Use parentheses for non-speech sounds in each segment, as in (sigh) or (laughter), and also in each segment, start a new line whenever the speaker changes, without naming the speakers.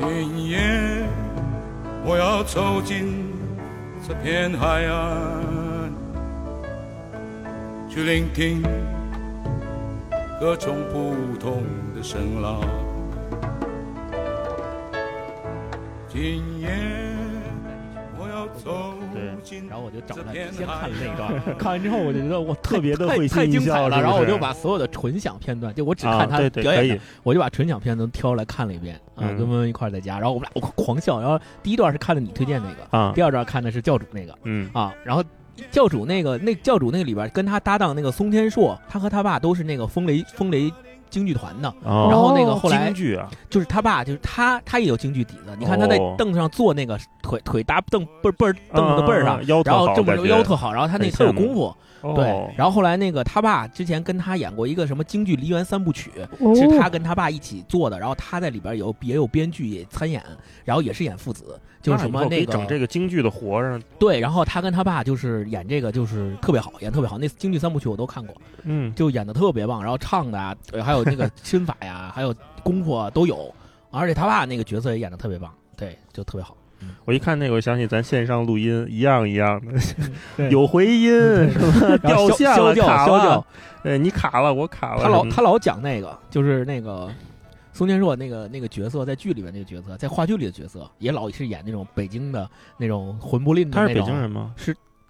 云烟，我要走进这片海岸，去聆听各种不同的声浪。今夜我要走进
然后我就找
这
了，
片
先
海
看了那
岸
段，
看完之后我就觉得我特别的
太
会
太
心一
精彩
笑
了。
是不
然后我
是
就把所有的纯享片段，就我只
啊
看他
对对
表
可
演的，
以
我就把纯享片都挑来看了一遍啊，
嗯
跟温温一块儿在家，然后我们俩我狂笑。然后第一段是看的你推荐那个，
啊，
第二段看的是教主那个
嗯
啊，然后。教主那个那教主那个里边跟他搭档那个松天硕，他和他爸都是那个风雷风雷京剧团的，
哦
然后那个后来
京剧啊，
就是他爸，就是他，他也有京剧底子。你看他在
哦
凳子上坐，那个腿腿搭凳背儿背儿凳子的背儿上
嗯嗯嗯，腰特
然后
好
这么
感
着
觉
腰特好，然后他那
很
特有
羡慕
功夫。
哦
对，然后后来那个他爸之前跟他演过一个什么京剧《梨园三部曲》，
哦
是他跟他爸一起做的，然后他在里边有也有编剧也参演，然后也是演父子，就是什么那
那以后可以整这
个
个京剧的活儿，
对，然后他跟他爸就是演这个就是特别好，演特别好。那京剧三部曲我都看过，
嗯，
就演的特别棒，然后唱的啊，呃还有那
(laughs)
个身法呀，还有功夫啊都有，而且他爸那个角色也演的特别棒，对，就特别好。
我一看那个，我想起咱线上录音一样一样的，
嗯
(laughs)
对
有回音什么
然后
掉线
消
了、
掉
卡
消掉
了，，呃，你卡了，我卡了，嗯
他老
什么
他老讲那个，就是那个松天硕那个那个角色，在剧里面那个角色，在话剧里的角色，也老是演那种北京的那种魂不吝的
他是
那
北
种。
京人吗？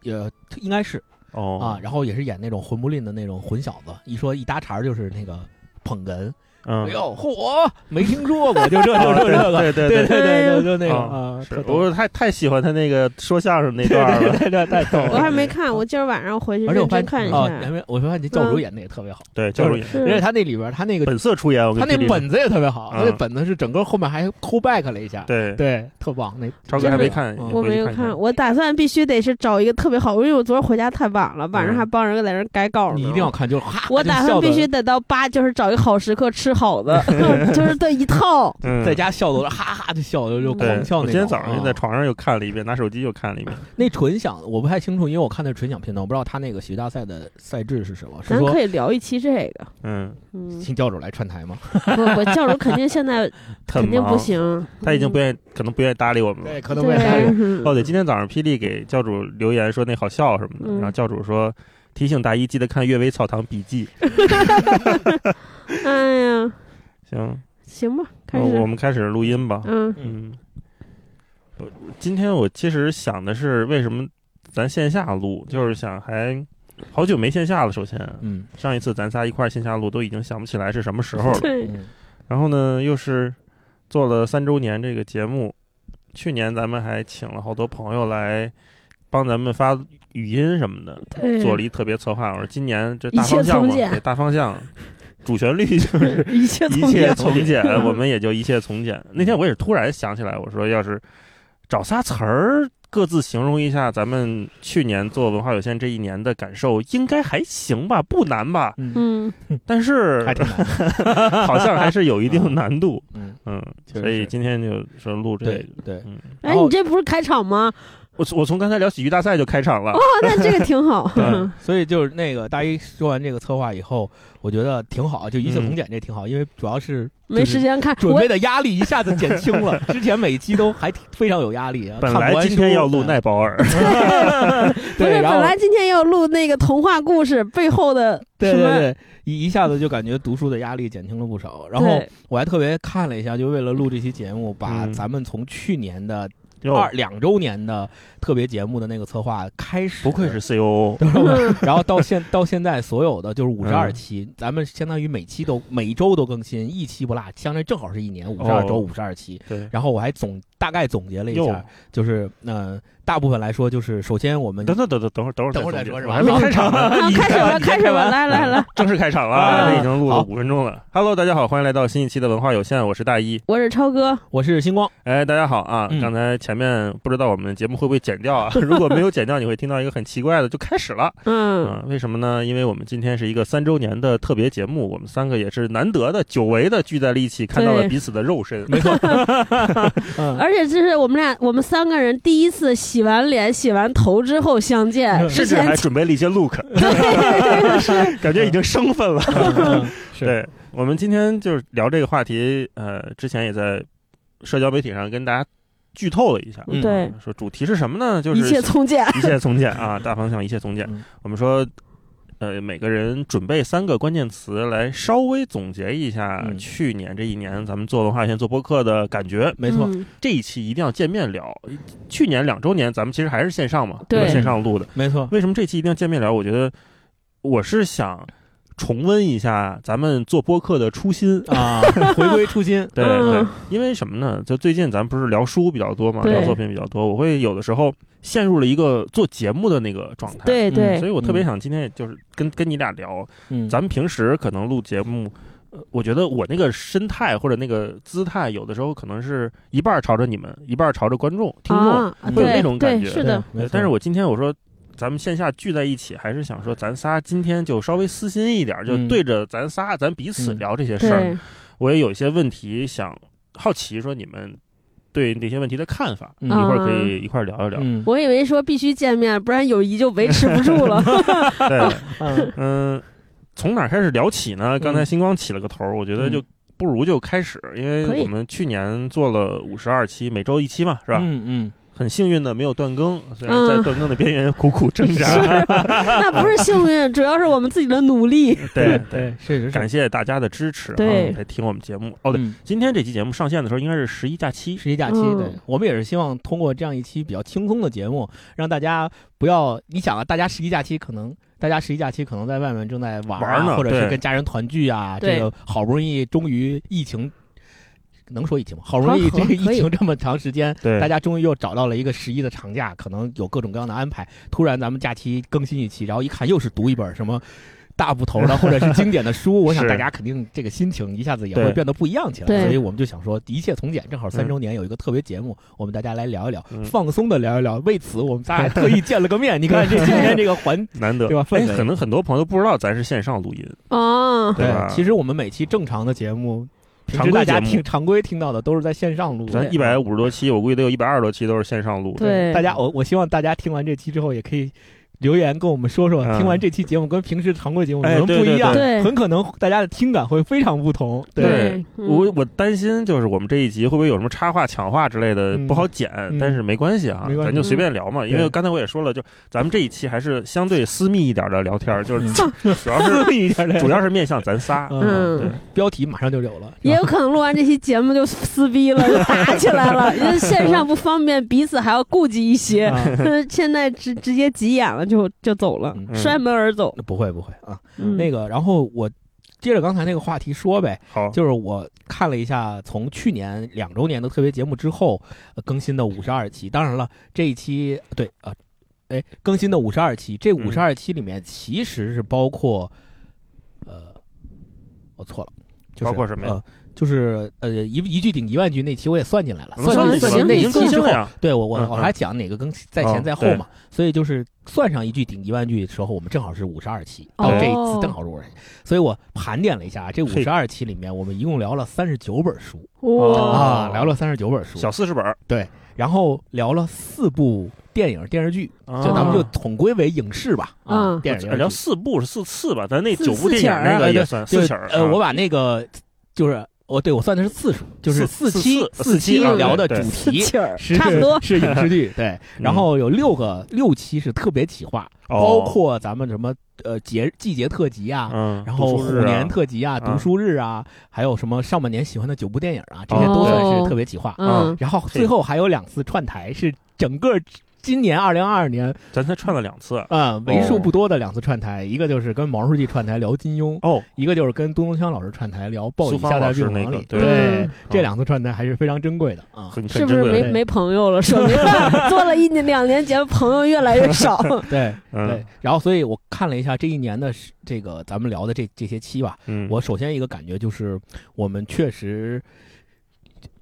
呃，应该是
哦
啊，，然后也是演那种魂不吝的那种混小子，一说一搭茬儿就是那个捧哏，
嗯
哎，呦嚯，没听说过，就这就
哦
这这个，
对对
对
对
对，就那个
啊
啊，
是
特逗
我太太喜欢他那个说相声那
(laughs)
段儿了，
对对太逗
(laughs) 我
了。
还没看，我今儿晚上回去
而且我
认
发
真看一
现啊，你还
下。嗯
没我发现教主演的也特别好，
对，教主也
而
是
且他那里边儿他那个
本色出演，我
他那
跟你
本子也特别好，
嗯
他那本子是整个后面还 call back 了一下，
对，
对，特棒。那
超哥还没看，
嗯
我
回去
没有
看一下
看，我打算必须得是找一个特别好，因为我昨儿回家太晚了，晚上
嗯
还帮人在那儿改稿呢。
你一定要看，就是哈，
我打
就笑
算
得
必须得到八，就是找一个好时刻吃好的，就是这一套。
嗯
在家笑的哈哈就笑的就
对
狂笑那种。
我今天早上就在
啊
床上又看了一遍，拿手机又看了一遍。
那纯享，我不太清楚，因为我看的是纯享片段，我不知道他那个喜剧大赛的赛制是什么，是
咱
说
可以聊一期这个。
嗯，
(laughs)
嗯，
请教主来串台吗？
不不，教主肯定现在
很
肯定不
忙，
行，嗯
他已经不愿意，可能不愿意搭理我们了。
对，可
对
能会答应。
嗯
哦，对，今天早上霹雳给教主留言说那好笑什么的，
嗯
然后教主说提醒大一记得看《阅微草堂笔记
哎呀，》。
行，
行吧，开
那哦我
始。
们开始录音吧。
嗯
嗯，我今天我其实想的是，为什么咱线下录，就是想还好久没线下了。首先，
嗯，
上一次咱仨一块儿线下录，都已经想不起来是什么时候了。
对，
嗯
然后呢，又是做了三周年这个节目，去年咱们还请了好多朋友来帮咱们发语音什么的，
对
做了一特别策划。我说今年这大方
一切
向
从
嘛，
简
对大方
(laughs)
向，主旋律就是
一切
一
从
切
简。
从简，我们也就一切从简。那天我也是突然想起来，我说要是找仨词儿。各自形容一下咱们去年做文化有限这一年的感受，应该还行吧，不难
(laughs)
吧？
嗯，
嗯，
但是
还挺难的。
好像还是有一定难度。
(laughs) 嗯，
嗯，
确实
所以
是
今天就说录这
对
个。
对，
嗯，
哎，
然后
你这不是开场吗？
我从我从刚才聊喜剧大赛就开场了
哦。，那这个挺好。
(laughs)
(laughs)
对
所以就是那个大一说完这个策划以后，我觉得挺好，就一切
嗯
从简这挺好，因为主要是
没时间 (laughs) 看，
准
我
备的压力一下子减轻了，之前每期都还挺非常有压力啊。
本
看不
来
完
今天
书
要录
嗯
奈保尔，
(laughs) 不是
对，然后
本来今天要录那个童话故事背后的
对
什
对
么？
对，一一下子就感觉读书的压力减轻了不少。然后
对，
我还特别看了一下，就为了录这期节目，把
嗯
咱们从去年的
哟
(laughs) 二两周年的特别节目的那个策划开始，
不愧是 COO。
嗯
(laughs) 然后到
(laughs)
现到现在所有的就是五十二
嗯
期，咱们相当于每期都每周都更新，一期不落，相当于正好是一年五十二周
哦
五十二期。
对，
然后我还总大概总结了一
哟
下，就是呃，大部分来说就是首先我们
等等等等等会儿等会儿
等会儿再
总
说
结
是
我
吧
还没开场呢。
好，
啊你
啊开始
看
了，
你先
开始
看
了，
完
来来来，
正式开场了，
啊
这已经录了
好
五分钟了。Hello，大家好，欢迎来到新一期的文化有限，我是大一。
我是超哥，
我是星光，
(laughs) 哎，大家好啊！
嗯
刚才前面不知道我们节目会不会剪掉啊？ (laughs) 如果没有剪掉，你会听到一个很奇怪的，就开始了。
嗯，
嗯，为什么呢？因为我们今天是一个三周年的特别节目，我们三个也是难得的、久违的聚在了一起，看到了
对
彼此的肉身。
没错，嗯，
而且这是我们俩我们三个人第一次洗完脸、洗完头之后相见，
(laughs) 嗯甚
之
至还
前
准备了一些 look，感 (laughs) 觉已经生分 (laughs) 了。
嗯嗯是
对我们今天就是聊这个话题，呃，之前也在社交媒体上跟大家剧透了一下，
嗯
对，
说主题是什么呢？就是
一切从简。
一切从简啊，大方向一切从简。
嗯
我们说，呃，每个人准备三个关键词来稍微总结一下
嗯
去年这一年咱们做文化有限做播客的感觉。
没错，
嗯
这一期一定要见面聊。去年两周年咱们其实还是线上嘛，
对
吧线上录的。
没错，
(laughs) 为什么这期一定要见面聊？我觉得我是想重温一下咱们做播客的初心。
啊，回归初心，
对
嗯
对，因为什么呢？就最近咱们不是聊书比较多嘛，
对
聊作品比较多，我会有的时候陷入了一个做节目的那个状态。
对
嗯
对
所以我特别想今天也就是跟跟你俩聊，
嗯，
咱们平时可能录节目，呃，我觉得我那个身态或者那个姿态，有的时候可能是一半儿朝着你们，一半儿朝着观众、听众。
啊，
会有
对
那种感
对
觉
是的，
对，没
呃
错
但是我今天我说。咱们线下聚在一起，还是想说，咱仨今天就稍微私心一点儿，就
嗯
对着咱仨，咱彼此
嗯
聊这些事儿。
对，
我也有一些问题想好奇，说你们对那些问题的看法，
嗯
一会儿可
啊
以一块儿聊一聊。
嗯，
我以为说必须见面，不然友谊就维持不
(laughs)
住了。
(laughs)
对，
嗯
嗯，从哪儿开始聊起呢？刚
嗯
才星光起了个头儿，我觉得就
嗯
不如就开始，因
可
为
以
我们去年做了五十二期，每周一期嘛，是吧？
嗯嗯，
很幸运的没有断更，虽然在
嗯
断更的边缘苦苦挣扎。
那不是幸运，主要是我们自己的努力。
(laughs) 对
对，，确实是
感谢大家的支持，
对
啊，来听我们节目。哦，对，
嗯
今天这期节目上线的时候应该是十一假期，
十一假期，
嗯
对我们也是希望通过这样一期比较轻松的节目，让大家不要你想啊，大家十一假期可能。大家十一假期可能在外面正在玩
玩
啊，
呢
或者是
对
跟家人团聚啊。
对
这个好不容易终于疫情，能说疫情吗？好不容易
好好
这个疫
可以
情这么长时间，
对
大家终于又找到了一个十一的长假，可能有各种各样的安排。突然咱们假期更新一期，然后一看又是读一本什么大部头的或者是经典的书，我想
是
大家肯定这个心情一下子也
对
会变得不一样起来。
对
所以我们就想说，一切从简，正好三
嗯
周年有一个特别节目，我们大家来聊一聊，
嗯
放松的聊一聊。为此，我们仨还特意见了个
(laughs)
面。你看这今天这个环。
难得
对吧
哎
氛围
可能很多朋友都不知道咱是线上录音，(laughs)
哦，
对吧
其实我们每期正常的节目，平时
常规
大
节
家
目
听常规听到的都是在线上录的。
咱一百五十多期，我估计得有一百二十多期都是线上录的。
对，
大家，我我希望大家听完这期之后，也可以留言跟我们说说，
嗯
听完这期节目跟平时常规节目有
哎
什么不
对对
一样？
对
很可能大家的听感会非常不同。
对
嗯
我我担心就是我们这一集会不会有什么插话抢话之类的
嗯
不好剪，
嗯
但是没关系啊
没，关系嗯
咱就随便聊嘛。因为刚才我也说了，就咱们这一期还是相对私密一点的聊天儿，就是主要是
(laughs) 一点
主要是面向咱仨。
嗯
对，
标题马上就有了，
也有可能录完这期节目就撕逼了，就打起来了，因为线上不方便，彼此还要顾及一些。
啊
(laughs) 现在直直接急眼了就就走了，
嗯
摔门而走。
不会不会 (laughs) 啊， (laughs)
嗯
那个，然后我。接着刚才那个话题说呗，
好，
就是我看了一下从去年两周年的特别节目之后、呃更新的五十二期，当然了，这一期对啊，哎、更新的五十二期，这
嗯
五十二期里面其实是包括，呃，我错了，就是、
包括什么呀
呃就是呃一一句顶一万句那期我也算进来了，
我们
算进
算
算
进去
进
了
那
已
一
经
期
更
之
新
后
了，呀。
对我
嗯
我我
嗯
还讲哪个更在前
哦
在后嘛，所以就是算上一句顶一万句的时候，我们正好是五十二期，
哦
到这一次正好是五十期，所以我盘点了一下啊，这五十二期里面，我们一共聊了三十九本书
哦
哇，
啊，聊了三十九本书
小，四十本儿，
然后聊了四部电影电视剧，就咱们就统归为影视吧啊，
嗯
电影
哎
电视
哦聊
剧，啊
四部是四次吧，咱那
四
九部电
四起
影
儿
那个也算
就
四
是
起儿。
呃，
啊
我把那个就是我对我算的是次数，就是
四
期
四四
四期
期啊
聊的
对对
主题。
气儿
是啊
差不多。
是影视
(laughs)
剧，对。
嗯
然后有六个六期是特别企划，包
哦
括咱们什么呃节季节特辑啊，
嗯，
然后
读
虎
书日啊
年特辑啊、
啊
读书日啊，还有什么上半年喜欢的九部电影啊，这些
哦
都算
对
是特别企划。
嗯，
然后最后还有两次串台，是整个今年二零二二年
咱才串了两次
啊、嗯为数
哦
不多的两次串台，一个就是跟毛书记串台聊金庸。
哦，
一个就是跟东东锵老师串台聊《暴雨
苏芳
下在
老师
病房里
那》个对
对
嗯，
这两次串台还是非常珍贵的啊。
很
是
很
不
珍
是
贵
没
的。
对
没朋友了？说明做了一年两年节目，朋友越来越少。
对对
嗯，
然后所以我看了一下这一年的是这个咱们聊的这这些期吧，
嗯，
我首先一个感觉就是，我们确实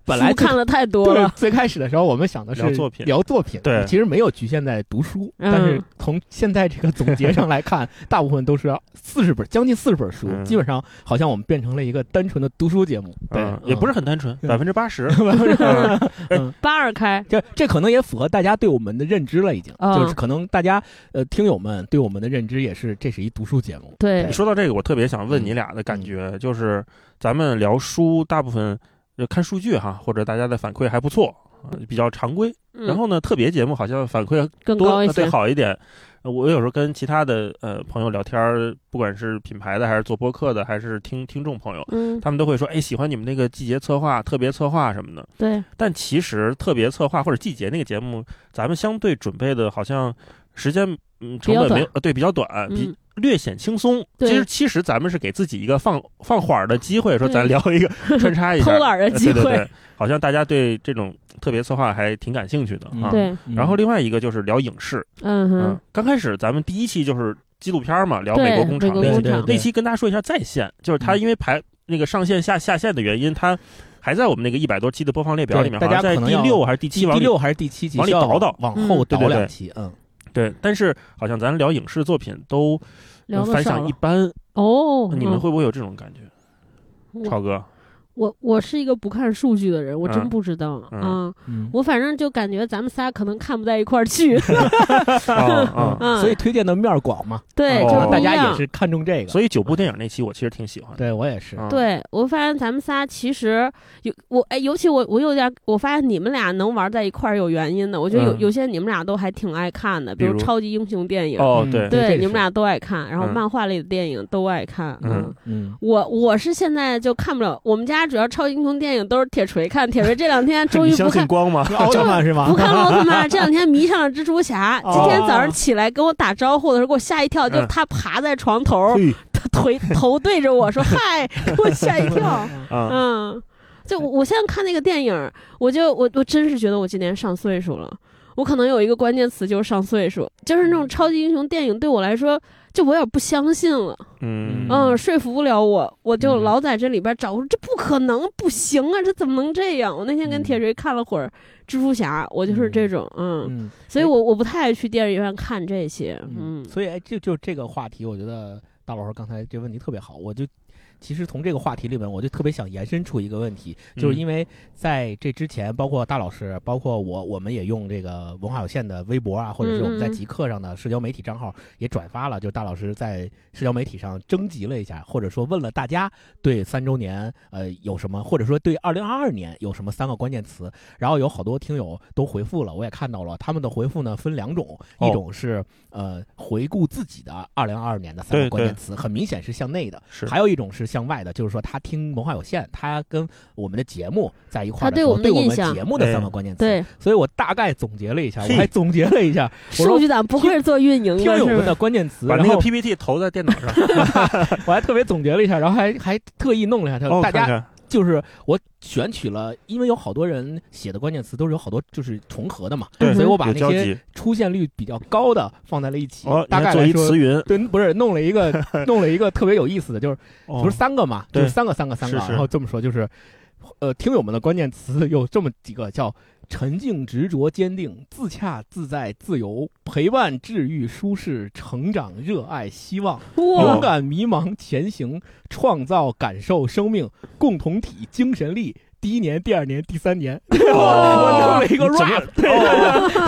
本来
书
最
看的太多
对
了，
最开始的时候，我们想的是
聊作品
聊作品，
对
其实没有局限在读书，
嗯
但是从现在这个总结上来看，大部分都是四十本，将近四十本书，
嗯
基本上好像我们变成了一个单纯的读书节目，对，
嗯也不是很单纯，
嗯
百分之八
(laughs)
十。
嗯。
哎
八二开。
这这可能也符合大家对我们的认知了，已经、
嗯
就是可能大家呃听友们对我们的认知也是，这是一读书节目，
对嗯
你说到这个，我特别想问你俩的感觉，就是咱们聊书，大部分就看数据哈，或者大家的反馈还不错，啊比较常规。然后呢，特别节目好像反馈
嗯更
多
高一
呃对
些，
好一点。呃我有时候跟其他的呃朋友聊天儿，不管是品牌的，还是做播客的，还是听听众朋友，
嗯，
他们都会说，哎，喜欢你们那个季节策划、特别策划什么的。
对，
但其实特别策划或者季节那个节目，咱们相对准备的好像时间嗯成本没有
短
呃对比较短，比
嗯
略显轻松。
对
其实其实咱们是给自己一个放放缓儿的机会，说
对
咱聊一个
(laughs)
穿插一下呃
偷懒儿的机
对对
会
对，好像大家对这种特别策划还挺感兴趣的
嗯
啊。
对，
然后另外一个就是聊影视，
嗯哼，，
刚开始咱们第一期就是纪录片儿嘛，聊美
对
国工厂
美国
那
工
期，
厂
那期跟大家说一下在线，就是它
嗯
因为排那个上线下下线的原因，它还在我们那个一百多期的播放列表里面，
对
好
大家
像在
可能
第
要
六还是第
第
七往
第
里
六还是第七集
往里
需要
倒倒
往后倒
嗯
对对对
两期，嗯，
对，但是好像咱聊影视作品都
聊
呃
的
反
少
响
了
一。般，
哦，
你们
嗯
会不会有这种感觉？
我
超哥，
我我是一个不看数据的人，我真
嗯
不知道
嗯
啊。
嗯
我反正就感觉咱们仨可能看不在一块儿去， (laughs)
啊啊，
嗯
所以推荐的面儿广嘛，
对，
哦
就
然后
不
大
一
家也
样。
是看重这个。
所以九部电影那期我其实挺喜欢的，
对我也是，
啊，
对我发现咱们仨其实有我哎，尤其我我有点，我发现你们俩能玩在一块儿有原因的。我觉得有、
嗯
有些你们俩都还挺爱看的，比
比如
超级英雄电影，
哦
嗯
对，
这
对，
是
你们俩都爱看，然后
嗯
漫画类的电影都爱看，
嗯
嗯，
(laughs) 我我是现在就看不了，我们家主要超级英雄电影都是铁锤看，铁锤这两天终于
(laughs) 你
不
相信
看
光吗？
奥特曼是吗
啊
不？看了奥特
(laughs)
曼，这两天迷上了蜘蛛侠。今天早上起来跟我打招呼的时候，给我吓一跳，就是
哦嗯
他爬在床头，
嘿
他
(laughs)
腿头对着我说嗨，给我吓一跳。
啊，
嗯，就我我现在看那个电影，我就我我真是觉得我今年上岁数了。我可能有一个关键词就是上岁数，就是那
嗯
种超级英雄电影对我来说，就我有点不相信了。
嗯
嗯，说服不了我，我就
嗯
老在这里边找，我说这不可能，不行啊，这怎么能这样？我那天跟
嗯
铁锤看了会儿蜘蛛侠，我就是这种，嗯，
嗯，
所以我我不太爱去电影院看这些，嗯
嗯，所以哎，就就这个话题，我觉得大老师刚才这问题特别好，我就其实从这个话题里面，我就特别想延伸出一个问题，就是
嗯
因为在这之前，包括大老师，包括我，我们也用这个文化有限的微博啊，或者是我们在
嗯嗯
极客上的社交媒体账号也转发了，就大老师在社交媒体上征集了一下，或者说问了大家对三周年呃有什么，或者说对二零二二年有什么三个关键词，然后有好多听友都回复了，我也看到了，他们的回复呢分两种，
哦
一种是呃回顾自己的二零二二年的三
对
个关
对
键词，很明显是向内的，
是
还有一种是向外的，就是说他听文化有限，他跟我们的节目在一块儿
他
的
对
时
我
候，
们的
对我
印象
们节目的三个
哎
关键词。
对，
所以我大概总结了一下，我
嘿
还总结了一下我
数
说
据党不愧是做运营
听
的，
友
是
们
吧
的？关键词，
把
然
那个
后
PPT 投在电脑上，
我还特别总结了一下，然后还还特意弄了一下，
哦
大
看
家
看
就是我选取了，因为有好多人写的关键词都是有好多就是重合的嘛，
对，
所以我把
有
那
交
些
集
出现率比较高的放在了一起，
哦，你
大
还
概
做
来
一
说
词。云，
对，不是弄了一
(laughs)
个弄了一个特别有意思的，就是
哦
不是三个嘛，就
对
是三个三个三个，
是是
然后这么说就是，呃，听友们的关键词有这么几个，叫沉静、执着、坚定、自洽、自在、自由、陪伴、治愈、舒适、成长、热爱、希望、勇
哇，
敢、迷茫、前行、创造、感受、生命、共同体、精神力。第一年、第二年、第三年，我弄了一个
你怎么
rap，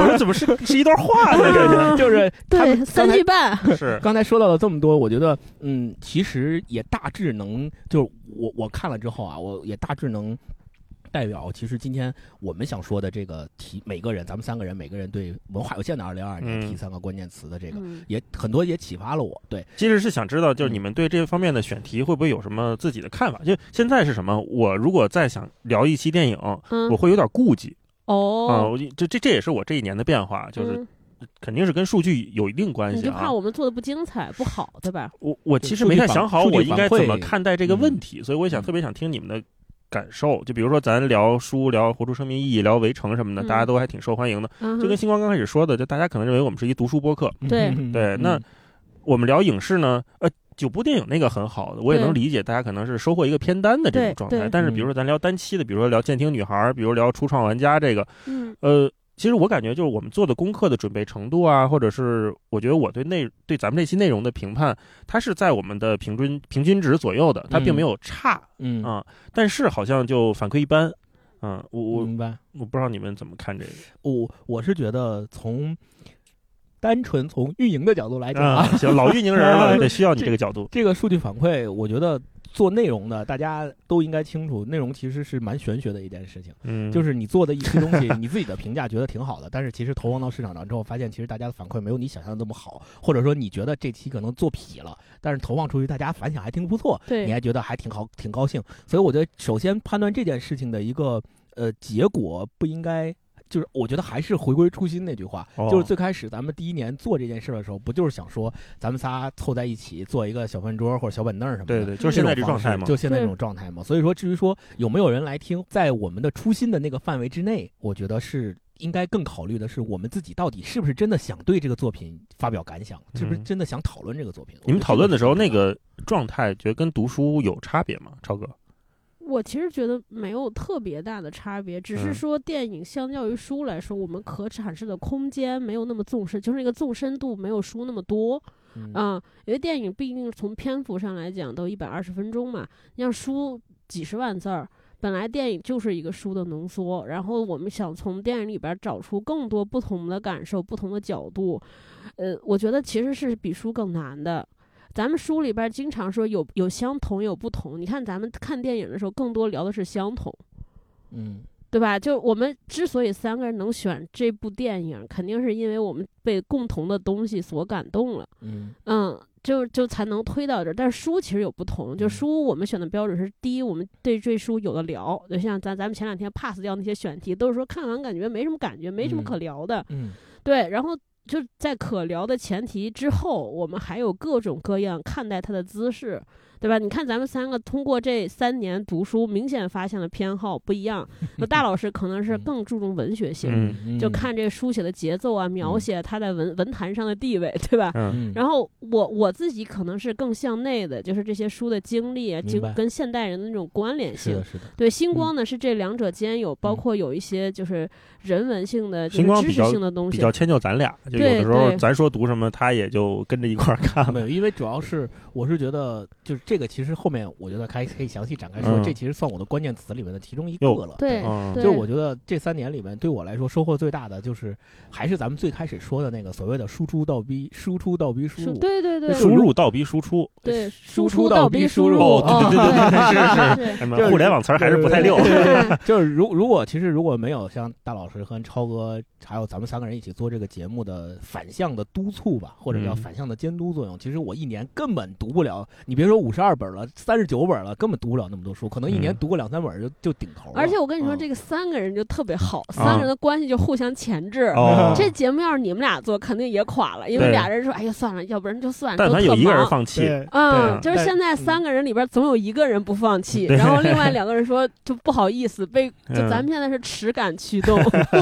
我说怎么是是一段话呢？这
就是他们刚
对，三
才 (laughs)
句半，
(laughs) 是是
刚才说到了这么多，我觉得，嗯，其实也大致能，就是我我看了之后啊，我也大致能代表，其实今天我们想说的这个提，每个人，咱们三个人，每个人对文化有限的二零二二年
嗯
提三个关键词的这个，
嗯
也很多也启发了我。对，
其实是想知道，就是你们对这方面的选题会不会有什么自己的看法？就现在是什么？我如果再想聊一期电影，我
嗯，
会有点顾忌啊。
哦，
我这这这也是我这一年的变化，就是
嗯
肯定是跟数据有一定关
你
系
就怕
啊。
我们做的不精彩不好，对吧？
我我其实
数据
没太
反
想好
数据
我应该怎么
反馈
看待这个问题，所以我
嗯
想特别想听你们的感受。就比如说咱聊书、聊《活出生命意义》、聊《围城》什么的，
嗯
大家都还挺受欢迎的。
嗯
就跟
哼，
星光刚开始说的，就大家可能认为我们是一读书播客，
对
对
嗯
那我们聊影视呢，呃，九部电影那个很好的，我也
对
能理解，大家可能是收获一个偏单的这
对
种状态
对。
但
嗯
是比如说咱聊单期的，比如说聊《健听女孩》，比如聊《初创玩家》这个，
嗯
呃，其实我感觉就是我们做的功课的准备程度啊，或者是我觉得我对内对咱们这期内容的评判，它是在我们的平均平均值左右的，它并没有差啊、
嗯，
但是好像就反馈一般。嗯，我
我
我
明白。
我不知道你们怎么看这个
我我是觉得从单纯从运营的角度来讲
啊
(laughs) 啊，
行，老运营人了，
(laughs) 啊
得需要你
这
这个角度。
这个数据反馈，我觉得做内容的，大家都应该清楚，内容其实是蛮玄学的一件事情。
嗯，
就是你做的一批东西，你自己的评价觉得挺好的，但是其实投放到市场上之后，发现其实大家的反馈没有你想象的那么好，或者说你觉得这期可能做痞了，但是投放出去大家反响还挺不错，你
对，
还觉得还挺好，挺高兴。所以我觉得，首先判断这件事情的一个呃结果不应该。就是我觉得还是回归初心那句话，
哦
就是最开始咱们第一年做这件事的时候，不就是想说咱们仨凑在一起做一个小饭桌或者小板凳什么的，
对对，就是现在这状态嘛。
就现在这种状态嘛。所以说，至于说有没有人来听，在我们的初心的那个范围之内，我觉得是应该更考虑的是我们自己到底是不是真的想对这个作品发表感想，是不是真的想讨论这个作品。
嗯你们讨论的时候，
我觉得
那
这是
个状态觉得跟读书有差别吗？超哥，
我其实觉得没有特别大的差别，只
嗯
是说电影相较于书来说，我们可阐释的空间没有那么纵深，就是那个纵深度没有书那么多。
嗯
啊，因为电影毕竟从篇幅上来讲都一百二十分钟嘛，你像书几十万字儿，本来电影就是一个书的浓缩，然后我们想从电影里边儿找出更多不同的感受、不同的角度，呃，我觉得其实是比书更难的。咱们书里边儿经常说有有相同有不同，你看咱们看电影的时候，更多聊的是相同。
嗯
对吧？就我们之所以三个人能选这部电影，肯定是因为我们被共同的东西所感动了。
嗯
嗯，就就才能推到这儿。但是书其实有不同，就
嗯
书我们选的标准是：第一，我们对这书有的聊，就像咱咱们前两天 pass 掉那些选题，都是说看完感觉没什么感觉，没什么
嗯
可聊的。
嗯
对，然后就在可聊的前提之后，我们还有各种各样看待它的姿势，对吧？你看咱们三个通过这三年读书，明显发现了偏好不
(laughs)
一样。那大老师可能是
嗯
更注重文学性，
嗯
嗯，
就看这书写的节奏啊，描
嗯
写他在文文坛上的地位，对吧？
嗯，
嗯，
然后我我自己可能是更向内的，就是这些书的经历啊，
明
经
白
跟现代人的那种关联
嗯是
性
的，。是的，
对，
嗯
星光呢是这两者间有，包
嗯
括有一些就是人文性的、就
星光
是知
比
识
较
性的东
比
西。
较迁就咱俩，就有
对
的时候
对
咱说读什么，他也就跟着一块儿看
没
了。
有，因为主要是我是觉得，就是这个其实后面我觉得还可以详细展开
嗯
说，这其实算我的关键词里面的其中一个
哟
了。
对
嗯，
对
就是我觉得这三年里面，对我来说收获最大的就是，还是咱们最开始说的那个所谓的输出倒逼，输出倒逼输
是
入。
对对对
就
输入倒逼输出，
对，
输
出
出
倒
倒
逼
逼
输
输入
哦
哦，对对对对对
(laughs) 对，
哎妈
就是
互联网词儿还是不太溜。 (laughs)
对
就是如如果其实如果没有像大老师和超哥还有咱们三个人一起做这个节目的反向的督促吧，或者叫
嗯
反向的监督作用，其实我一年根本读不了，你别说五十二本了，三十九本了，根本读不了那么多书，可能一年
嗯
读个两三本就就顶头了。
而且我跟你说，
哦
嗯
这个三个人就特别好，三个人的关系就互相钳制。
哦，
这节目要是你们俩做，肯定也垮了，因为
对
俩人说：“哎呀，算了，要不然就算了。”
但
都
凡
特
有一个人
忙
放弃，
对
嗯，就是
但
现在
嗯
三个人里边总有一个人不放弃，
对
然后另外两个人说就不好意思，被就
嗯
咱们现在是耻感驱动，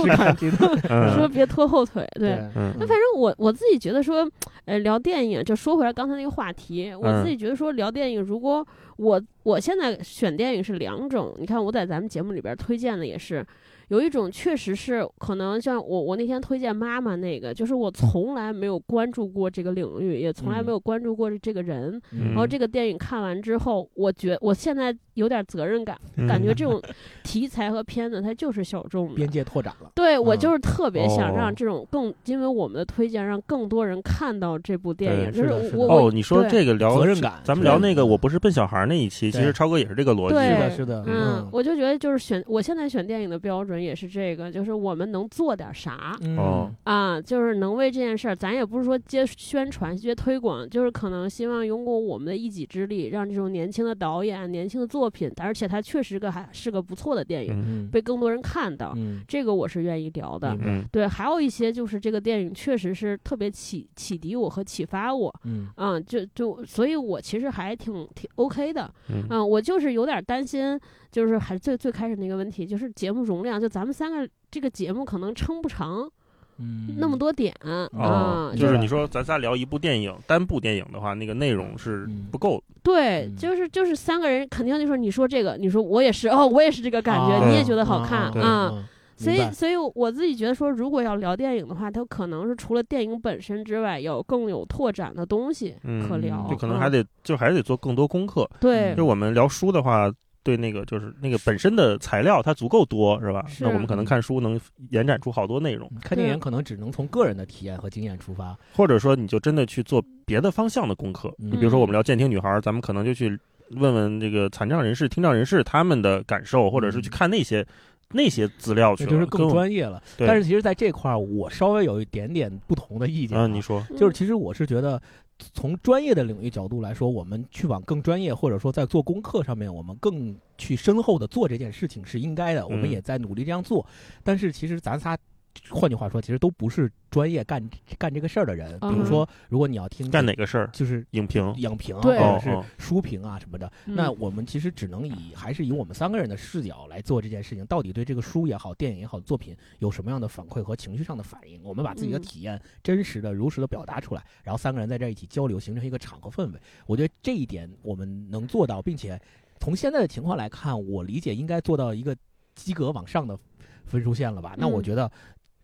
(laughs) 说
嗯
别拖后腿。对，
嗯
那反正我我自己觉得说，呃，聊电影就说回来刚才那个话题，我
嗯
自己觉得说聊电影，如果我我现在选电影是两种，你看我在咱们节目里边推荐的也是，有一种确实是可能像我我那天推荐妈妈那个，就是我从来没有关注过这个领域，也从来
嗯
没有关注过这个人，
嗯
然哦后这个电影看完之后，我觉我现在有点责任感，
嗯
(laughs)
嗯
感觉这种题材和片子它就是小众的
边。界拓展了。
对，我
嗯
就是特别想
哦
让这种更，因为我们的推荐让更多人看到这部电影，
对
就
是
是
的是的
我我
哦，你说
对
这个聊
责任感
咱们
对
聊那个我不是笨小孩那一期，其实
对
超哥也是这个逻辑
对
是
吧。
的，是的，
嗯，我就觉得就是选我现在选电影的标准也是这个，就是我们能做点啥
嗯
哦
啊，就是能为这件事儿，咱也不是说接宣传、接推广，就是可能希望用过我们的一己之力，让这种年轻的导演、年轻的作品，而且它确实个还是个不错的电影，
嗯
嗯
被更多人看到，
嗯
这个我是愿意聊的
明。
嗯，
对，还有一些就是这个电影确实是特别启启迪我和启发我，
嗯
嗯，就就所以，我其实还挺挺 OK 的，
嗯
嗯，我就是有点担心，就是还是最最开始那个问题，就是节目容量，就咱们三个这个节目可能撑不长
嗯，
那么多点啊
哦，，
嗯
就是
对
你说咱仨聊一部电影，单部电影的话，那个内容是
嗯
不够的。
对
嗯，
就是就是三个人肯定就是你说这个，你说我也是哦，我也是这个感觉，
嗯
啊
你也觉得好看
对
啊，
嗯
所
明
以，
白
所以我自己觉得说，如果要聊电影的话，它可能是除了电影本身之外，有更有拓展的东西可
嗯
哦
聊。
就可能还
嗯
得就还得做更多功课。
对
嗯
就我们聊书的话，对那个就是那个本身的材料它足够多，是吧？
是
那我们可能
嗯
看书能延展出好多内容，
看电影可能只能从个人的体验和经验出发。
或者说你就真的去做别的方向的功课。
嗯
你比如说我们聊《监听女孩》，咱们可能就去问问这个残障人士、听障人士他们的感受，或者是去看那些那些资料去
那嗯
了，
就是
跟
更
我
专业了。
对
但是其实在这块儿，我稍微有一点点不同的意见、
啊，你说，
嗯
就是其实我是觉得，从专业的领域角度来说，我们去往更专业，或者说在做功课上面，我们更去深厚的做这件事情是应该的，我们
嗯
也在努力这样做。但是其实咱仨。换句话说，其实都不是专业干干这个事儿的人。比如
嗯
说，如果你要听
干哪个事儿？
就是
影评
影评啊或
对
者
哦
是
哦
书评啊什么的，
嗯
那我们其实只能以还是以我们三个人的视角来做这件事情，到底对这个书也好、电影也好、作品有什么样的反馈和情绪上的反应？我们把自己的
嗯
体验真实的、如实的表达出来，然后三个人在这儿一起交流，形成一个场合氛围。我觉得这一点我们能做到，并且从现在的情况来看，我理解应该做到一个及格往上的分数线了吧？那我
嗯
觉得。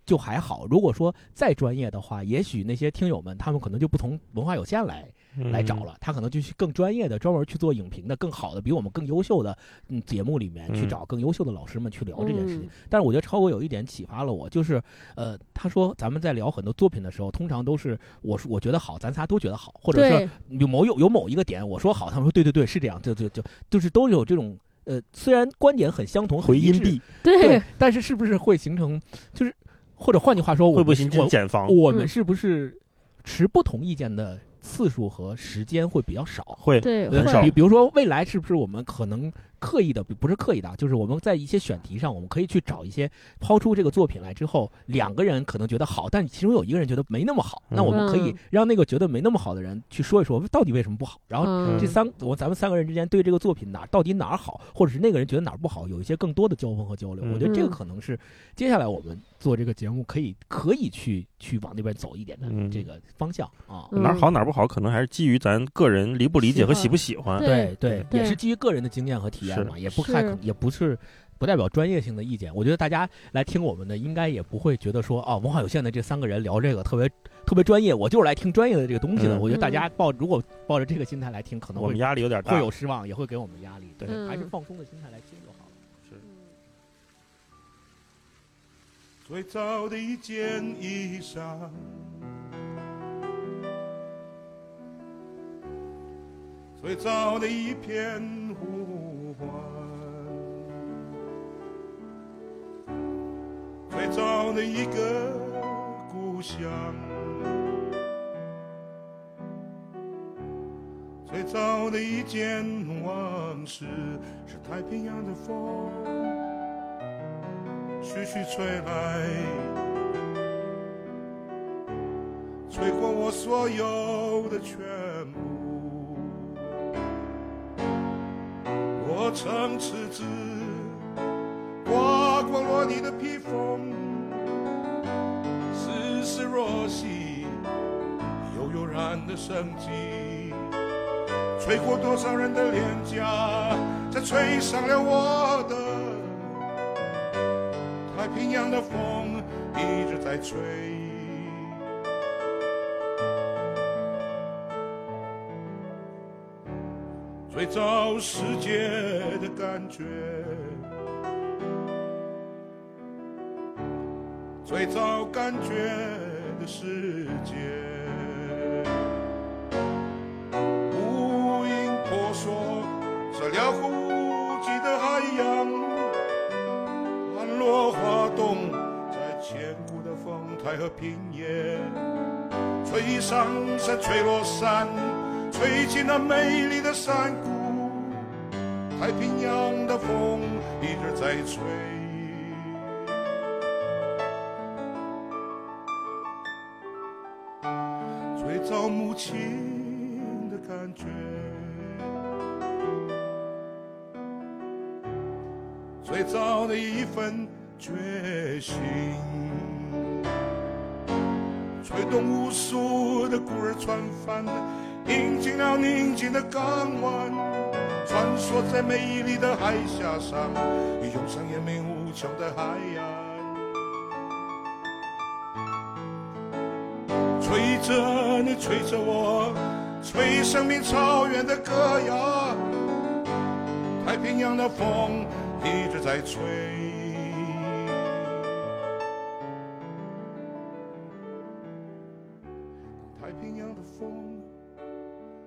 就还好，如果说再专业的话，也许那些听友们他们可能就不从文化有限来
嗯
来找了，他可能就去更专业的、专门去做影评的、更好的、比我们更优秀的嗯节目里面去
嗯
找更优秀的老师们去聊这件事情。
嗯
但是我觉得超哥有一点启发了我，就是呃，他说咱们在聊很多作品的时候，通常都是我说我觉得好，咱仨都觉得好，或者是
对，
有某有有某一个点我说好，他们说对对对是这样，就就就就是都有这种呃，虽然观点很相同，很
回
一
音
致，
壁，
对
对，，
但是是不是会形成就是或者换句话说，我
会不会
们
行
我
进检房？
我们
嗯
是不是持不同意见的次数和时间会比较少？
会，
对，
很
呃
会
少
比比如说未来是不是我们可能刻意的，不不是刻意的啊，就是我们在一些选题上，我们可以去找一些抛出这个作品来之后，两个人可能觉得好，但其中有一个人觉得没那么好，那我们可以
嗯
让那个觉得没那么好的人去说一说到底为什么不好，然后
嗯
这三我咱们三个人之间对这个作品哪儿到底哪儿好，或者是那个人觉得哪儿不好，有一些更多的交锋和交流。
嗯
我觉得这个
嗯
可能是接下来我们做这个节目可以可以去去往那边走一点的
嗯
这个方向啊。
嗯
哪儿好哪儿不好，可能还是基于咱个人理不理解和喜不喜欢。
对
对对，也
对
是基于个人的经验和体验嘛，也不太
是
也不是不代表专业性的意见。我觉得大家来听我们的，应该也不会觉得说哦，文化有限的这三个人聊这个特别特别专业，我就是来听专业的这个东西的。
嗯
我觉得大
嗯
家抱如果抱着这个心态来听，可能
我
会
们压力有点大，
会有失望，也会给我们压力。对，
嗯
还是放松的心态来听就好了。
最早的一件衣裳，最早的一片呼唤，最早的一个故乡，最早的一件往事，是太平洋的风。徐徐吹来，吹过我所有的全部。我曾赤子，刮过落你的披风，丝丝若细，悠悠然的生机，吹过多少人的脸颊，这吹上了我的。太平洋的风一直在吹。最早世界的感觉，最早感觉的世界，无影婆娑，这辽阔无际的海洋。寒落花动，在千古的风台和平野，吹上山，吹落山，吹进那美丽的山谷。太平洋的风一直在吹。最早母亲的感觉，最早的一份决心，吹动无数的孤儿船帆，引进了宁静的港湾，穿梭在美丽的海峡上，涌上延绵无穷的海岸。吹着你，吹着我，吹生命草原的歌谣。太平洋的风一直在吹。太平洋的风，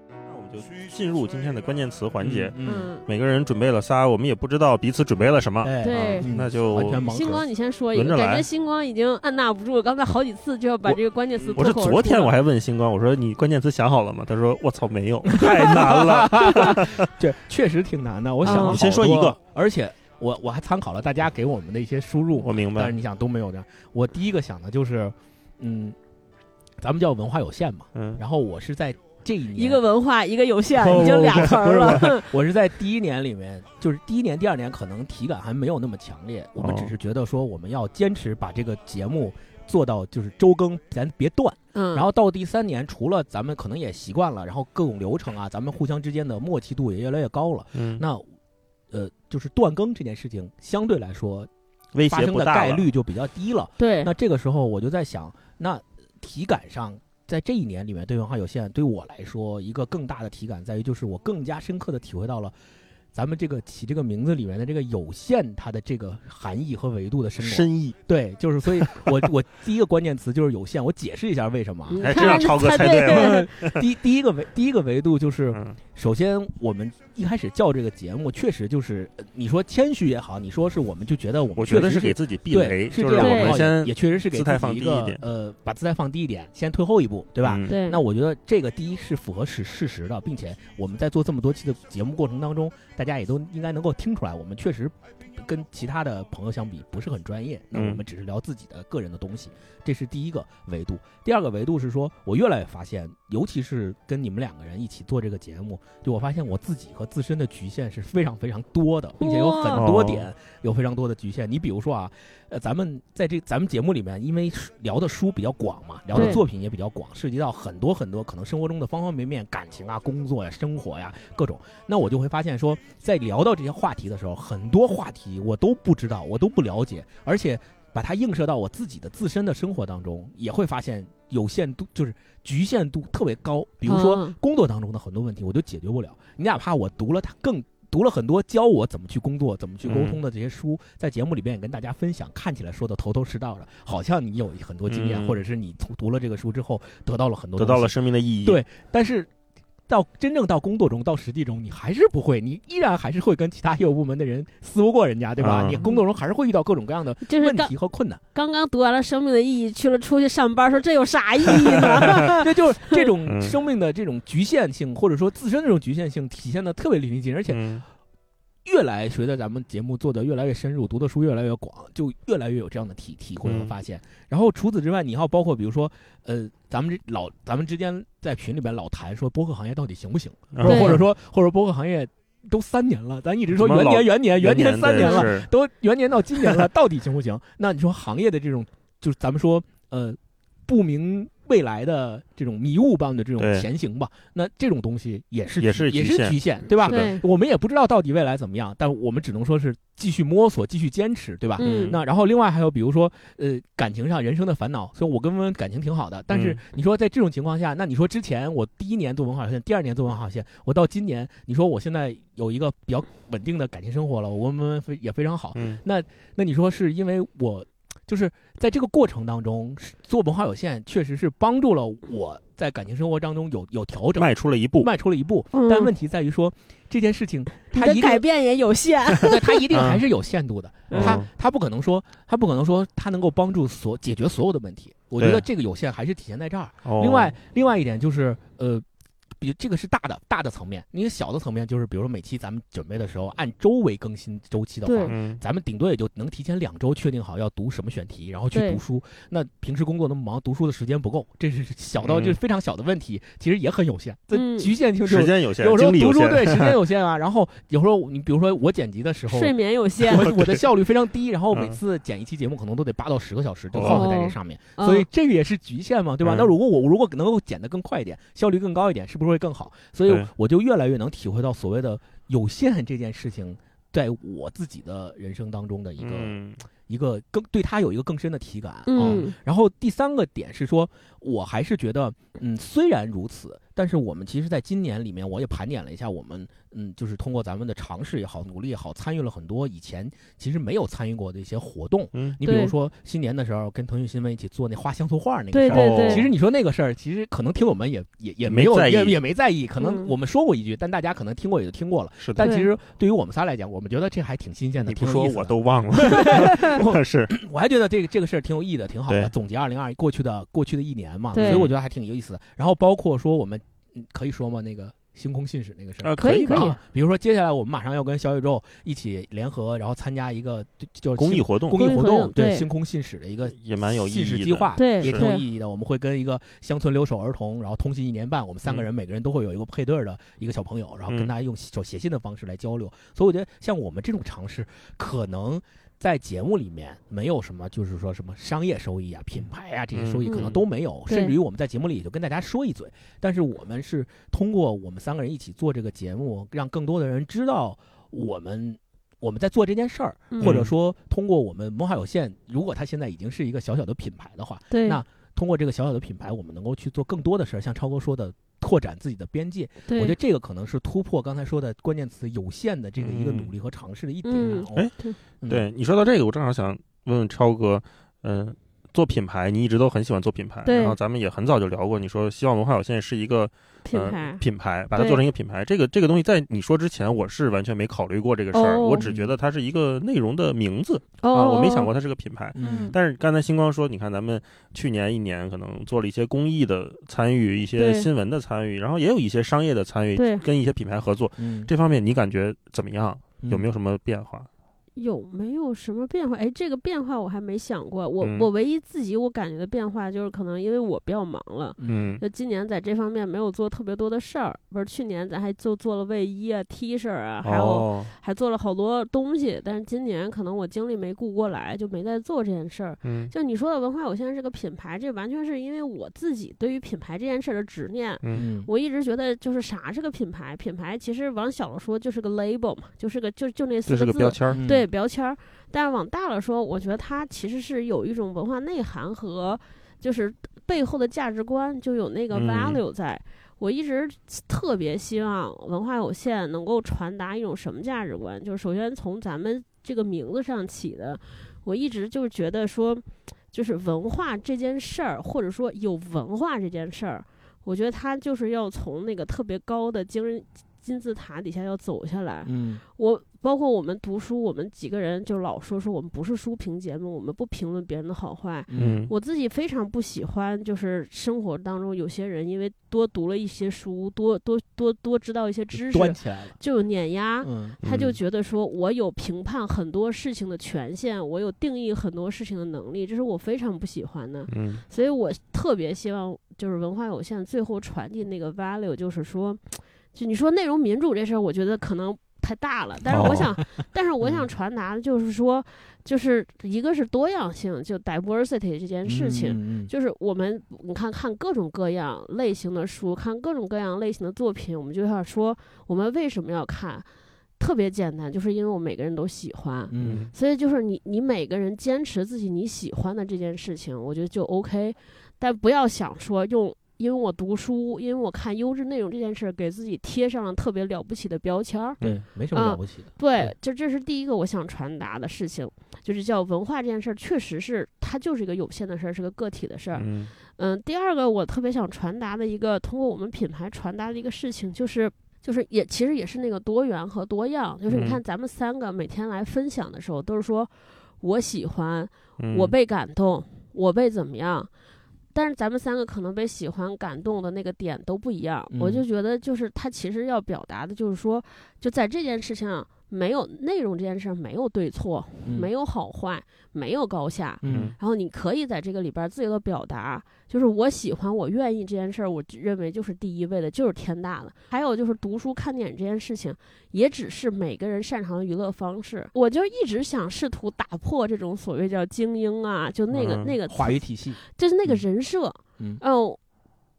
让我们们就进入今天的关键词环节。
嗯，
嗯，
每个人准备了仨，我们也不知道彼此准备了什么，
哎
对
嗯
那就
完全盲
星
盒
光，你先说一
轮
个，
着
感
来
觉星光已经按捺不住，刚才好几次就要把
我
这个关键词
我
脱
是
口而出
昨天我
了
还问星光，我说你关键词想好了吗？他说我操
(laughs)
没有，太难了。
这确实挺难的。我想了
嗯
好多
你先说一个，
而且我我还参考了大家给我们的一些输入，
我明
但是
白，
你想都没有这样。我第一个想的就是，嗯，咱们叫文化有限嘛，
嗯，
然后我是在这一年
一个文化一个有限，
不
已经
不
俩
(laughs)
不
词
不
儿
是
了。
我哦是在第一年里面，就是第一年、第二年可能体感还没有那么强烈，我们
哦
只是觉得说我们要坚持把这个节目做到就是周更，咱别断。
(laughs) 嗯，
然后到第三年，除了咱们可能也习惯了，然后各种流程啊，咱们互相之间的默契度也越来越高了。
嗯，
那，呃，就是断更这件事情相对来说
威
发
胁
生
不
的
大
概
了。
率就比较低了。
对，
那这个时候我就在想，那体感上，在这一年里面，对文化有限对我来说，一个更大的体感在于，就是我更加深刻的体会到了咱们这个起这个名字里面的这个“有限”它的这个含义和维度的深广。
深意，
对，就是所以我，我第一个关键词就是“有限”，我解释一下为什
(laughs)
么啊。
你
哎
看
这让超哥
猜
猜
对
对了
(laughs)
(laughs)
了
第第一个维第一个维度就是，
嗯，
首先我们一开始叫这个节目，确实就是呃你说谦虚也好，你说是我们就觉得我们
我觉
确
得
实
是给自己避雷，
对，
就
这
是我
样的
们
话
先
也确实是给
姿
自
态
己
放
一
低
个
一点
呃，把姿态放低一点，先退后一步，对吧？
嗯
对，
那我觉得这个第一是符合事事实的，并且我们在做这么多期的节目过程当中，大家也都应该能够听出来，我们确实跟其他的朋友相比不是很专业。那
嗯
我们只是聊自己的个人的东西，这是第一个维度。第二个维度是说，我越来越发现，尤其是跟你们两个人一起做这个节目，就我发现我自己和自身的局限是非常非常多的，并且有很多点有非常多的局限。你比如说啊，呃，咱们在这咱们节目里面，因为是聊的书比较广嘛，聊的
对
作品也比较广，涉及到很多很多可能生活中的方方面面，感情啊、工作呀、生活呀各种。那我就会发现说，在聊到这些话题的时候，很多话题我都不知道，我都不了解，而且把它映射到我自己的自身的生活当中，也会发现有限度，就是局限度特别高。比如说
嗯
工作当中的很多问题，我就解决不了。你哪怕我读了它更。读了很多教我怎么去工作、怎么去沟通的这些书，
嗯
在节目里边也跟大家分享，看起来说的头头是道的，好像你有很多经验，
嗯
或者是你从读了这个书之后得到了很多
得
东
到
西
了生命的意义。
对但是到真正到工作中，到实际中，你还是不会，你依然还是会跟其他业务部门的人撕不过人家，对吧？
嗯
你工作中还是会遇到各种各样的
就是
问
刚
题和困难，
刚刚读完了《生命的意义》，去了出去上班，说这有啥意义
(laughs)
呢？
这就是这种
嗯
生命的这种局限性，或者说自身的这种局限性体现的特别淋漓尽致，而且
嗯，
越来随着咱们节目做的越来越深入，读的书越来越广，就越来越有这样的体体会和
嗯
发现。然后除此之外，你还要包括比如说，呃，咱们这老咱们之间在群里边老谈说播客行业到底行不行，
然
对
或者说或者播客行业都三年了，咱一
(laughs)
直说
怎么
元
老
年元年元哎年三年了，
是
都元年到今年了，到底行不
(laughs)
行？那你说行业的这种，就是咱们说呃不明未来的这种迷雾般的这种
对
前行吧，那这种东西也是
也
局
是
也
局
是
限
局限，对吧？
是的
对，
我们也不知道到底未来怎么样，但我们只能说是继续摸索，继续坚持，对吧？
嗯，
那然后另外还有比如说，呃，感情上人生的烦恼，所以我跟温温感情挺好的，但是
嗯
你说在这种情况下，那你说之前我第一年做文化有限，第二年做文化有限，我到今年，你说我现在有一个比较稳定的感情生活了，我跟温温非也非常好，
嗯，
那你说是因为我，就是在这个过程当中是做文化有限，确实是帮助了我在感情生活当中有有调整，
迈出了一步。
迈出了一步，
嗯
但问题在于说这件事情
你
它
的
一定
改变也有限。
(laughs) 对，它
嗯
一定还是有限度的。
(laughs) 嗯
它它不可能说，它不可能说它能够帮助所解决所有的问题。我觉
对
得这个有限还是体现在这儿。
哦
另外，另外一点就是，呃，比这个是大的大的层面，因为小的层面就是，比如说每期咱们准备的时候，按周为更新周期的
对
话。
嗯，
咱们顶多也就能提前两周确定好要读什么选题，然后去
对
读书。那平时工作那么忙，读书的时间不够，这是小到
嗯
就是非常小的问题，其实也很有限。这
嗯
局限性就
时间有限，
有时候
精力
读
有
书
限，
对时间有限
(laughs)
啊，然后有时候你比如说我剪辑的时候，
睡眠有限，
我我的效率非常低，然后
嗯
每次剪一期节目可能都得八到十个小时，就耗费在这上面，
哦
所以这个也是局限嘛，对吧？
嗯
那如果我如果能够剪得更快一点，效率更高一点，是不是会更好？所以
对
我就越来越能体会到所谓的有限这件事情。在我自己的人生当中的一个
嗯，
一个更对它有一个更深的体感啊。
嗯
然后第三个点是说，我还是觉得，嗯，虽然如此，但是我们其实在今年里面，我也盘点了一下，我们嗯，就是通过咱们的尝试也好，努力也好，参与了很多以前其实没有参与过的一些活动。
嗯，
你比如
对
说新年的时候，跟腾讯新闻一起做那画乡村画那个
对
事儿，
对
哦
对，
其实你说那个事儿，其实可能听我们也也也
没
没有
在意
也也没在意，可能
嗯
我们说过一句，但大家可能听过也就听过了。
是的
但
对
其实对于我们仨来讲，我们觉得这还挺新鲜的，
你不
挺有
说
意思的
我都 (laughs) 忘了，是
我还觉得这个这个事儿挺有意义的，挺好的。
对
总结二零二过去的过去的一年嘛，所
对
以我觉得还挺有意思的。然后包括说我们嗯可以说吗？那个星空信使那个事儿。
啊，
可以
以吧
可以
啊，比如说接下来我们马上要跟小宇宙一起联合，然后参加一个就就是
公益
星
活动
公益活
公益活动
对
对
星空信使的一个
也蛮有意
信使
义
计
的
划，
对
也
是
挺有意义的。我们会跟一个乡村留守儿童，然后通信一年半，我们三个人每个人都会有一个配对儿的一个小朋友，然后跟
嗯
他用手写信的方式来交流。所以我觉得像我们这种尝试，可能。在节目里面没有什么，就是说什么商业收益啊、品牌啊这些收益
嗯
可能都没有，
对
甚至于我们在节目里也就跟大家说一嘴。但是我们是通过我们三个人一起做这个节目，让更多的人知道我们我们在做这件事儿，
嗯
或者说通过我们文化有限，如果它现在已经是一个小小的品牌的话，
对
那通过这个小小的品牌，我们能够去做更多的事儿，像超哥说的。拓展自己的边界，我
对，
觉得这个可能是突破刚才说的关键词“有限”的这个一个
嗯
努力和尝试的一点
嗯
啊。
哎
对
嗯
对你说到这个，我正好想问问超哥，嗯、做品牌，你一直都很喜欢做品牌，
对
然后咱们也很早就聊过，你说希望文化有限是一个
品
呃
牌
品牌，把它
对
做成一个品牌，这个这个东西在你说之前，我是完全没考虑过这个事儿，
哦
我只觉得它是一个内容的名字啊，
哦，
我没想过它是个品牌。
嗯，
但是刚才星光说，你看咱们去年一年可能做了一些公益的参与，一些
对
新闻的参与，然后也有一些商业的参与，
对
跟一些品牌合作，
嗯，
这方面你感觉怎么样？有没有
嗯
什么变化？
有没有什么变化？哎，这个变化我还没想过。我、
嗯
我唯一自己我感觉的变化就是，可能因为我比较忙了，
嗯
就今年在这方面没有做特别多的事儿。不是去年咱还就做了卫衣啊、T 恤啊，还有、
哦，
还做了好多东西。但是今年可能我精力没顾过来，就没再做这件事儿。
嗯
就你说的文化有限是个品牌，这完全是因为我自己对于品牌这件事儿的执念。
嗯
嗯
我一直觉得就是啥是个品牌，品牌其实往小了说就是个 label 嘛，就是个就就那四
这是个
字
标签儿，
嗯
对标签儿。但是往大了说，我觉得它其实是有一种文化内涵和就是背后的价值观，就有那个
嗯
value 在。我一直特别希望文化有限能够传达一种什么价值观，就是首先从咱们这个名字上起的，我一直就是觉得说，就是文化这件事儿，或者说有文化这件事儿，我觉得它就是要从那个特别高的金人金字塔底下要走下来。
嗯
我包括我们读书，我们几个人就老说说我们不是书评节目，我们不评论别人的好坏。
嗯
我自己非常不喜欢，就是生活当中有些人因为多读了一些书，多多多多知道一些知
端
识，
起来了，
就有碾压。
嗯
他就
嗯
觉得说，我有评判很多事情的权限，我有定义很多事情的能力，这是我非常不喜欢的。
嗯
所以我特别希望就是文化有限最后传递那个 value，就是说，就你说内容民主这事儿，我觉得可能太大了，但是我想，但是我想传达的就是说，就是一个是多样性，就 diversity 这件事情。
嗯嗯
就是我们，你看看各种各样类型的书，看各种各样类型的作品，我们就要说我们为什么要看，特别简单，就是因为我们每个人都喜欢。
嗯
嗯
所以就是你，你每个人坚持自己你喜欢的这件事情，我觉得就 OK，但不要想说用，因为我读书，因为我看优质内容这件事，给自己贴上了特别了不起的标签儿。
对，没
嗯
什么了不起的，
对，就这是第一个我想传达的事情，就是叫文化这件事儿，确实是它就是一个有限的事儿，是个个体的事儿。
嗯
嗯，第二个我特别想传达的一个，通过我们品牌传达的一个事情，就是就是也其实也是那个多元和多样，就是你看
嗯
咱们三个每天来分享的时候，都是说我喜欢，
嗯
我被感动，我被怎么样。但是咱们三个可能被喜欢、感动的那个点都不一样，我
嗯
就觉得就是他其实要表达的就是说，就在这件事情上没有内容这件事儿没有对错，
嗯
没
有，
有好坏，没有高下，
嗯
然后你可以在这个里边儿自由的表达，就是我喜欢我愿意这件事儿，我认为就是第一位的，就是天大的。还有就是读书看电影这件事情，也只是每个人擅长的娱乐方式。我就一直想试图打破这种所谓叫精英啊，就那个、
嗯
那个
话语体系，
就是那个
嗯
人设，
嗯
哦，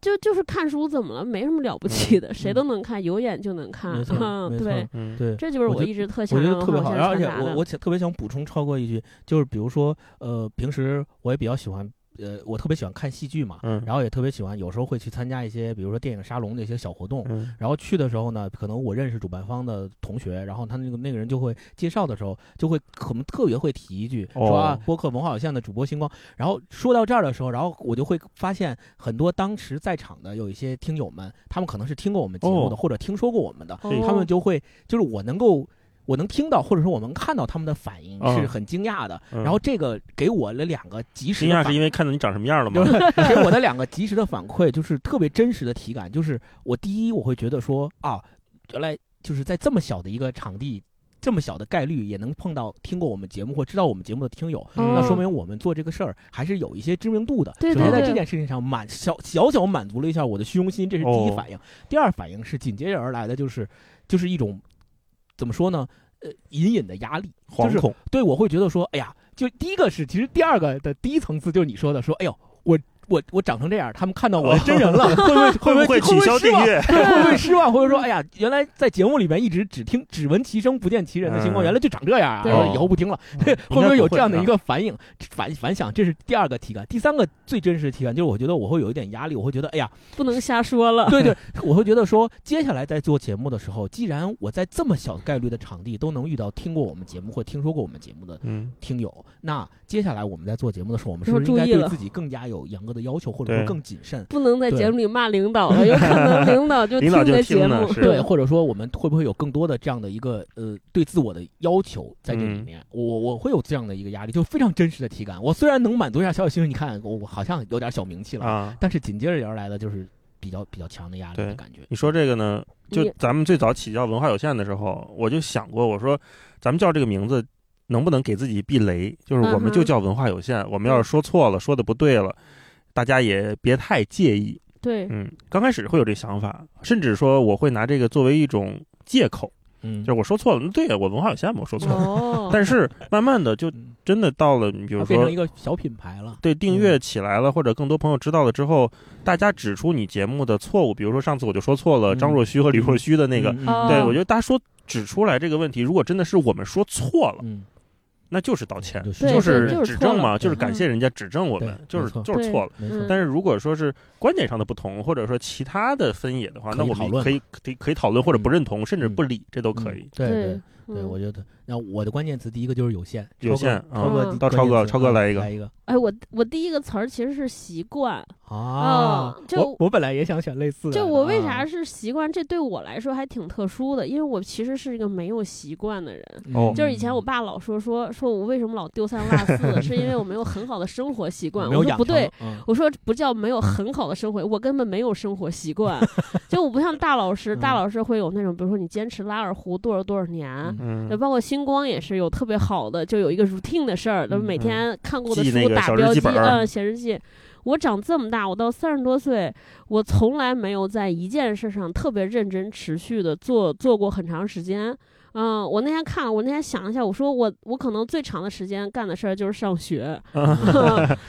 就就是看书怎么了？没什么了不起的，谁都能看，有眼就能看
没错。
嗯，
没错
对，
嗯，
对，
这就是
我
我
觉得
一直特想
我觉
让
得特别
浩
好，
先
然后而且
传达
我
的
我想特别想补充超过一句，就是比如说，呃，平时我也比较喜欢，呃，我特别喜欢看戏剧嘛，
嗯
然后也特别喜欢，有时候会去参加一些，比如说电影沙龙的一些小活动。
嗯
然后去的时候呢，可能我认识主办方的同学，然后他那个那个人就会介绍的时候，就会可能特别会提一句说啊
哦，
播客文化有限的主播星光。然后说到这儿的时候，然后我就会发现很多当时在场的有一些听友们，他们可能是听过我们节目的，
哦
或者听说过我们的，
对
他们就会就是我能够。我能听到，或者说我能看到他们的反应
嗯
是很惊讶的，
嗯
然后这个给我了两个及时
惊
的
讶
反
是因为看到你长什么样了吗
(laughs) 就？是给我的两个及时的反馈，就是特别真实的体感，就是我第一我会觉得说啊，原来就是在这么小的一个场地，这么小的概率也能碰到听过我们节目或知道我们节目的听友，
哦
嗯
那说明我们做这个事儿还是有一些知名度的。
对
首先
对
在
对
这件事情上满小小小满足了一下我的虚荣心，这是第一
哦
反应。第二反应是紧接着而来的就是就是一种怎么说呢？呃，隐隐的压力，
惶
就是
恐，
对我会觉得说，哎呀，就第一个是，其实第二个的第一层次就是你说的，说，哎呦，我我我长成这样，他们看到我真人了，
(laughs)
会不会
会
不
不会取
会
消
失
订
望？
阅？
对，
(laughs)
会不会失望？或者说，哎呀，原来在节目里面一直只听只闻其声不见其人的情况，
嗯
原来就长这样啊！
对
然后以后不听了， (laughs)
嗯
(laughs) 会不会有这样的
应该不会啊
一个反应反反响？这是第二个体感，第三个最真实的体感就是，我觉得我会有一点压力，我会觉得，哎 (laughs) 呀，
不能瞎说了。
对对，我会觉得说，接下来在做节目的时候，既然我在这么小概率的场地都能遇到听过我们节目或听说过我们节目的
嗯，
听友。那接下来我们在做节目的时候，我们是
要
不是应该
注意了
对自己更加有严格的要求，或者说
对
更谨慎？
不能在
对
节目里骂领导了，有可能领
(laughs)
导就
领导
你的
就听
节
呢
目。
是
对，或者说我们会不会有更多的这样的一个呃对自我的要求在这
嗯
里面？我我会有这样的一个压力，就非常真实的体感。我虽然能满足一下小小心心，你看我我好像有点小名气了，
啊。
但是紧接着而来的就是比较比较强的压力的
对
感觉。
你说这个呢？就
你
咱们最早起叫文化有限的时候，我就想过，我说咱们叫这个名字能不能给自己避雷？就是我
嗯哼
们就叫文化有限，我们要是说错了，说的不对了，大家也别太介意。
对，
嗯，刚开始会有这想法，甚至说我会拿这个作为一种借口，
嗯，
就是我说错了，那对呀，我文化有限嘛，我说错了。
哦，
但是慢慢的就
嗯
真的到了，你比
它
如
变
说
成一个嗯小品牌了。
对订阅起来了，或者更多朋友知道了之后，大家指出你节目的错误，比如说上次我就说错了
嗯
张若虚和李若虚的那个，
嗯
哦
对我觉得大家说指出来这个问题，如果真的是我们说错了，
嗯，
那就是道歉，
就是
对
是
就是
指
错
正
了
嘛，就是
嗯
感谢人家指正我们
对，
就是
没错
就是错了。
没错
嗯，
但是如果说是观点上的不同，或者说其他的分野的话，
可以
那我
讨
们
论
可以可以可以讨论或者不认同，甚至
嗯
不理，这都
都
可以。
对对。对，
嗯
我觉得，那我的关键词第一个就是有限，
有限
超哥，超哥
嗯
到超哥
关键词
超哥
嗯
来一个
来一个
哎，我我第一个词儿其实是习惯，
啊
嗯！就
我我本来也想选类似的，
就我为
啊
啥是习惯？这对我来说还挺特殊的，因为我其实是一个没有习惯的人。
哦
嗯就是以前
嗯
我爸老说说说我为什么老丢三落四， (laughs) 是因为我没有很好的生活习惯。
没有
我说
养
不
成
对，，
嗯
我说不叫没有很好的生活，我根本没有生活习惯。 (laughs) 就我不像大老师，大
嗯
老师会有那种，比如说你坚持拉二胡多少多少年。
嗯
嗯
对，，包括星光也是有特别好的，就有一个 routine 的事儿，就是每
嗯
天看过的
记那
书
个
打
小日
标
记
记，
本儿
嗯，写日记。我长这么大，我到三十多岁，我从来没有在一件事上特别认真、持续的做做过很长时间。嗯，我那天看了，我那天想了一下，我说我我可能最长的时间干的事儿就是
(laughs)
上学，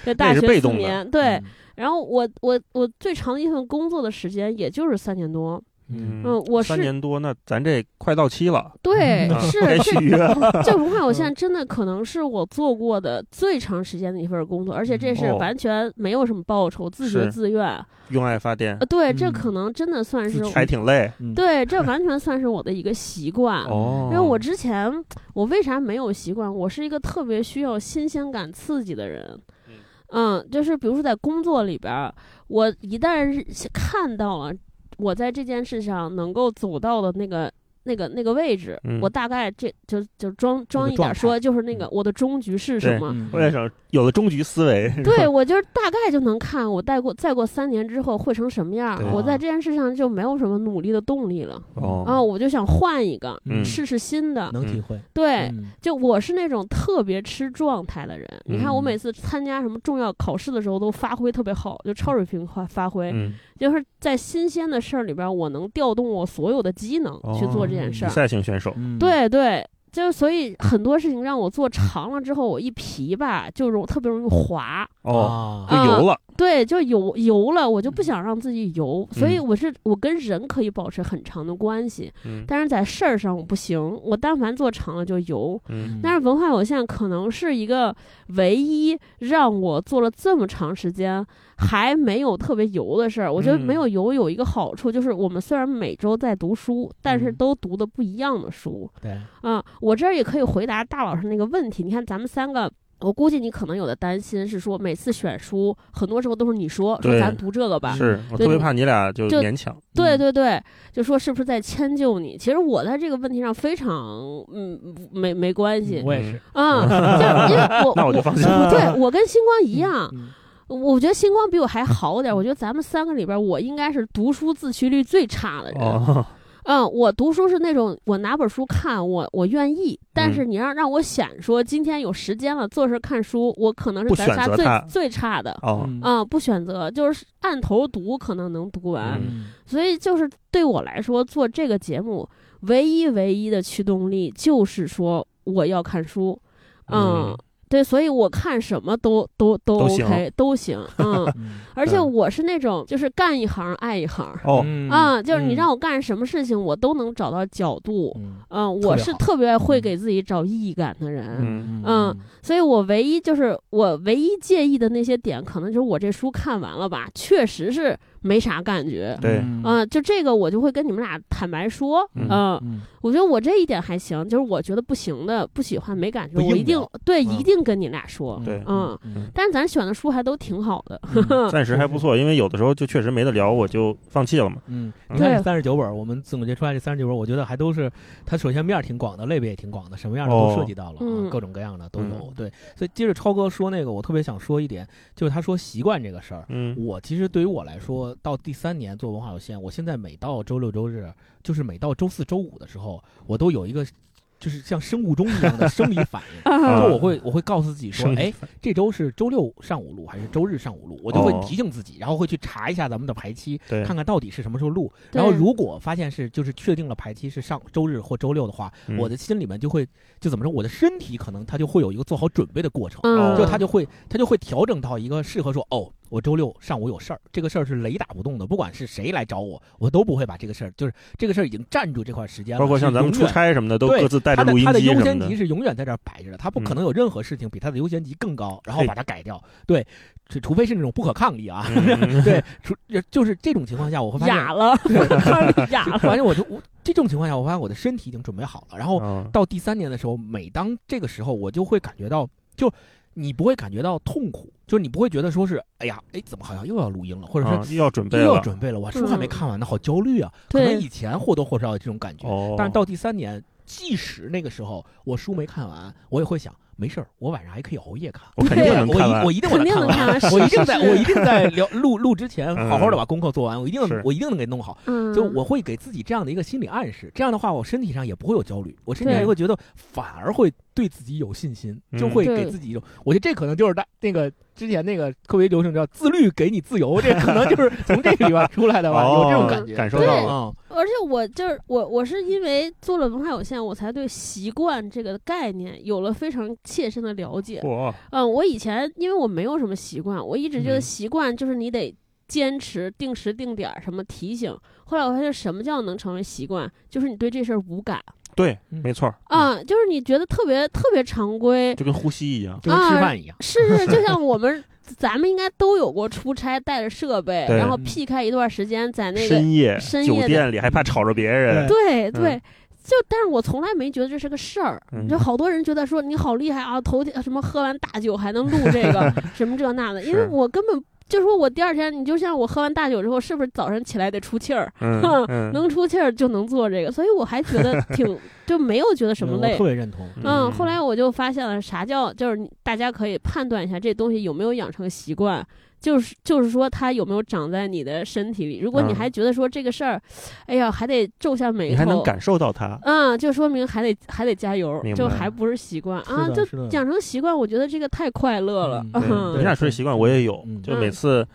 对，大
那是
学
被
四
动的
年， (laughs) 对。
嗯
然后我我我最长的一份工作的时间也就是三年多，
嗯
嗯，我
三
是
年多，那咱这快到期了，
对
啊 (laughs)
是
该
这
续约了。
这文化有限真的可能是我做过的最长时间的一份工作，而且这是
哦
完全没有什么报酬，自觉
是
自愿。
用爱发电
呃，对，
嗯
这可能真的算是
自
还挺累
嗯，
对，这完全算是我的一个习惯。
哦
啊因为我之前我为啥没有习惯？我是一个特别需要新鲜感刺激的人。嗯，就是比如说在工作里边儿，我一旦是看到了我在这件事上能够走到的那个。那个那个位置，
嗯
我大概这就就装装一
状
点
态
儿说，就是那个我的终局是什
对
么？
嗯
我也想有了终局思维，是吧
对，我就是大概就能看我再过再过三年之后会成什么样儿
对。
我在这件事上就没有什么努力的动力了。
哦
啊，我就想换一个，
嗯
试试新的。
能体会，
对，
嗯
就我是那种特别吃状态的人。你看，我每次参加什么重要考试的时候都发挥特别好，就超水平发发挥，
嗯，
就是在新鲜的事儿里边儿，我能调动我所有的机能去做这件
比
事儿。
赛型选手，
嗯，
对对。就是所以很多事情让我做长了之后，我一疲吧，就容特别容易滑。
哦，
啊
就
啊
油了，
对，就游游了，我就不想让自己游，所以我是我跟人可以保持很长的关系，
嗯
但是在事儿上我不行，我但凡做长了就游。
嗯
但是文化有限可能是一个唯一让我做了这么长时间还没有特别游的事儿。我觉得
嗯
没有游有一个好处，就是我们虽然每周在读书，但是
嗯
都读的不一样的书。
对，
啊，我这儿也可以回答大老师那个问题。你看咱们三个。我估计你可能有的担心是说，每次选书，很多时候都是你说说
对
咱读这个吧，
是我
对
特别
你
怕你俩就
就
勉强，
嗯
对对对，就说是不是在迁就你？其实我在这个问题上非常嗯没没关系
我也是，
(laughs)
啊，就是因为我
嗯那我就放心了 (laughs)
我 (laughs) 对我跟星光一样，
嗯，
我觉得星光比我还好
嗯
点儿。我觉得咱们三个里边儿，我应该是读书自驱力最差的人。
哦，
嗯，我读书是那种我拿本书看，我我愿意，但
嗯
是你让让我想说今天有时间了做事看书，我可能是
不
咱
选
仨
择
最
它
最差的。
哦，
嗯
嗯，不选择就是按头读，可能能读完。
嗯
嗯，
所以就是对我来说，做这个节目唯一唯一的驱动力就是说我要看书，嗯，
嗯
对，所以我看什么都都都
都行
OK 都行，嗯
(laughs) 嗯
而且我是那种就是干一行爱一行，
哦，
嗯
啊，就是你
嗯
让我干什么事情，我都能找到角度。
嗯
嗯，
特
我
别
是
好
特别会
嗯
给自己找意义感的人，
嗯
嗯所以我唯一就是我唯一介意的那些点，可能就是我这书看完了吧，确实是没啥感觉。
对
嗯
嗯，就这个我就会跟你们俩坦白说，
嗯
嗯，
嗯
我觉得我这一点还行，就是我觉得不行的、不喜欢、没感觉，
不
我
硬
一定
聊
对
嗯
一定跟你俩说。
对
嗯
嗯
但是咱选的书还都挺好
(laughs)
的，
嗯
暂时还不错，因为有的时候就确实没得聊，我就放弃了嘛。
嗯，
嗯
你看这
对
三十九本儿，我们总结出来这三十九本儿，我觉得还都是它首先面儿挺广的，类别也挺广的，什么样的都
哦
涉及到了，
嗯
啊，各种各样的都有
嗯。
对，所以接着超哥说那个，我特别想说一点，就是他说习惯这个事儿。
嗯
我其实对于我来说，到第三年做文化有限，我现在每到周六周日，就是每到周四周五的时候，我都有一个就是像生物钟一样的生理反
(laughs)
应，
嗯
啊
就我会我会告诉自己说
生，理
哎，这周是周六上午录还是周日上午录，我就会
哦
提醒自己，然后会去查一下咱们的排期，
对，
看看到底是什么时候录。
对
然后如果发现是就是确定了排期是上周日或周六的话，
嗯
我的心里面就会就怎么说，我的身体可能它就会有一个做好准备的过程，
嗯，
就它就会它就会调整到一个适合说哦。我周六上午有事儿，这个事儿是雷打不动的，不管是谁来找我，我都不会把这个事儿，就是这个事儿已经占住这块时间了。
包括像
是
咱们
永
出
远
差什么的，都
对
各自带着
他的
录音
他的
机
优
什
先
么
级
的。
是永远在这儿摆着的，他不可能有任何事情比他的优先级更高，然后
嘿
把它改掉。对，除除非是那种不可抗力啊。
嗯 (laughs)
对，除就是这种情况下，我会发现，
哑
(laughs)
了，哑
(laughs)
反 (laughs)
了，
正我就我这种情况下，我发现我的身体已经准备好了。然后
嗯
到第三年的时候，每当这个时候，我就会感觉到，就你不会感觉到痛苦，就是你不会觉得说是，哎呀，哎，怎么好像又要录音了，或者
啊
是
又要准备
又要
了。
准备了，我书还没看完呢，好焦虑啊。可能
对
以前或多或少有这种感觉，
哦，
但是到第三年，即使那个时候我书没看完，我也会想，没事儿，我晚上还可以熬夜看。
我肯定
对
能
我
看
一
完
我。一定把它
肯定
看
能看
完，
完是
我一定在
是
我一定在聊录录之前，
嗯
好好的把功课做完，我一定
是
我一定能给弄好。
嗯，
就我会给自己这样的一个心理暗示，这样的话，我身体上也不会有焦虑，我身体上
对
也会觉得反而会对自己有信心，
嗯
就会
对
给自己一种，我觉得这可能就是大那个之前那个特别流行叫自律给你自由，这可能
(laughs)
就是从这个里边出来的吧，有这种感觉，
哦感受
对
到了。
嗯
而且我就是我，我是因为做了文化有限，我才对习惯这个概念有了非常切身的了解。
哇，
嗯，我以前因为我没有什么习惯，我一直觉得
嗯
习惯就是你得坚持、定时、定点儿什么提醒。后来我发现，什么叫能成为习惯，就是你对这事儿无感
对，
嗯
没错儿，
啊、就是你觉得特别特别常规。
就跟呼吸一样。
就跟吃饭一样，
是是，就像我们 (laughs) 咱们应该都有过出差，带着设备，
对
然后
嗯
避开一段时间在那个
深夜
深夜
酒
的
店里还怕吵着别人，
对
嗯
对，就但是我从来没觉得这是个事儿。
嗯
就好多人觉得说你好厉害啊，头天什么喝完大酒还能录这
(laughs)
个什么这那的，因为
是
我根本就说我第二天，你就像我喝完大酒之后，是不是早上起来得出气儿？
嗯
哼
嗯，
(laughs) 能出气儿就能做这个，所以我还觉得挺
(laughs)
就没有觉得什么
嗯我
累
特。别认同，
嗯，后来我就发现了啥叫，就是你大家可以判断一下这东西有没有养成习惯，就是就是说它有没有长在你的身体里。如果你
嗯
还觉得说这个事儿，哎呀，还得皱下眉头，
你还能感受到它，
嗯，就说明还得还得加油
明，白
就还不是习惯
是
啊，
的
就是
的
养成习惯，我觉得这个太快乐了。
嗯
对
嗯
你俩说这习惯我也有
嗯，
就每次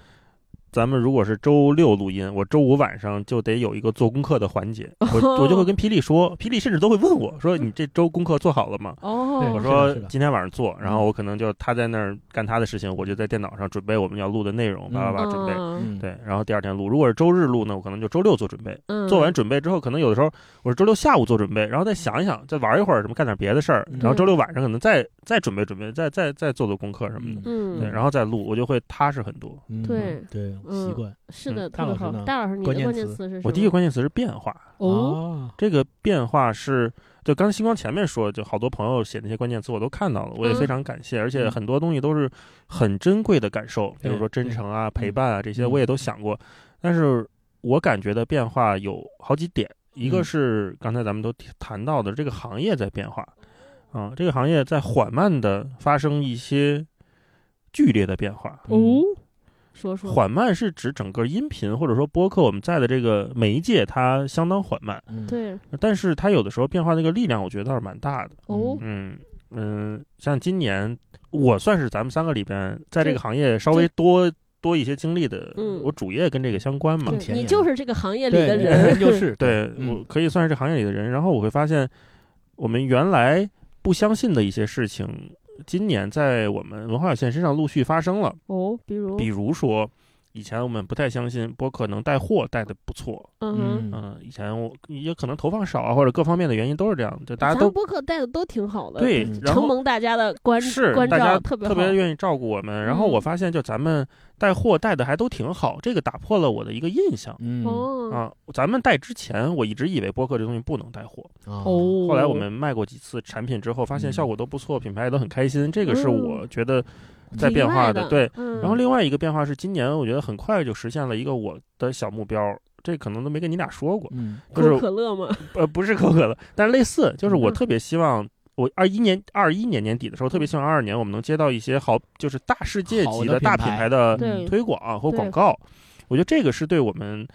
咱们如果是周六录音，我周五晚上就得有一个做功课的环节，
哦
我我就会跟霹雳说，霹雳甚至都会问我说：“你这周功课做好了吗？”
对
哦
我
是的
说
是的嗯
今天晚上做，然后我可能就他在那儿干他的事情，我就在电脑上准备我们要录的内容，叭叭叭准备。
嗯
嗯，
对，然后第二天录。如果是周日录呢，我可能就周六做准备。
嗯，
做完准备之后，可能有的时候我是周六下午做准备，然后再想一想，再玩一会儿，什么干点别的事儿，
嗯
然后周六晚上可能再再准备准备，再再再做做功课什么的，
嗯，
对，然后再录，我就会踏实很多。
嗯
对
对，
嗯
习惯。
是
嗯
的，
大
特别
老师
好
呢。
大老师，你的
关键
关键
词
词是什
我第一
么
个关键词是变化，
哦，
啊，
这个变化是，就刚才星光前面说，就好多朋友写那些关键词我都看到了，我也
嗯
非常感谢，而且很多东西都是很珍贵的感受，比
对
如说真诚啊、陪伴啊这些，
嗯
我也都想过。但是我感觉的变化有好几点，一个
嗯
是刚才咱们都提谈到的，这个行业在变化，
嗯
啊、这个行业在缓慢的发生一些剧烈的变化。
啊嗯
哦，说说，
啊嗯缓慢是指整个音频或者说播客我们在的这个媒介，它相当缓慢。
嗯，
对，
但是它有的时候变化那个力量，我觉得倒是蛮大的。
哦，
嗯嗯，像今年我算是咱们三个里边，在这
对
个行业稍微
对
多多一些经历的，
嗯
我主业跟这个相关嘛
往。
对
前
你
沿
就是这个行业里
对
的人，
就是
对，
嗯
我可以算是这行业里的人。然后我会发现，我们原来不相信的一些事情，今年在我们文化有限身上陆续发生了。
哦，比如
比，如说，以前我们不太相信播客能带货带的不错，
嗯哼，
嗯
嗯，以前我也可能投放少啊，或者各方面的原因都是这样，就大家
咱
都
播客带的都挺好的，
对
嗯，
然后
呃承蒙大家的关
是
关
大家
照，特别
特别
好
愿意照顾我们。然后我
嗯
发现，就咱们带货带的还都挺好，这个打破了我的一个印象
嗯
哦
啊。咱们带之前，我一直以为播客这东西不能带货，
啊
哦，
后来我们卖过几次产品之后，发现
嗯
效果都不错，品牌也都很开心。这个是我觉得在
嗯挺
变
意
化
外
的
的，
对。
嗯，
然后另外一个变化是，今年我觉得很快就实现了一个我的小目标。这可能都没跟你俩说过，
嗯
就
可口
是
可乐嘛，
呃不是可口可乐，但类似，就是我
嗯
特别希望我二一年二一年年底的时候，特别希望二二年我们能接到一些好，就是大世界
好
级
的
的大
品
品
牌
牌的
对
推广啊或
对
广告。我觉得这个是对我们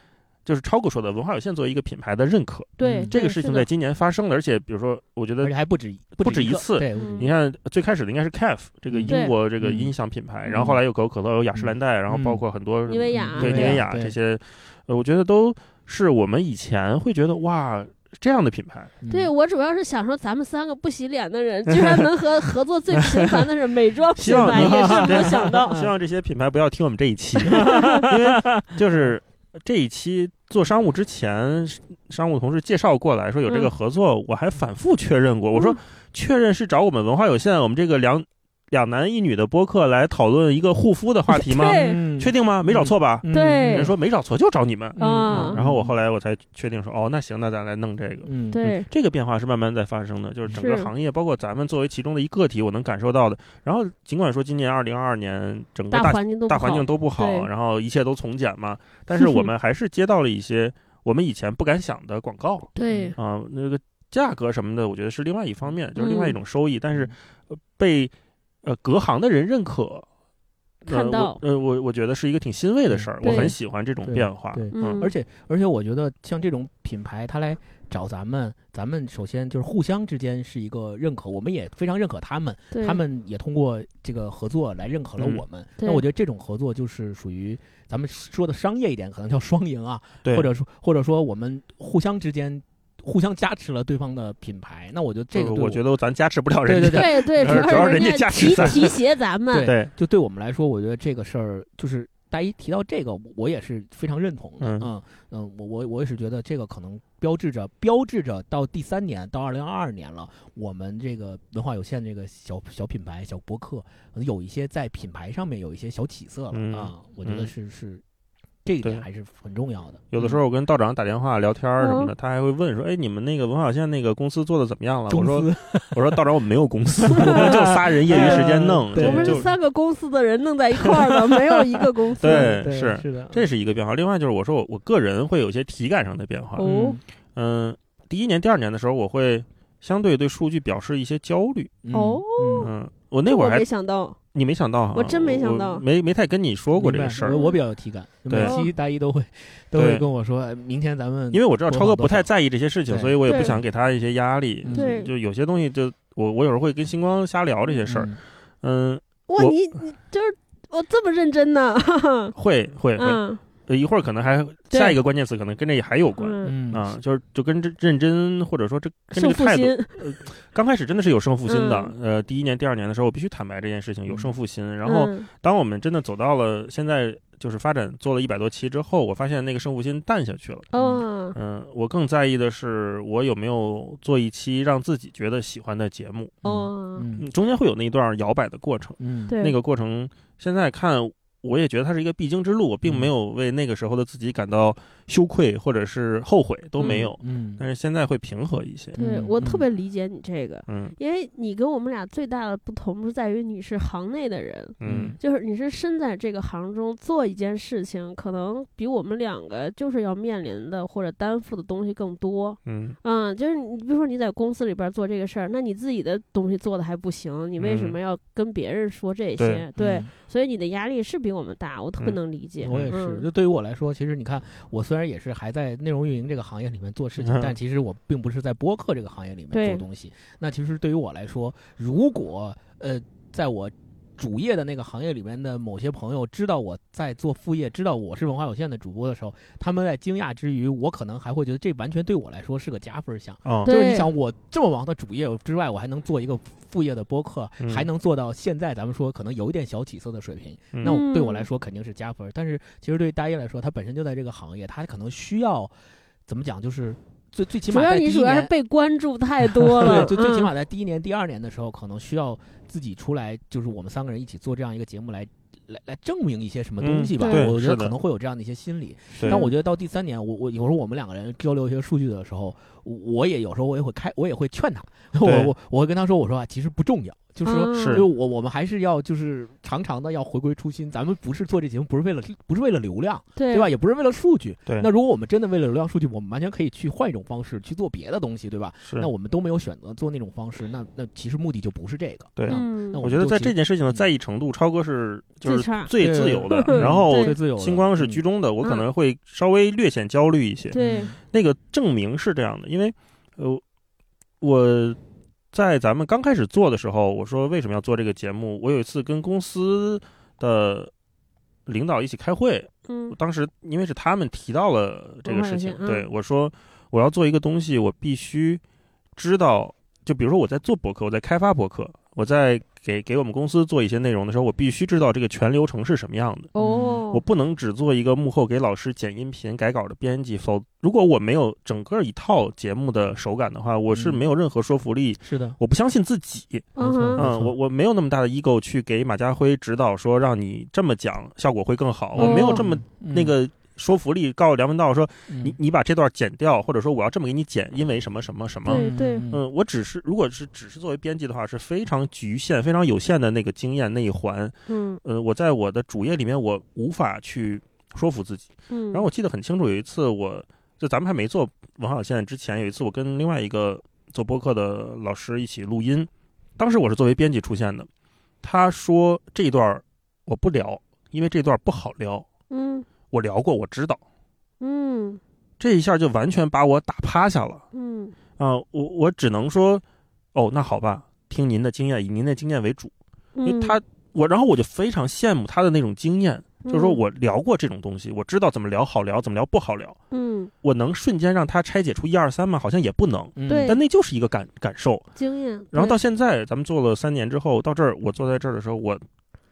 就是超哥说的文化有限作为一个品牌的认可。
对，
嗯
这个
对
事
是
情
的
在今年发生了，而且比如说，我觉
而
得
且还不止
不
止
止一
个
次
对，
嗯
你看最开始的应该是 CAF 这个
嗯
英国这个
嗯
音响品牌，
嗯
然后后来有可口可乐、有雅诗兰黛，然后
嗯
包括很多
妮维雅
对
妮
妮
维
维
雅
雅
对
这些，呃，我觉得都是我们以前会觉得哇这样的品牌，
嗯
对我主要是想说，咱们三个不洗脸的人，居然
(laughs)
能和合作最频繁的是美妆
希
品
望
牌，
能
也
(laughs)
是没有想到。
希望这些品牌不要听我们这一期， (laughs) 因为就是这一期做商务之前，商务同事介绍过来说有这个
嗯
合作，我还反复确认过，我说确认是找我们文化有限，我们这个两两男一女的播客来讨论一个护肤的话题吗？
对
嗯确定吗？没找错吧？
嗯
对
人说没找错，就找你们。
啊嗯
然后我后来我才确定说，哦，那行，那咱来弄这个。
嗯
对，
这个变化是慢慢在发生的，就是整个
是
行业，包括咱们作为其中的一个体，我能感受到的。然后，尽管说今年二零二二年整个大
环境都
大
不
环境
好
都不好，
对
然后一切都从简嘛，但是我们还是接到了一些我们以前不敢想的广告
对，
啊、那个价格什么的，我觉得是另外一方面，就是另外一种收益，但是
嗯
呃被呃隔行的人认可。呃
看到
我呃，我我觉得是一个挺欣慰的事儿，
对
我很喜欢这种
对
变化。
对，
嗯，
而且而且我觉得像这种品牌，它来找咱们，咱们首先就是互相之间是一个认可，我们也非常认可他们，
对
他们也通过这个合作来认可了
嗯
我们。
对
那我觉得这种合作就是属于咱们说的商业一点，可能叫双赢啊，
对
或者说或者说我们互相之间互相加持了对方的品牌。那我觉得这
呃
个对
我觉得咱加持不了
对
人
对
家。
对
(laughs)
对对，
主要是
要
人家价值
提
在
提携咱们，
对
对
就对我们来说，我觉得这个事儿就是大家一提到这个，我也是非常认同的。
嗯
嗯嗯我我我也是觉得这个可能标志着标志着到第三年到二零二二年了，我们这个文化有限这个小小品牌小博客，可能有一些在品牌上面有一些小起色了、
嗯
啊，我觉得
嗯
是、是这一点
对
还是很重要的。嗯
有的时候我跟道长打电话聊天儿什么的，
嗯
他还会问说：“哎，你们那个文化有限那个公司做的怎么样了
嗯。？”
我
中
说
资：“
我说道长，我们没有公
(laughs)
司，我们就仨人业余时间弄。
嗯
这
对
我们
就是
三个公司的人弄在一块儿的，没有一个公司。
(laughs) 对
(laughs) 对
是
是的，
这是一个变化。另外就是我说我我个人会有一些体感上的变化。
哦
嗯，第一年、第二年的时候，我会相对对数据表示一些焦虑。
嗯
哦
嗯
嗯，我
这
那会儿
我
还
没想到，
你没想到哈，
我真没想到
我没没太跟你说过这个
明白
事儿
我，我比较有体感，每
对
期大一都会都会
对
跟我说，哎明天咱们
因为我知道
多
超
少
哥
多
不太
少
在意这些事情，
对
所以我也不
对
想给他一些压力。
嗯
对
就有些东西就我我有时候会跟星光瞎聊这些事儿。
嗯
嗯，
哇，
我
你你就是我这么认真呢，
会会会，
(laughs) 嗯
呃一会儿可能还
对
下一个关键词可能跟这也还有关。
嗯，
嗯
啊，就是就跟这认真，或者说这跟这
胜
个
负
态度，
心，嗯
刚开始真的是有胜负心的。呃，第一年、第二年的时候，我必须坦白这件事情，有胜负心。然后，
嗯
当我们真的走到了现在，就是发展做了一百多期之后，我发现那个胜负心淡下去了。
哦，
嗯，我更在意的是我有没有做一期让自己觉得喜欢的节目。
哦，
嗯
嗯，中间会有那一段摇摆的过程，
嗯，
对，
那个过程现在看。我也觉得它是一个必经之路，我并
嗯
没有为那个时候的自己感到羞愧或者是后悔，都没有。
嗯，
但是现在会平和一些。
对
嗯
我特
嗯
别理解你这个，
嗯
因为你跟我们俩最大的不同是在于你是行内的人，
嗯
就是你是身在这个行中做一件事情，可能比我们两个就是要面临的或者担负的东西更多。
嗯
嗯，就是你比如说你在公司里边做这个事儿，那你自己的东西做的还不行，你为什
嗯
么要跟别人说这
对
些？对，所以你的压力是比我们大，我特别
嗯
能理解。
嗯我也是，
嗯
就对于我来说，其实你看，我虽然也是还在内容运营这个行业里面做事情，
嗯
但其实我并不是在播客这个行业里面
对
做东西。那其实对于我来说，如果呃，在我主业的那个行业里面的某些朋友知道我在做副业，知道我是文化有限的主播的时候，他们在惊讶之余，我可能还会觉得这完全对我来说是个加分项。
哦
对
就是你想，我这么忙的主业之外，我还能做一个副业的播客，
嗯
还能做到现在咱们说可能有一点小起色的水平，
嗯
那我对我
嗯
来说肯定是加分儿。但是其实对于大一来说，他本身就在这个行业，他可能需要怎么讲，就是最最起
主
码
要
在第
你
一
主要是
年，
被关注太多
(laughs)
了，
对，最最起
嗯
码在第一年、第二年的时候，可能需要自己出来，就是我们三个人一起做这样一个节目来。来来证明一些什么东
嗯
西吧，
对
我觉
是
得
的
可能会有这样的一些心理。
嗯
对
但我觉得到第三年，我我有时候我们两个人交流一些数据的时候，我我也有时候我也会开，我也会劝他， (laughs) 我
对
我我会跟他说，我说啊，其实不重要，就是说
啊
是
因为我我们还是要就是常常的要回归初心，咱们不是做这节目，不是为了不是为了流量，
对
对吧？也不是为了数据。
对
那如果我们真的为了流量数据，我们完全可以去换一种方式去做别的东西，对吧？
是
那我们都没有选择做那种方式，那那其实目的就不是这个。
对啊。
嗯
那
我觉得在这件事情的
嗯
在意程度，超哥是就
最差
是最自
(laughs)
由的，
对 (laughs)
然
对
后
最自由了，
星光是居
嗯
中的，我可
嗯
能会稍微略显焦虑一些。
对，
那个证明是这样的，因为呃，我在咱们刚开始做的时候，我说为什么要做这个节目？我有一次跟公司的领导一起开会，
嗯
当时因为是他们提到了这个事情，
文化有限嗯
对我说我要做一个东西，我必须知道，就比如说我在做博客，我在开发博客，我在给给我们公司做一些内容的时候，我必须知道这个全流程是什么样的。
哦，
嗯我不能只做一个幕后给老师剪音频、改稿的编辑，否如果我没有整个一套节目的手感的话，我是
嗯
没有任何说服力。
是的，
我不相信自己，
嗯
没
哼
错
嗯，我我没有那么大的 ego 去给马家辉指导说让你这么讲效果会更好，哦我没有这么
哦
嗯
那个说服力告诉梁文道说
嗯
你你把这段剪掉，或者说我要这么给你剪，因为什么什么什么。
对对
嗯
嗯，我只是如果是只是作为编辑的话，是非常局限、非常有限的那个经验那一环。
嗯
呃，我在我的主页里面，我无法去说服自己。
嗯，
然后我记得很清楚，有一次我就咱们还没做文化有限之前，有一次我跟另外一个做播客的老师一起录音，当时我是作为编辑出现的，他说这一段儿我不聊，因为这段儿不好聊。
嗯
我聊过，我知道。
嗯
这一下就完全把我打趴下了
嗯
啊、我我只能说，哦，那好吧，听您的经验，以您的经验为主，因为
嗯，
他我，然后我就非常羡慕他的那种经验，就是说
嗯
我聊过这种东西，我知道怎么聊好聊，怎么聊不好聊，
嗯
我能瞬间让他拆解出一二三吗？好像也不能，
嗯
对嗯
但那就是一个感感受。
经验，
然后
对
到现在，咱们做了三年之后，到这儿，我坐在这儿的时候，我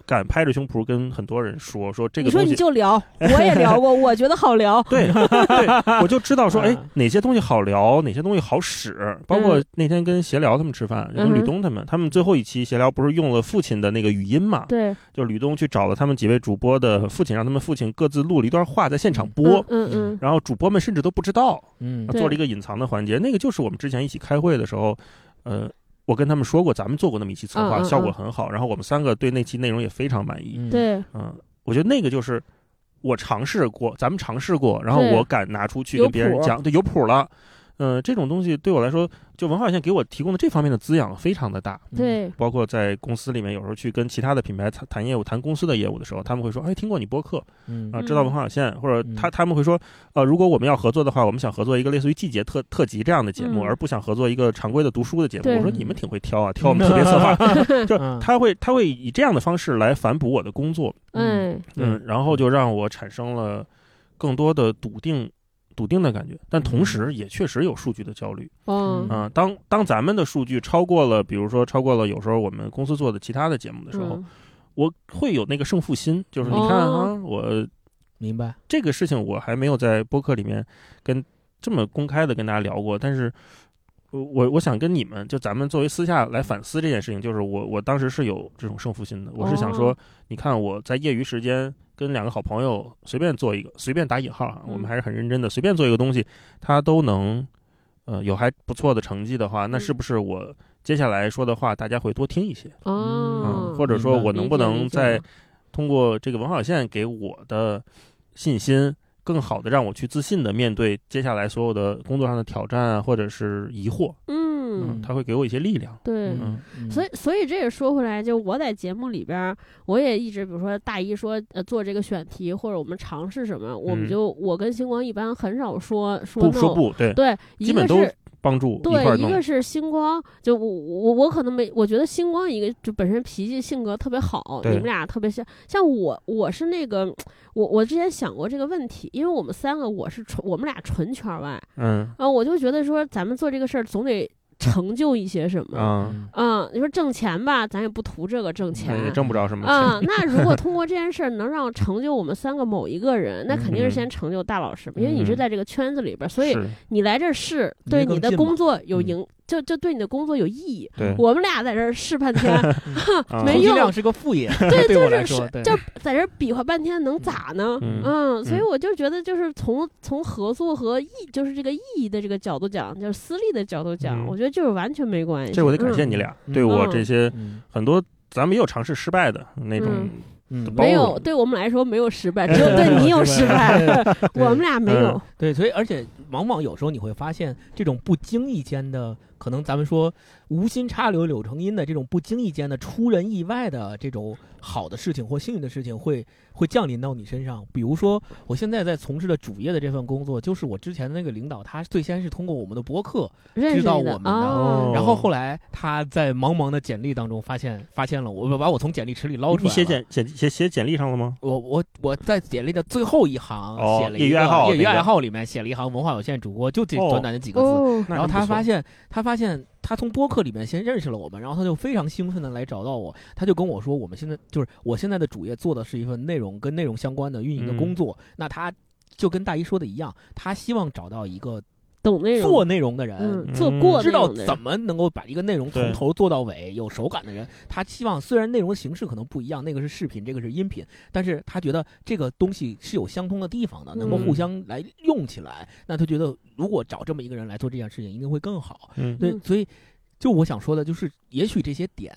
敢拍着胸脯跟很多人说，说这
你
个
说
东
你
西，
就聊，我也
(laughs)
聊过，我觉得好聊，
对
(laughs)
对，我就知道说，哎
嗯，
哪些东西好聊，哪些东西好使。包括
嗯
那天跟闲聊他们吃饭，就跟
嗯
吕
哼
东他们，他们最后一期闲聊不是用了父亲的那个语音嘛？
对，
就吕东去找了他们几位主播的父亲，让他们父亲各自录了一段话，在现场播。
嗯嗯
然后主播们甚至都不知道，
嗯
对
做了一个隐藏的环节。那个就是我们之前一起开会的时候，呃，我跟他们说过，咱们做过那么一期策划，
嗯嗯
效果很好。然后我们三个对那期内容也非常满意。
嗯
嗯，对，
嗯，我觉得那个就是我尝试过，咱们尝试过，然后
对
我敢拿出去
有
跟别人
谱
讲，对，有谱了。呃，这种东西对我来说，就文化有限给我提供的这方面的滋养非常的
嗯
大。
对，
包括在公司里面，有时候去跟其他的品牌谈谈业务、谈公司的业务的时候，他们会说：“哎，听过你播客
嗯，
啊、
嗯
知道文化有限。或者
嗯
他他们会说：“呃，如果我们要合作的话，我们想合作一个类似于季节特特辑这样的节目，
嗯
而不想合作一个常规的读书的节目。”
对
我说：“你们挺会挑啊，挑我们特别策
(laughs)
划。就他会他会以这样的方式来反哺我的工作，
哎，
嗯，然后就让我产生了更多的笃定。笃定的感觉，但同时也确实有数据的焦虑
嗯，
啊、当当咱们的数据超过了，比如说超过了有时候我们公司做的其他的节目的时候，
嗯哦
我会有那个胜负心，就是你看啊，我
明白，
这个事情我还没有在播客里面跟这么公开的跟大家聊过，但是我我我想跟你们就咱们作为私下来反思这件事情，就是我我当时是有这种胜负心的，我是想说，
哦
你看我在业余时间跟两个好朋友随便做一个，随便打引号啊，
嗯
我们还是很认真的，随便做一个东西，他都能呃有还不错的成绩的话，那
嗯
是不是我接下来说的话大家会多听一些？嗯
哦，
或者说
明白
我能不
理解
能
理解
在通过这个文化有限给我的信心，更好的让我去自信的面对接下来所有的工作上的挑战啊，或者是疑惑，
嗯，
他会给我一些力量。
对，
嗯，嗯
所以，所以这也说回来，就我在节目里边儿，我也一直，比如说大一说呃做这个选题，或者我们尝试什么，我们
嗯
就、我跟星光一般很少说说
不
no，
说不 (laughs) 对，
对，
基
一
本
个
都
是
帮助一块儿
对，一
弄
个。是星光，就我我我可能没，我觉得星光一个就本身脾气性格特别好，你
对
们俩特别像，像我我是那个我我之前想过这个问题，因为我们三个我是纯我们俩纯圈外，
嗯
啊，我就觉得说咱们做这个事儿总得成就一些什么。
啊，
嗯，你说挣钱吧，咱也不图这个挣
那也
钱。
挣不着什么钱。
啊、那如果通过这件事儿能让成就我们三个某一个人，那肯定是
嗯
先成就大老师嘛，因为你是
嗯
在这个圈子里边儿，所以
是
你来这儿试，
离
对
得
你
更
的
近嘛
工作有
嗯
影，就就对你的工作有意义。
对
我们俩在这儿试半天，
啊
没
充其
用
量是个副业，
对，
我
就
来
是
说 (laughs)
是，
对
就在这儿比划半天，能咋呢？
嗯
嗯，所以
嗯
我就觉得，就是从从合作和意，就是这个意义的这个角度讲，就是私利的角度讲，
嗯
我觉得就是完全没关系。
这我得感谢
嗯
你俩，
嗯
对我
嗯
这些
嗯
很多咱们也有尝试失败的那种
嗯，
嗯
包
没
容
有，对我们来说没有失败，只有对你有失败，
对
我们俩没有。
对，所以而且往往有时候你会发现，这种不经意间的，可能咱们说无心插柳柳成荫的这种不经意间的出人意外的这种好的事情或幸运的事情会，会降临到你身上。比如说，我现在在从事的主业的这份工作，就是我之前的那个领导，他最先是通过我们的播客，
认识
知道
你的
我们的
啊
哦，
然后后来他在茫茫的简历当中发现发现了我，把我从简历池里捞出来
你写
了
简简写写简历上了吗？
我我我在简历的最后一行
哦
写了一个
业余爱好
业余
那个
爱好里面写了一行文化有限主播，就这
哦
短短的几个字。
哦，
那
然后
真
他
不错
发现，他发现他从播客里面先认识了我们，然后他就非常兴奋的来找到我，他就跟我说，我们现在就是我现在的主业做的是一份内容跟内容相关的运营的
嗯
工作，那他。就跟大一说的一样，他希望找到一个
懂那种
做内容的人，
嗯，做过
知道
那种的
怎么能够把一个内容从
对
头做到尾，有手感的人，他希望虽然内容形式可能不一样，那个是视频，这个是音频，但是他觉得这个东西是有相通的地方的，能够
嗯
互相来用起来。那他觉得如果找这么一个人来做这件事情，一定会更好。
嗯
对，
嗯
所以就我想说的就是，也许这些点。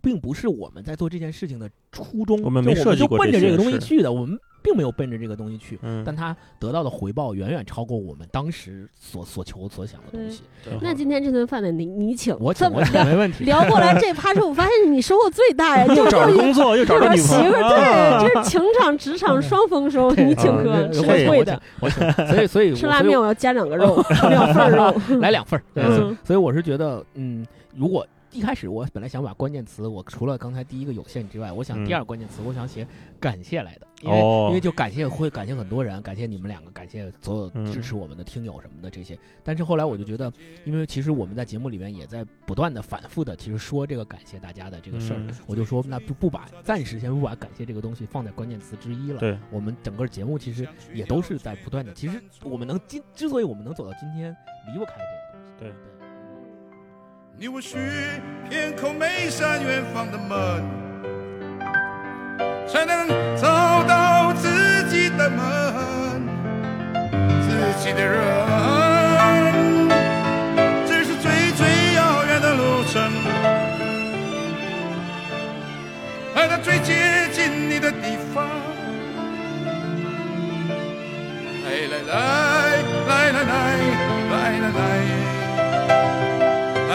并不是我们在做这件事情的初衷，
我们没
就
设计过
就奔着
这
这个
些
东西
是
去的，我们并没有奔着这个东西去，
嗯，
但他得到的回报远远超过我们当时所所求所想的东西。
那今天这顿饭得你你请，
我
这
请，
么
我请，没
(laughs)
问题。
聊过来这趴之后，我发现你收获最大呀，就
又找着
又
工作，又找
又
着
找
女
媳
朋友
(laughs) 妇，
啊
儿，对，这是情场职场
(laughs)
嗯
双丰收，
对
你请
嗯
客
对
是
我请
会的，，
我请，我请所以所以我
吃拉面我要加两个肉， (laughs)
哦
两份儿
(laughs)
肉，
所以我来两份儿。对，
嗯
所以所以我是觉得，嗯，如果一开始我本来想把关键词，我除了刚才第一个有限之外，我想
嗯
第二个关键词，我想写感谢来的，因为
哦
因为就感谢会感谢很多人，感谢你们两个，感谢所有
嗯
支持我们的听友什么的这些。但是后来我就觉得，因为其实我们在节目里面也在不断的反复的，其实说这个感谢大家的这个事儿
嗯，
我就说那就不把暂时先不把感谢这个东西放在关键词之一了。
对，
我们整个节目其实也都是在不断的，其实我们能今之所以我们能走到今天，离不开这个东西。
对
你我许偏叩眉山远方的门，才能找到自己的门，自己的人。这是最最遥远的路程，来到最接近你的地方。哎来来来来来来来来来来。哎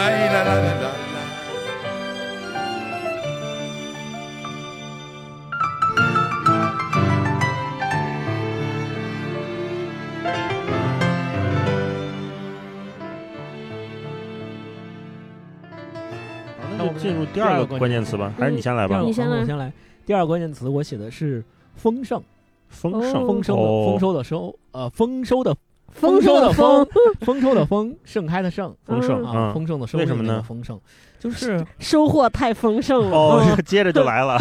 那我们
进入第
第二
二
个
个
关
关
键
键
词
词吧，还是你先来吧
嗯。你
我
先来
我先来。第二个关键词我写的是丰盛，
丰
哦
盛，
丰收的
哦
丰收的收，呃，丰收的
丰
收的
丰，
丰收的丰，盛开的盛
丰盛
啊，
啊，
丰盛的收
为什么
那个
呢
丰盛
(laughs)
就是
收获太丰盛了。
哦
嗯，
接着就来了。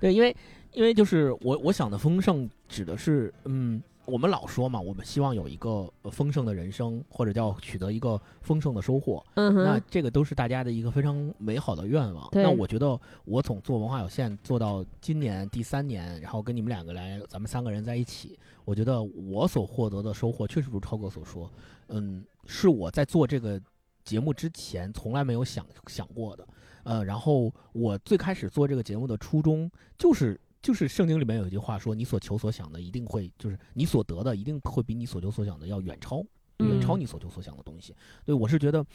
对，因为因为就是我我想的丰盛指的是，嗯，我们老说嘛，我们希望有一个呃丰盛的人生，或者叫取得一个丰盛的收获，
嗯
(laughs)
那
哼，
这个都是大家的一个非常美好的愿望。
对
那我觉得我从做文化有限做到今年第三年，然后跟你们两个来，咱们三个人在一起，我觉得我所获得的收获确实如超哥所说，嗯，是我在做这个节目之前从来没有想想过的。呃，然后我最开始做这个节目的初衷就是。就是圣经里面有一句话说：“你所求所想的一定会，就是你所得的一定会比你所求所想的要远超。”远
嗯
超你所求所想的东西。对我是觉得，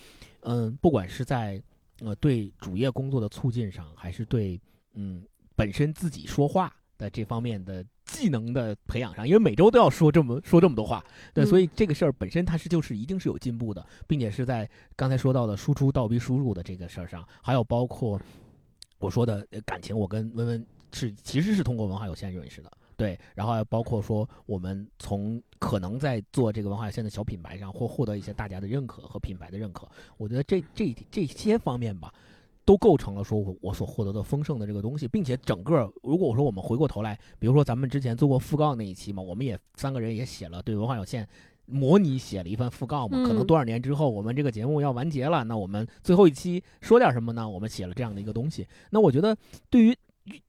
嗯，不管是在呃对主业工作的促进上，还是对嗯本身自己说话的这方面的技能的培养上，因为每周都要说这么说这么多话，对，
嗯
所以这个事儿本身它是就是一定是有进步的，并且是在刚才说到的输出倒逼输入的这个事儿上，还有包括我说的呃感情，我跟温温是其实是通过文化有限认识的。对，然后还包括说，我们从可能在做这个文化有限的小品牌上，或获得一些大家的认可和品牌的认可，我觉得这这这些方面吧，都构成了说我我所获得的丰盛的这个东西，并且整个如果我说我们回过头来，比如说咱们之前做过讣告那一期嘛，我们也三个人也写了对文化有限。模拟写了一番讣告嘛，可能
嗯
多少年之后，我们这个节目要完结了，那我们最后一期说点什么呢？我们写了这样的一个东西。那我觉得，对于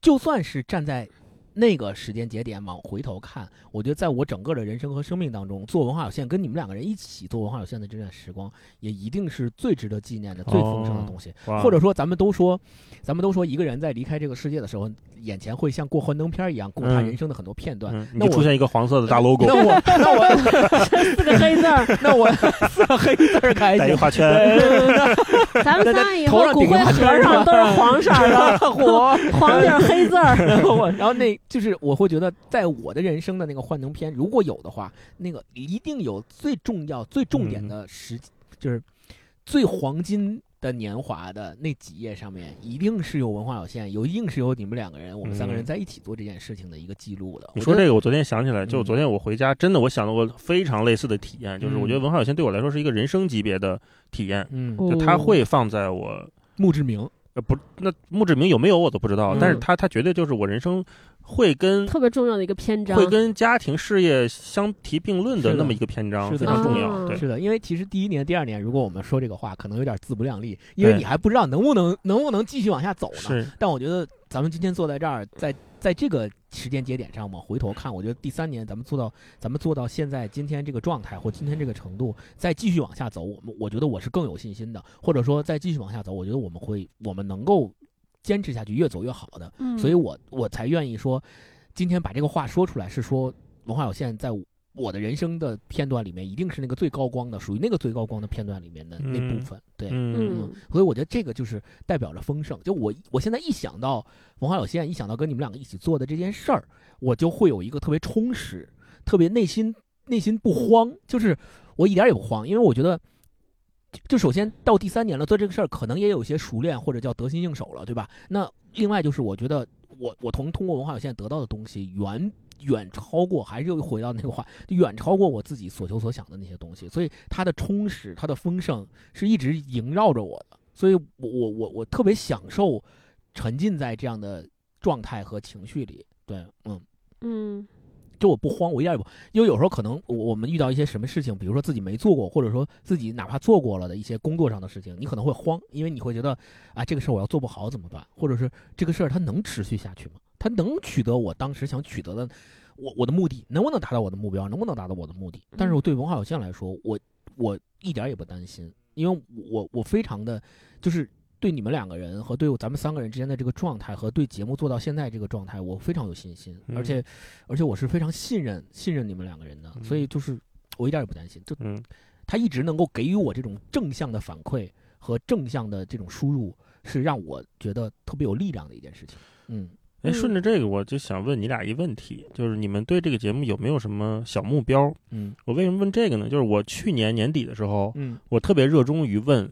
就算是站在那个时间节点往回头看，我觉得在我整个的人生和生命当中，做文化有限跟你们两个人一起做文化有限的这段时光，也一定是最值得纪念的、最丰盛的东西。
(laughs) 哇
或者说，咱们都说，咱们都说，一个人在离开这个世界的时候，眼前会像过幻灯片儿一样过他
嗯
人生的很多片段。
嗯你
那
就
我
出现一个黄色的大 logo，
那我那我
嗯四个黑字儿，
那我 (laughs) 四个黑字儿开
(laughs) 带一
心
个。画圈，
咱们仨以后
头上
骨
顶个
灰
马圈
盒
儿
上都是黄色儿
(laughs)
的，
啊火，
黄底儿黑字儿。
然后我，然后那就是我会觉得，在我的人生的那个幻灯片，如果有的话，那个一定有最重要、最重
嗯
点的时，就是最黄金的年华的那几页上面，一定是有文化有限，有一定是有你们两个人，我们三个人
嗯
在一起做这件事情的一个记录的。
你说
我觉
这
得
个，我昨天想起来，就
嗯
昨天我回家，真的我想到过非常类似的体验，就是我觉得
嗯
文化有限对我来说是一个人生级别的体验，
嗯，
哦
就它会放在我
墓志铭，
呃不，那墓志铭有没有我都不知道
嗯，
但是它它绝对就是我人生会跟
特别重要的一个篇章，
会跟家庭事业相提并论
是
的
的
那么一个篇章，
是的
非常重
啊
要。对，
是的，因为其实第一年、第二年，如果我们说这个话，可能有点自不量力，因为
对
你还不知道能不能能不能继续往下走呢。
是
但我觉得咱们今天坐在这儿，在在这个时间节点上往回头看，我觉得第三年咱们做到咱们做到现在今天这个状态或今天这个程度，再继续往下走，我们我觉得我是更有信心的，或者说再继续往下走，我觉得我们会我们能够坚持下去，越走越好的。
嗯，
所以我我才愿意说，今天把这个话说出来，是说文化有限在我。我的人生的片段里面，一定是那个最高光的，属于那个最高光的片段里面的那部
嗯
分。对，
嗯，
嗯
嗯，
所以我觉得这个就是代表着丰盛。就我我现在一想到文化有限，一想到跟你们两个一起做的这件事儿，我就会有一个特别充实、特别内心内心不慌，就是我一点儿也不慌，因为我觉得。就就首先到第三年了，做这个事儿可能也有一些熟练或者叫得心应手了，对吧？那另外就是我觉得我我从通过文化有限得到的东西远远超过，还是又回到那个话，就远超过我自己所求所想的那些东西，所以它的充实、它的丰盛是一直萦绕着我的，所以我我我我特别享受沉浸在这样的状态和情绪里。对，嗯，
嗯，
就我不慌，我一点也不，因为有时候可能我我们遇到一些什么事情，比如说自己没做过，或者说自己哪怕做过了的一些工作上的事情，你可能会慌，因为你会觉得啊，这个事儿我要做不好怎么办？或者是这个事儿它能持续下去吗？它能取得我当时想取得的我我的目的，能不能达到我的目标？能不能达到我的目的？但是我对文化有限来说，我我一点儿也不担心，因为我我非常的就是。对你们两个人和对咱们三个人之间的这个状态，和对节目做到现在这个状态，我非常有信心，
嗯
而且而且我是非常信任信任你们两个人的，
嗯
所以就是我一点儿也不担心，就
嗯，
他一直能够给予我这种正向的反馈和正向的这种输入，是让我觉得特别有力量的一件事情。嗯
哎，
嗯
顺着这个，我就想问你俩一问题，就是你们对这个节目有没有什么小目标？
嗯
哦我为什么问这个呢？就是我去年年底的时候，
嗯
我特别热衷于问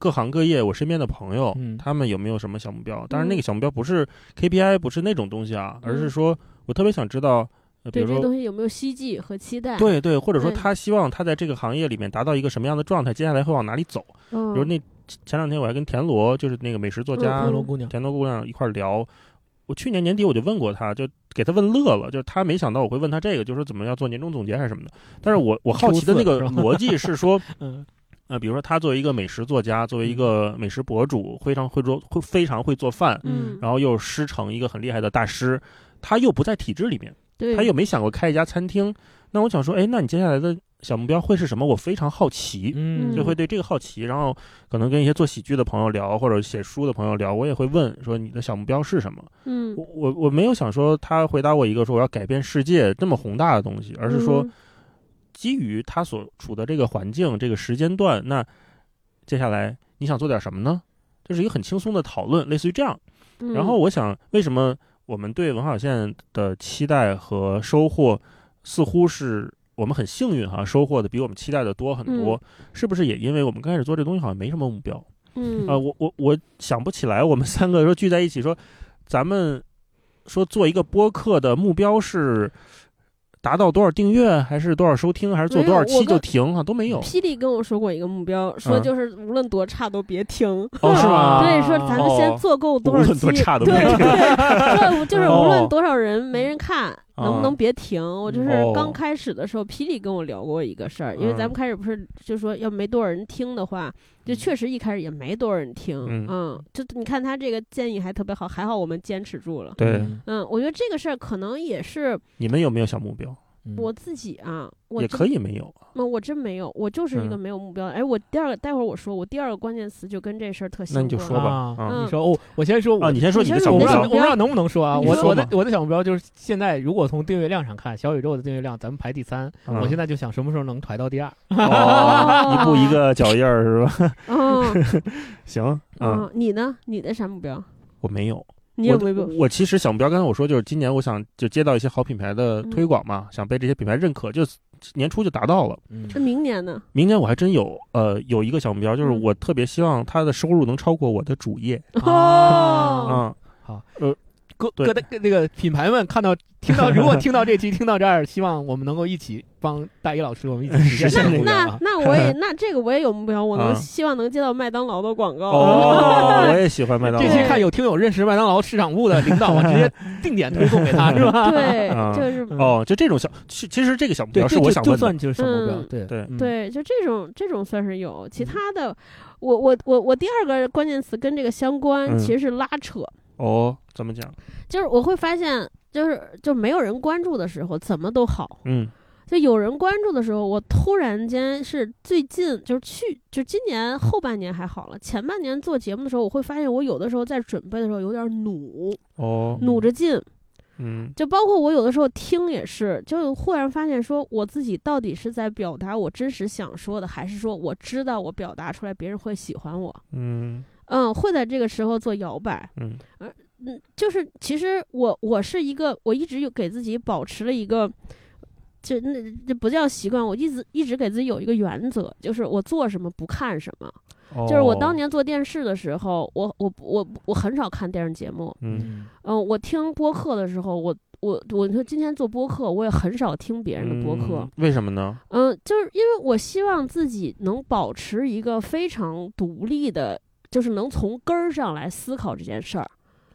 各行各业，我身边的朋友，
嗯
他们有没有什么小目标？当然，那
嗯
个小目标不是 KPI，不是那种东西啊，而是
嗯
说我特别想知道，呃、比
对
如
这
说
东西有没有希冀和期待？，
对对，或者说
嗯
他希望他在这个行业里面达到一个什么样的状态，接下来会往哪里走。比
嗯，
如那前两天我还跟田螺，就是那个美食作
嗯
家
红楼姑娘，
田螺姑娘一块儿聊。我去年年底我就问过她，就给她问乐了，就是她没想到我会问她这个，就说怎么要做年终总结还是什么的。但是我我好奇的那个
初四是吧
逻辑是说， (laughs)
嗯
呃，比如说她作为一个美食作家，作为一个美食博主，非常会做，会非常会做饭，
嗯，
然后又师承一个很厉害的大师，她又不在体制里面。
对，
他又没想过开一家餐厅。那我想说，哎，那你接下来的小目标会是什么？我非常好奇，
嗯，
就会对这个好奇，然后可能跟一些做喜剧的朋友聊，或者写书的朋友聊，我也会问说你的小目标是什么？
嗯，
我我我没有想说他回答我一个说我要改变世界这么宏大的东西，而是说
嗯
基于他所处的这个环境、这个时间段，那接下来你想做点什么呢？这是一个很轻松的讨论，类似于这样。
嗯
然后我想，为什么我们对文化有限的期待和收获，似乎是我们很幸运哈、收获的比我们期待的多很多？ (laughs) 是不是也因为我们刚开始做这东西好像没什么目标
嗯
啊、我我我想不起来，我们三个说聚在一起说，咱们说做一个播客的目标是。达到多少订阅，还是多少收听，还是做
没
多少
有我
期就
跟
停啊？都没有
霹雳跟我说过一个目标，说
嗯
就是无论多差都别停。
哦，
(laughs)
是吗？
嗯对，
嗯
说咱们先
哦
做够多
无
少
论
期，
多差都
对
别停 (laughs)
对，说就是无
哦
论多少人没人看，能不
啊
能别停？我就是
哦
刚开始的时候，霹雳跟我聊过一个事儿，因为咱
嗯
们开始不是就说要没多少人听的话，就确实一开始也没多少人听，
嗯
嗯，就你看他这个建议还特别好，还好我们坚持住了。
对，
嗯，
嗯，我觉得这个事儿可能也是
你们有没有小目标？
嗯
我自己啊，我
也
真
可以没有啊。
那呃我真没有，我就是一个
嗯
没有目标的。哎，我第二个，待会儿我说，我第二个关键词就跟这事儿特相
那
关。
你就说吧
啊，
嗯
嗯
你说哦，我先说我
啊，你先说你的
你先
小
说
我
目
不
你
知道，
的
我
标
小
不知道能不能说啊？
你
我
说
我的
嘛
我的小目标就是现在，如果从订阅量上看，小宇宙的订阅量咱们排第三，
嗯
我现在就想什么时候能排到第二？
哦，一步一个脚印儿是
(laughs)
吧？
嗯
行，嗯，
嗯，你呢？你的啥目标？
我没有，
你
我
有
的
没有？
我其实小目标，刚才我说就是今年我想就接到一些好品牌的推广嘛，
嗯
想被这些品牌认可，就年初就达到了。
嗯
那明年呢？
明年我还真有，呃，有一个小目标，就是
嗯
我特别希望它的收入能超过我的主业
啊
哦，
啊。
各
对
各的各那个品牌们看到听到，如果听到这期听到这儿，希望我们能够一起帮大一老师，我们一起实现这
那
个目标
那
啊！
那
(laughs)
我也那这个我也有目标，我能
啊
希望能接到麦当劳的广告。 (laughs)
哦，我也喜欢麦当
这
劳
期。看有听友认识麦当劳市场部的领导，我直接定点推送给他，是吧？
(laughs) 对
啊，
这个是
哦，就这种小，其其实这个小目
对，
标是
这
我
就
想
就
问的。
算就是小目标，
嗯
对
对
嗯
对，就这种这种算是有，
嗯
其他的，我我我我第二个关键词跟这个相关，
嗯
其实是拉扯。
哦，怎么讲？
就是我会发现，就是就没有人关注的时候，怎么都好；
嗯
就有人关注的时候，我突然间是最近就是去就今年后半年还好了，前半年做节目的时候，我会发现我有的时候在准备的时候有点努，
哦
嗯
努着劲。
嗯
就包括我有的时候听也是，就忽然发现说我自己到底是在表达我真实想说的，还是说我知道我表达出来别人会喜欢我。
嗯
嗯，会在这个时候做摇摆，
嗯
嗯，就是其实我我是一个，我一直有给自己保持了一个，这那这不叫习惯，我一直一直给自己有一个原则，就是我做什么不看什么。
哦
就是我当年做电视的时候，我我我我很少看电视节目，
嗯
嗯
嗯，我听播客的时候，我我我说今天做播客，我也很少听别人的播客，
嗯为什么呢？
嗯，就是因为我希望自己能保持一个非常独立的，就是能从根儿上来思考这件事儿。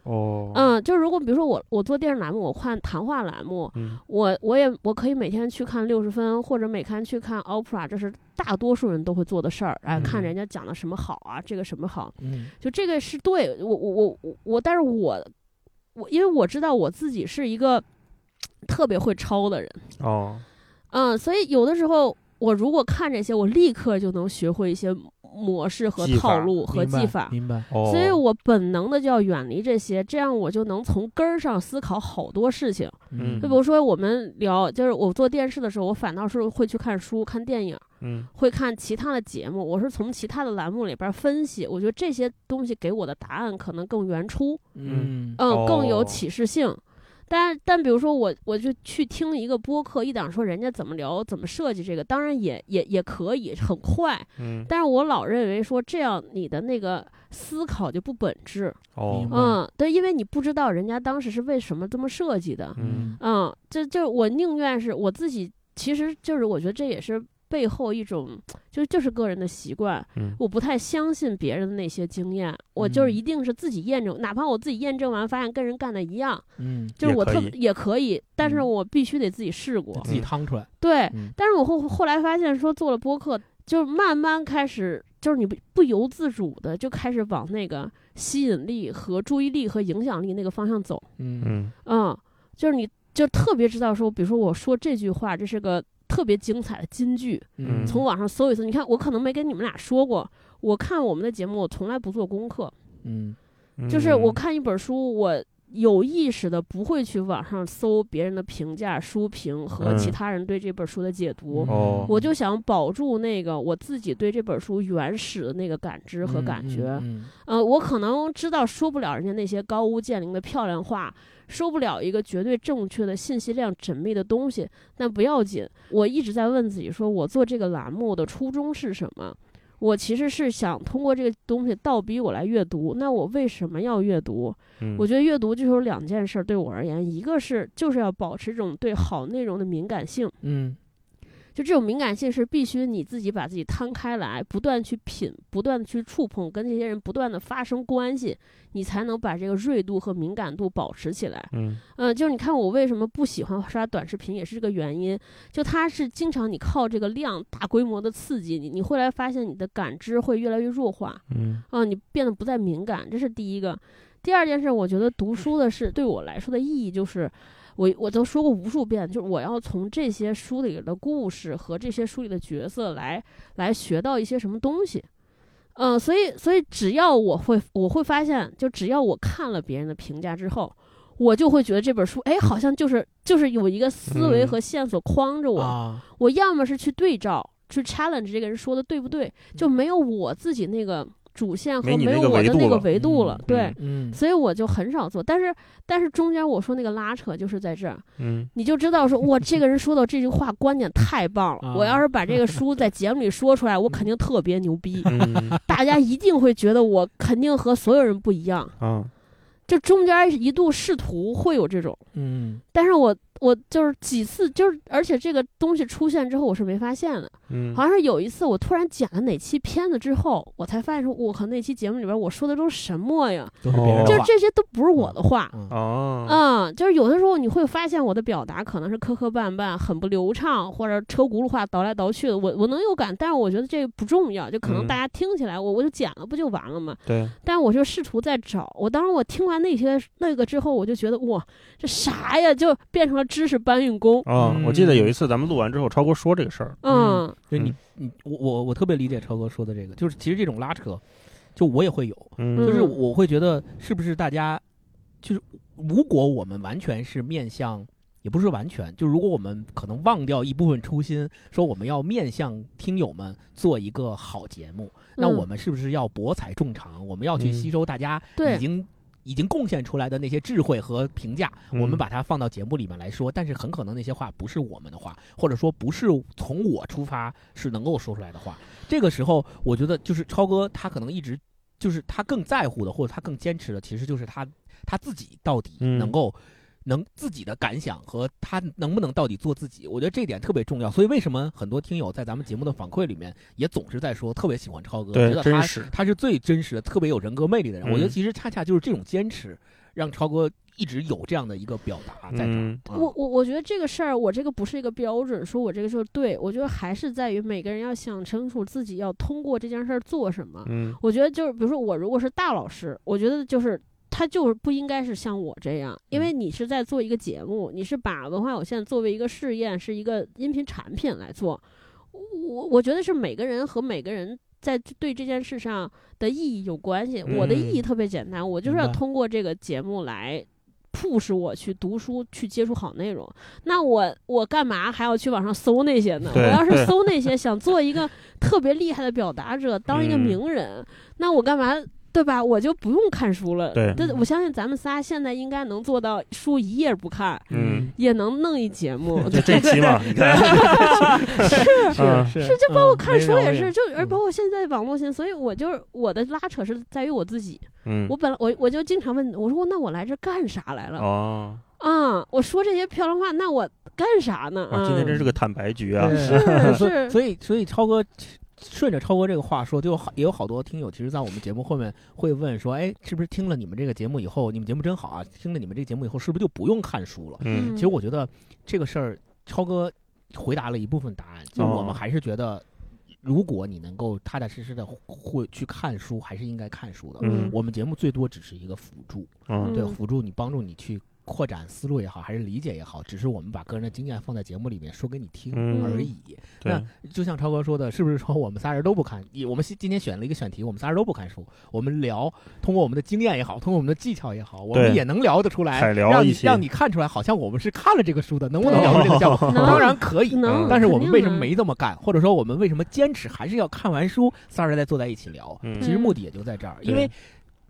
哦，
嗯，就是如果比如说我我做电视栏目，我看谈话栏目，
嗯
我我也我可以每天去看六十分，或者每天去看 Oprah，这是大多数人都会做的事儿。哎，
嗯
看人家讲的什么好啊，这个什么好，
嗯
就这个是对我我我我我，但是我我因为我知道我自己是一个特别会抄的人，
哦，
嗯，所以有的时候我如果看这些，我立刻就能学会一些模式和
技
套
法
路和
明白
技法。
明白。
哦
所以我本能的就要远离这些，这样我就能从根儿上思考好多事情。
嗯
就比如说我们聊，就是我做电视的时候，我反倒是会去看书、看电影，
嗯
会看其他的节目。我是从其他的栏目里边分析，我觉得这些东西给我的答案可能更原初，
嗯
嗯，更有
哦
启示性。但但比如说我我就去听一个播客一档，说人家怎么聊怎么设计这个，当然也也也可以很快，
嗯，
但是我老认为说这样你的那个思考就不本质，
哦
明，白
嗯，对，因为你不知道人家当时是为什么这么设计的，
嗯，
嗯，这就我宁愿是我自己，其实就是我觉得这也是背后一种，就就是个人的习惯。
嗯
我不太相信别人的那些经验，我就是
嗯
一定是自己验证，哪怕我自己验证完发现跟人干的一样，
嗯，
就是
也
我
可
特
以
也可以，但是
嗯
我必须得自己试过。
自己趟出来，
对，
嗯
但是我后后来发现说做了播客，就是慢慢开始，就是你不不由自主的就开始往那个吸引力和注意力和影响力那个方向走。
嗯
嗯，
嗯，就是你就特别知道说，比如说我说这句话，这是个特别精彩的金句，
嗯，
从网上搜一搜。你看，我可能没跟你们俩说过，我看我们的节目，我从来不做功课，
嗯
嗯
就是我，看一本书，我。有意识的不会去网上搜别人的评价、书评和
嗯
其他人对这本书的解读，
哦
嗯
我就想保住那个我自己对这本书原始的那个感知和感觉。
嗯
呃，我可能知道说不了人家那些高屋建瓴的漂亮话，说不了一个绝对正确的信息量缜密的东西，但不要紧。我一直在问自己说，我做这个栏目的初衷是什么？我其实是想通过这个东西倒逼我来阅读。那我为什么要阅读？
嗯
我觉得阅读就是有两件事，对我而言，一个是就是要保持这种对好内容的敏感性。
嗯
就这种敏感性是必须你自己把自己摊开来，不断去品，不断的去触碰，跟这些人不断的发生关系，你才能把这个锐度和敏感度保持起来。
嗯
嗯、就是你看我为什么不喜欢刷短视频，也是这个原因。就它是经常你靠这个量大规模的刺激你，你会来发现你的感知会越来越弱化。
嗯
啊，你变得不再敏感，这是第一个。第二件事，我觉得读书的是对我来说的意义就是，我我都说过无数遍，就是我要从这些书里的故事和这些书里的角色来来学到一些什么东西。嗯，所以所以只要我会我会发现，就只要我看了别人的评价之后，我就会觉得这本书，哎，好像就是就是有一个思维
嗯
和线索框着我，
啊，
我要么是去对照，去 challenge 这个人说的对不对，就没有我自己那个主线和
嗯没你
没有
那个
我
维
的
度
那个
了
维度了，对。
嗯
嗯
所以我就很少做，但是但是中间我说那个拉扯就是在这儿，
嗯，
你就知道说哇，这个人说到这句话观点太棒了，我要是把这个书在节目里说出来，我肯定特别牛逼
嗯
(laughs) 大家一定会觉得我肯定和所有人不一样。
啊，
就中间一度试图会有这种，
嗯
但是我我就是几次就是，而且这个东西出现之后我是没发现的，
嗯，
好像是有一次我突然剪了哪期片子之后，我才发现说，我靠，那期节目里边我说的都是什么呀？
都是别人
哦
就
的
是
话，
这些都不是我的话。
哦，
嗯，就是有的时候你会发现我的表达可能是磕磕绊绊、很不流畅，或者车轱辘话倒来倒去的，我我能有感，但是我觉得这不重要，就可能
嗯
大家听起来我我就剪了不就完了吗？
对，
但我就试图在找，我当时我听完那些那个之后，我就觉得哇，这啥呀，就变成了知识搬运工。
哦，我记得有一次咱们录完之后，超哥说这个事儿，
嗯
嗯
就你你我我我特别理解超哥说的这个，就是其实这种拉扯，就我也会有，
嗯
就是
嗯
我会觉得是不是大家就是如果我们完全是面向。也不是完全，就如果我们可能忘掉一部分初心，说我们要面向听友们做一个好节目，那
嗯
我们是不是要博采众长？我们要去
嗯
吸收大家
对
已经已经贡献出来的那些智慧和评价，
嗯
我们把它放到节目里面来说。但是很可能那些话不是我们的话，或者说不是从我出发是能够说出来的话。这个时候，我觉得就是超哥他可能一直就是他更在乎的，或者他更坚持的，其实就是他他自己到底
嗯
能够。能自己的感想和他能不能到底做自己，我觉得这一点特别重要。所以为什么很多听友在咱们节目的反馈里面也总是在说特别喜欢超哥，
对
觉得
真
他
实
他是最真实的、特别有人格魅力的人。
嗯
我觉得其实恰恰就是这种坚持，让超哥一直有这样的一个表达在这儿。
嗯
啊
我我我觉得这个事儿，我这个不是一个标准，说我这个就是对，我觉得还是在于每个人要想清楚自己要通过这件事儿做什么。
嗯
我觉得就是，比如说我如果是大老师，我觉得就是他就是不应该是像我这样，因为你是在做一个节目，你是把文化有限作为一个试验，是一个音频产品来做。我我觉得是每个人和每个人在对这件事上的意义有关系。我的意义特别简单，我就是要
明白
通过这个节目来。迫使我去读书，去接触好内容。那我我干嘛还要去网上搜那些呢？我
对
要
对
是搜那些，想做一个特别厉害的表达者，当一个
嗯
名人，那我干嘛对吧？我就不用看书了。
对
但我相信咱们仨现在应该能做到书一页不看，
嗯，
也能弄一节
(laughs)
目。
就这
(laughs)
期嘛，你看，嗯
是
是，就包括看书也是，就而
嗯
包括现在网络现，所以我就是我的拉扯是在于我自己。
嗯
我，本来我我就经常问我说那我来这干啥来了
哦，
啊、我说这些漂亮话，那我干啥呢？
哦哇，今天真
嗯
是个坦白局啊，
(laughs) 是
所以
是
所以所以超哥顺着超哥这个话说，就有好也有好多听友，其实，在我们节目后面会问说，哎，是不是听了你们这个节目以后，你们节目真好啊？听了你们这个节目以后，是不是就不用看书了？
嗯
其实我觉得这个事儿，超哥回答了一部分答案，就
哦
我们还是觉得，如果你能够踏踏实实的会去看书，还是应该看书的。
嗯
我们节目最多只是一个辅助，
嗯
对，
嗯
辅助你帮助你去扩展思路也好，还是理解也好，只是我们把个人的经验放在节目里面说给你听
嗯
而已。
对，
就像超哥说的，是不是说我们仨人都不看？也我们今今天选了一个选题，我们仨人都不看书，我们聊，通过我们的经验也好，通过我们的技巧也好，我们
对
也能聊得出来，
海聊
让
一
你
起
让你看出来，好像我们是看了这个书的，能不能
对
聊出这个效果？
能
当然可以。
能，
但是我们
肯定
为什么
能
没这么干，或者说我们为什么坚持还是要看完书，仨人再坐在一起聊？
嗯
其实目的也就在这儿，因为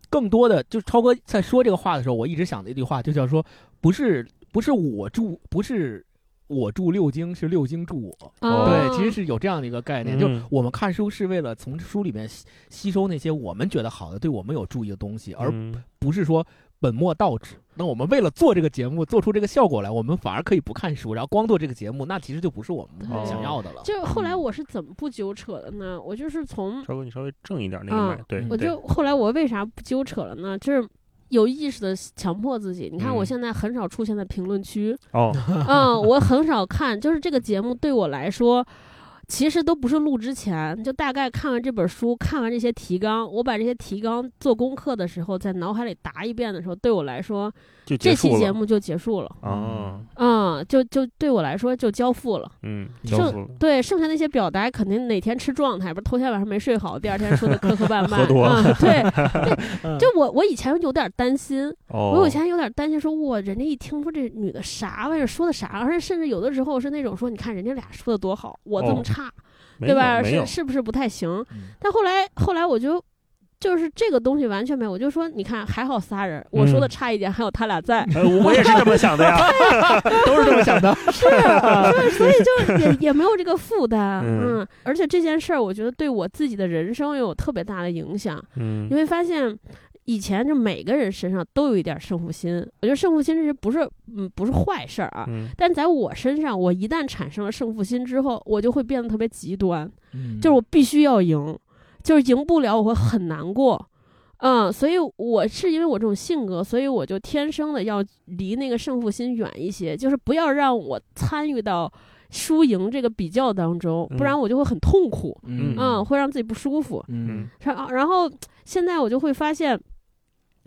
更多的就是超哥在说这个话的时候，我一直想的一句话就叫说，不是不是我助，不是我助六经，是六经助我。
哦
啊
对，其实是有这样的一个概念，
嗯
就是我们看书是为了从书里面吸吸收那些我们觉得好的、对我们有注意的东西，而
嗯
不是说本末倒置。那我们为了做这个节目，做出这个效果来，我们反而可以不看书，然后光做这个节目，那其实就不是我们
对
想要的了。
就是后
嗯
来我是怎么不纠扯的呢？我就是从
超哥你稍微正一点那个麦
嗯，
对，
我
嗯对
就后来我为啥不纠扯了呢？就是有意识的强迫自己。你看
嗯
我现在很少出现在评论
(laughs)
区，
哦，
嗯，我很少看，就是这个节目对我来说。其实都不是录之前，就大概看完这本书，看完这些提纲，我把这些提纲做功课的时候，在脑海里答一遍的时候，对我来说，
就
这
结
期
束
节
了
目就结束了，
啊，
嗯，就就对我来说就交付了。
嗯，
就
交
剩
付了，
对，剩下那些表达，肯定哪天吃状态，不是头天晚上没睡好，第二天说的磕磕绊绊。
喝多了
嗯，
(laughs)
对对，就我我以前有点担心，
哦，
我以前有点担心说，哇，人家一听说这女的啥玩意儿，说的啥，而且甚至有的时候是那种说，你看人家俩说的多好，我这么
哦
差，
没
对
有
吧？
没有
是，是不是不太行
嗯？
但后来后来我就。就是这个东西完全没有，我就说，你看还好仨人，我说的
嗯
差一点，还有他俩在，
呃我也是这么想的
(laughs)
呀，
都是这么想的。
是，就是所以就是也也没有这个负担，
嗯
嗯，而且这件事儿，我觉得对我自己的人生有特别大的影响。
嗯
你会发现，以前就每个人身上都有一点胜负心，我觉得胜负心这是不是嗯不是坏事儿啊？
嗯
但在我身上，我一旦产生了胜负心之后，我就会变得特别极端，
嗯
就是我必须要赢，就是赢不了我会很难过，嗯，所以我是因为我这种性格，所以我就天生的要离那个胜负心远一些，就是不要让我参与到输赢这个比较当中，不然我就会很痛苦，
嗯
嗯，会让自己不舒服。
嗯
嗯
然后然后现在我就会发现，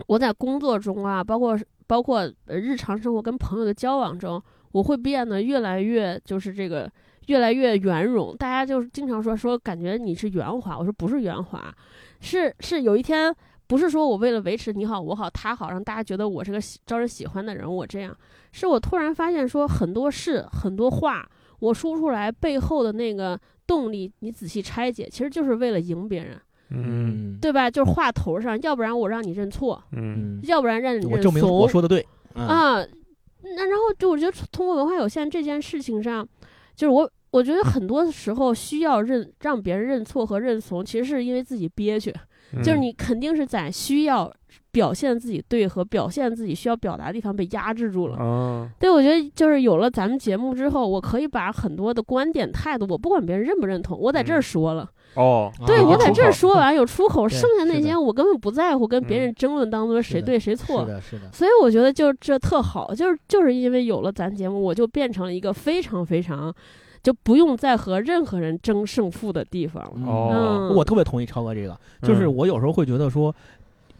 我在工作中啊，包括包括呃日常生活跟朋友的交往中，我会变得越来越就是这个越来越圆融。大家就是经常说说感觉你是圆滑，我说不是圆滑，是是有一天。不是说我为了维持你好我好他好，让大家觉得我是个喜招人喜欢的人，我这样，是我突然发现说很多事很多话我说出来背后的那个动力，你仔细拆解，其实就是为了赢别人。
嗯
对吧？就是话头上，要不然我让你认错，
嗯
嗯，
要不然让你
我
认
证明我
怂
说的对。嗯
啊。那然后就我觉得通过文化有限这件事情上，就是我我觉得
嗯
很多时候需要认让别人认错和认怂，其实是因为自己憋屈，
嗯，
就是你肯定是在需要表现自己对和表现自己需要表达的地方被压制住了。
嗯
啊，
对，我觉得就是有了咱们节目之后，我可以把很多的观点态度，我不管别人认不认同，我在这儿
嗯
说了。
哦，
对，
啊
我
有
在
出
这儿
口
说完有出口，
对
剩下那
是的
些我根本不在乎，跟别
嗯
人争论当中谁
的
对谁
是
错。
的，是的。
所以我觉得就这特好，就是就是因为有了咱节目，我就变成了一个非常非常就不用再和任何人争胜负的地方了。
哦
嗯
我特别同意超哥这个，就是
嗯
我有时候会觉得说，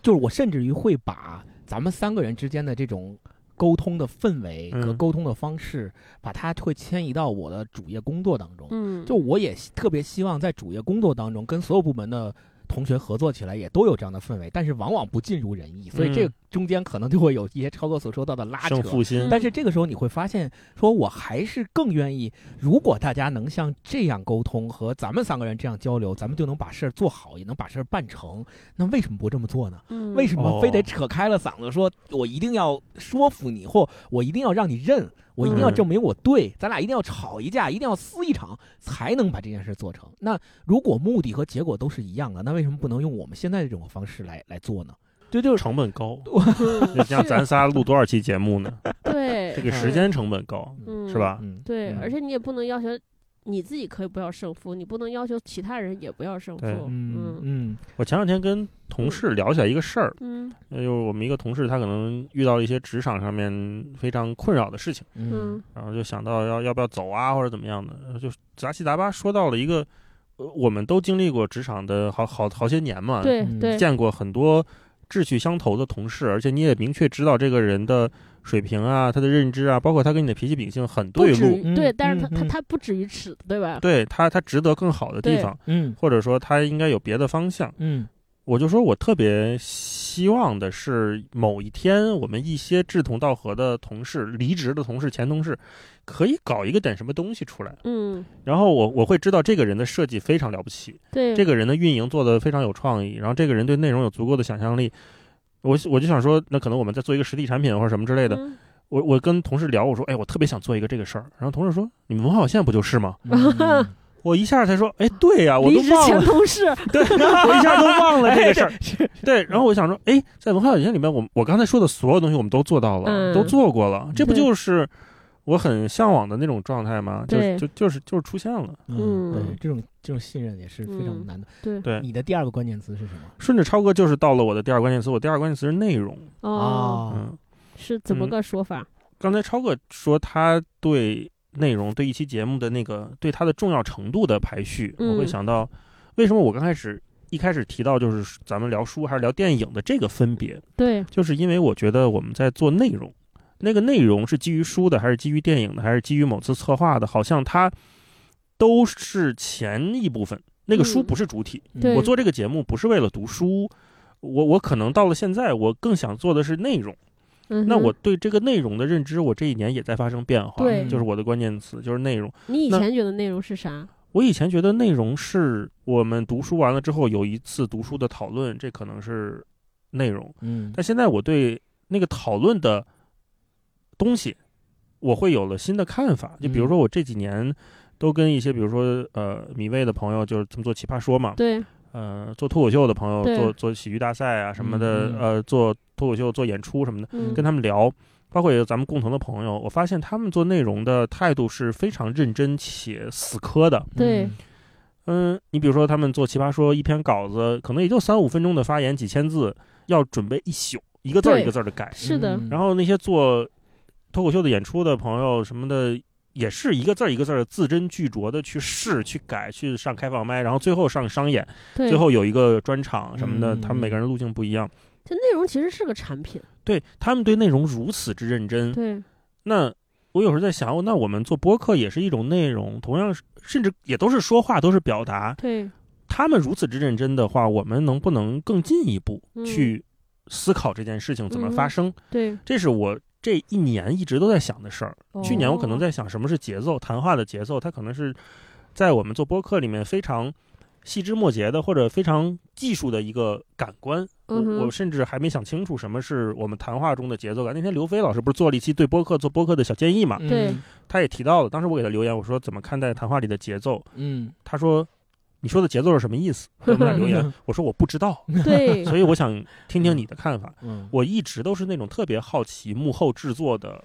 就是我甚至于会把咱们三个人之间的这种沟通的氛围和
嗯
沟通的方式，把它会迁移到我的主业工作当中。
嗯，
就我也希特别希望在主业工作当中跟所有部门的同学合作起来也都有这样的氛围，但是往往不尽如人意，所以
嗯
这个中间可能就会有一些超哥所说到的拉扯
胜。负心
嗯，
但是这个时候你会发现，说我还是更愿意，如果大家能像这样沟通和咱们三个人这样交流，咱们就能把事儿做好，也能把事儿办成。那为什么不这么做呢？
嗯，
为什么
哦
非得扯开了嗓子说，我一定要说服你，或我一定要让你认，我一定要
嗯
证明我对，咱俩一定要吵一架，一定要撕一场，才能把这件事做成？那如果目的和结果都是一样的，那为什么不能用我们现在这种方式来来做呢？这就是
成本高。
(laughs) 嗯
你像咱仨录多少期节目
(laughs)
呢？
对
这个时，间成本高，
嗯
是？吧？
嗯，
对，
嗯
而且你也不能要求你自己可以不要胜负，你不能要求其他人也不要胜负。
对
嗯
嗯
嗯
我前两天跟同事聊起来一个事儿，
嗯
呃就是我们一个同事，他可能遇到了一些职场上面非常困扰的事情，
嗯
嗯
然后就想到要要不要走啊，或者怎么样的，呃就杂七杂八说到了一个，呃我们都经历过职场的好好好些年嘛，
对
嗯
对，
见过很多志趣相投的同事，而且你也明确知道这个人的水平啊，他的认知啊，包括他跟你的脾气秉性很
不
对
止
路，
于对，
嗯
但是他
嗯
他
嗯
他不止于此，对吧？
对他他值得更好的地
对
方，
嗯
或者说他应该有别的方向。
嗯
(laughs)
我就说我特别希望的是，某一天我们一些志同道合的同事、离职的同事、前同事，可以搞一个点什么东西出来，
嗯，
然后我我会知道这个人的设计非常了不起，
对，
这个人的运营做得非常有创意，然后这个人对内容有足够的想象力。我我就想说，那可能我们在做一个实体产品或者什么之类的。
嗯
我我跟同事聊，我说，哎，我特别想做一个这个事儿。然后同事说，你们文化有限不就是吗？
嗯
我一下才说，哎，对呀、我都
离职
忘
前
了，(laughs)
同事，
对，我一下都忘了这个事儿。
(laughs)
是
对，然后我想说，哎，在文化有限里面，我我刚才说的所有东西我们都做到了，
嗯
都做过了，这不
对
就是我很向往的那种状态吗？就
对
就就是就是出现了。
嗯，
嗯
对，这种这种信任也是非常
嗯
难的。
对
对
你的第二个关键词是什么？
顺着超哥就是到了我的第二关键词，我第二关键词是内容。
哦，
啊
嗯，
是怎么
嗯
个说法？
刚才超哥说他对内容、对一期节目的那个对它的重要程度的排序，我会
嗯
想到为什么我刚开始一开始提到就是咱们聊书还是聊电影的这个分别，
对，
就是因为我觉得我们在做内容，那个内容是基于书的，还是基于电影的，还是基于某次策划的，好像它都是前一部分。那个书
嗯
不是主体，
嗯
对
我做这个节目不是为了读书，我我可能到了现在，我更想做的是内容。
嗯哼，
那我对这个内容的认知，我这一年也在发生变化，
对
嗯就是我的关键词就是内容。
你以
那
前觉得内容是啥？
我以前觉得内容是我们读书完了之后有一次读书的讨论，这可能是内容。
嗯
但现在我对那个讨论的东西，我会有了新的看法。就比
嗯
如说，我这几年都跟一些，比如说呃米未的朋友，就是他们做奇葩说嘛，
对，
呃做脱口秀的朋友，
对
做做喜剧大赛啊什么的
嗯，嗯
呃做脱口秀、做演出什么的，
嗯，
跟他们聊。包括也有咱们共同的朋友，我发现他们做内容的态度是非常认真且死磕的。
对
嗯
嗯，你比如说他们做奇葩说，一篇稿子可能也就三五分钟的发言，几千字，要准备一宿，一个字儿
对
一个字儿的改。
是的，
嗯
然后那些做脱口秀的演出的朋友什么的，也是一个字儿一个字儿的字斟句酌的去试、去改、去上开放麦，然后最后上商演，
对，
最后有一个专场什么的，
嗯
他们每个人路径不一样。
这内容其实是个产品，
对他们对内容如此之认真，
对，
那我有时候在想，哦那我们做播客也是一种内容，同样是甚至也都是说话，都是表达。
对，
他们如此之认真的话，我们能不能更进一步
嗯
去思考这件事情怎么发
嗯
生？
对。
这是我这一年一直都在想的事儿。去年我可能
哦
在想什么是节奏，谈话的节奏，它可能是在我们做播客里面非常细枝末节的，或者非常技术的一个感官。
嗯哼
我我甚至还没想清楚什么是我们谈话中的节奏感。那天刘飞老师不是做了一期对播客做播客的小建议嘛？
对
他也提到了，当时我给他留言，我说怎么看待谈话里的节奏？
嗯
他说。你说的节奏是什么意思？给我们俩留
(laughs)
言，我说我不知道，
嗯
(laughs)
哦对，
所以我想听听你的看法。
嗯，
我一直都是那种特别好奇幕后制作的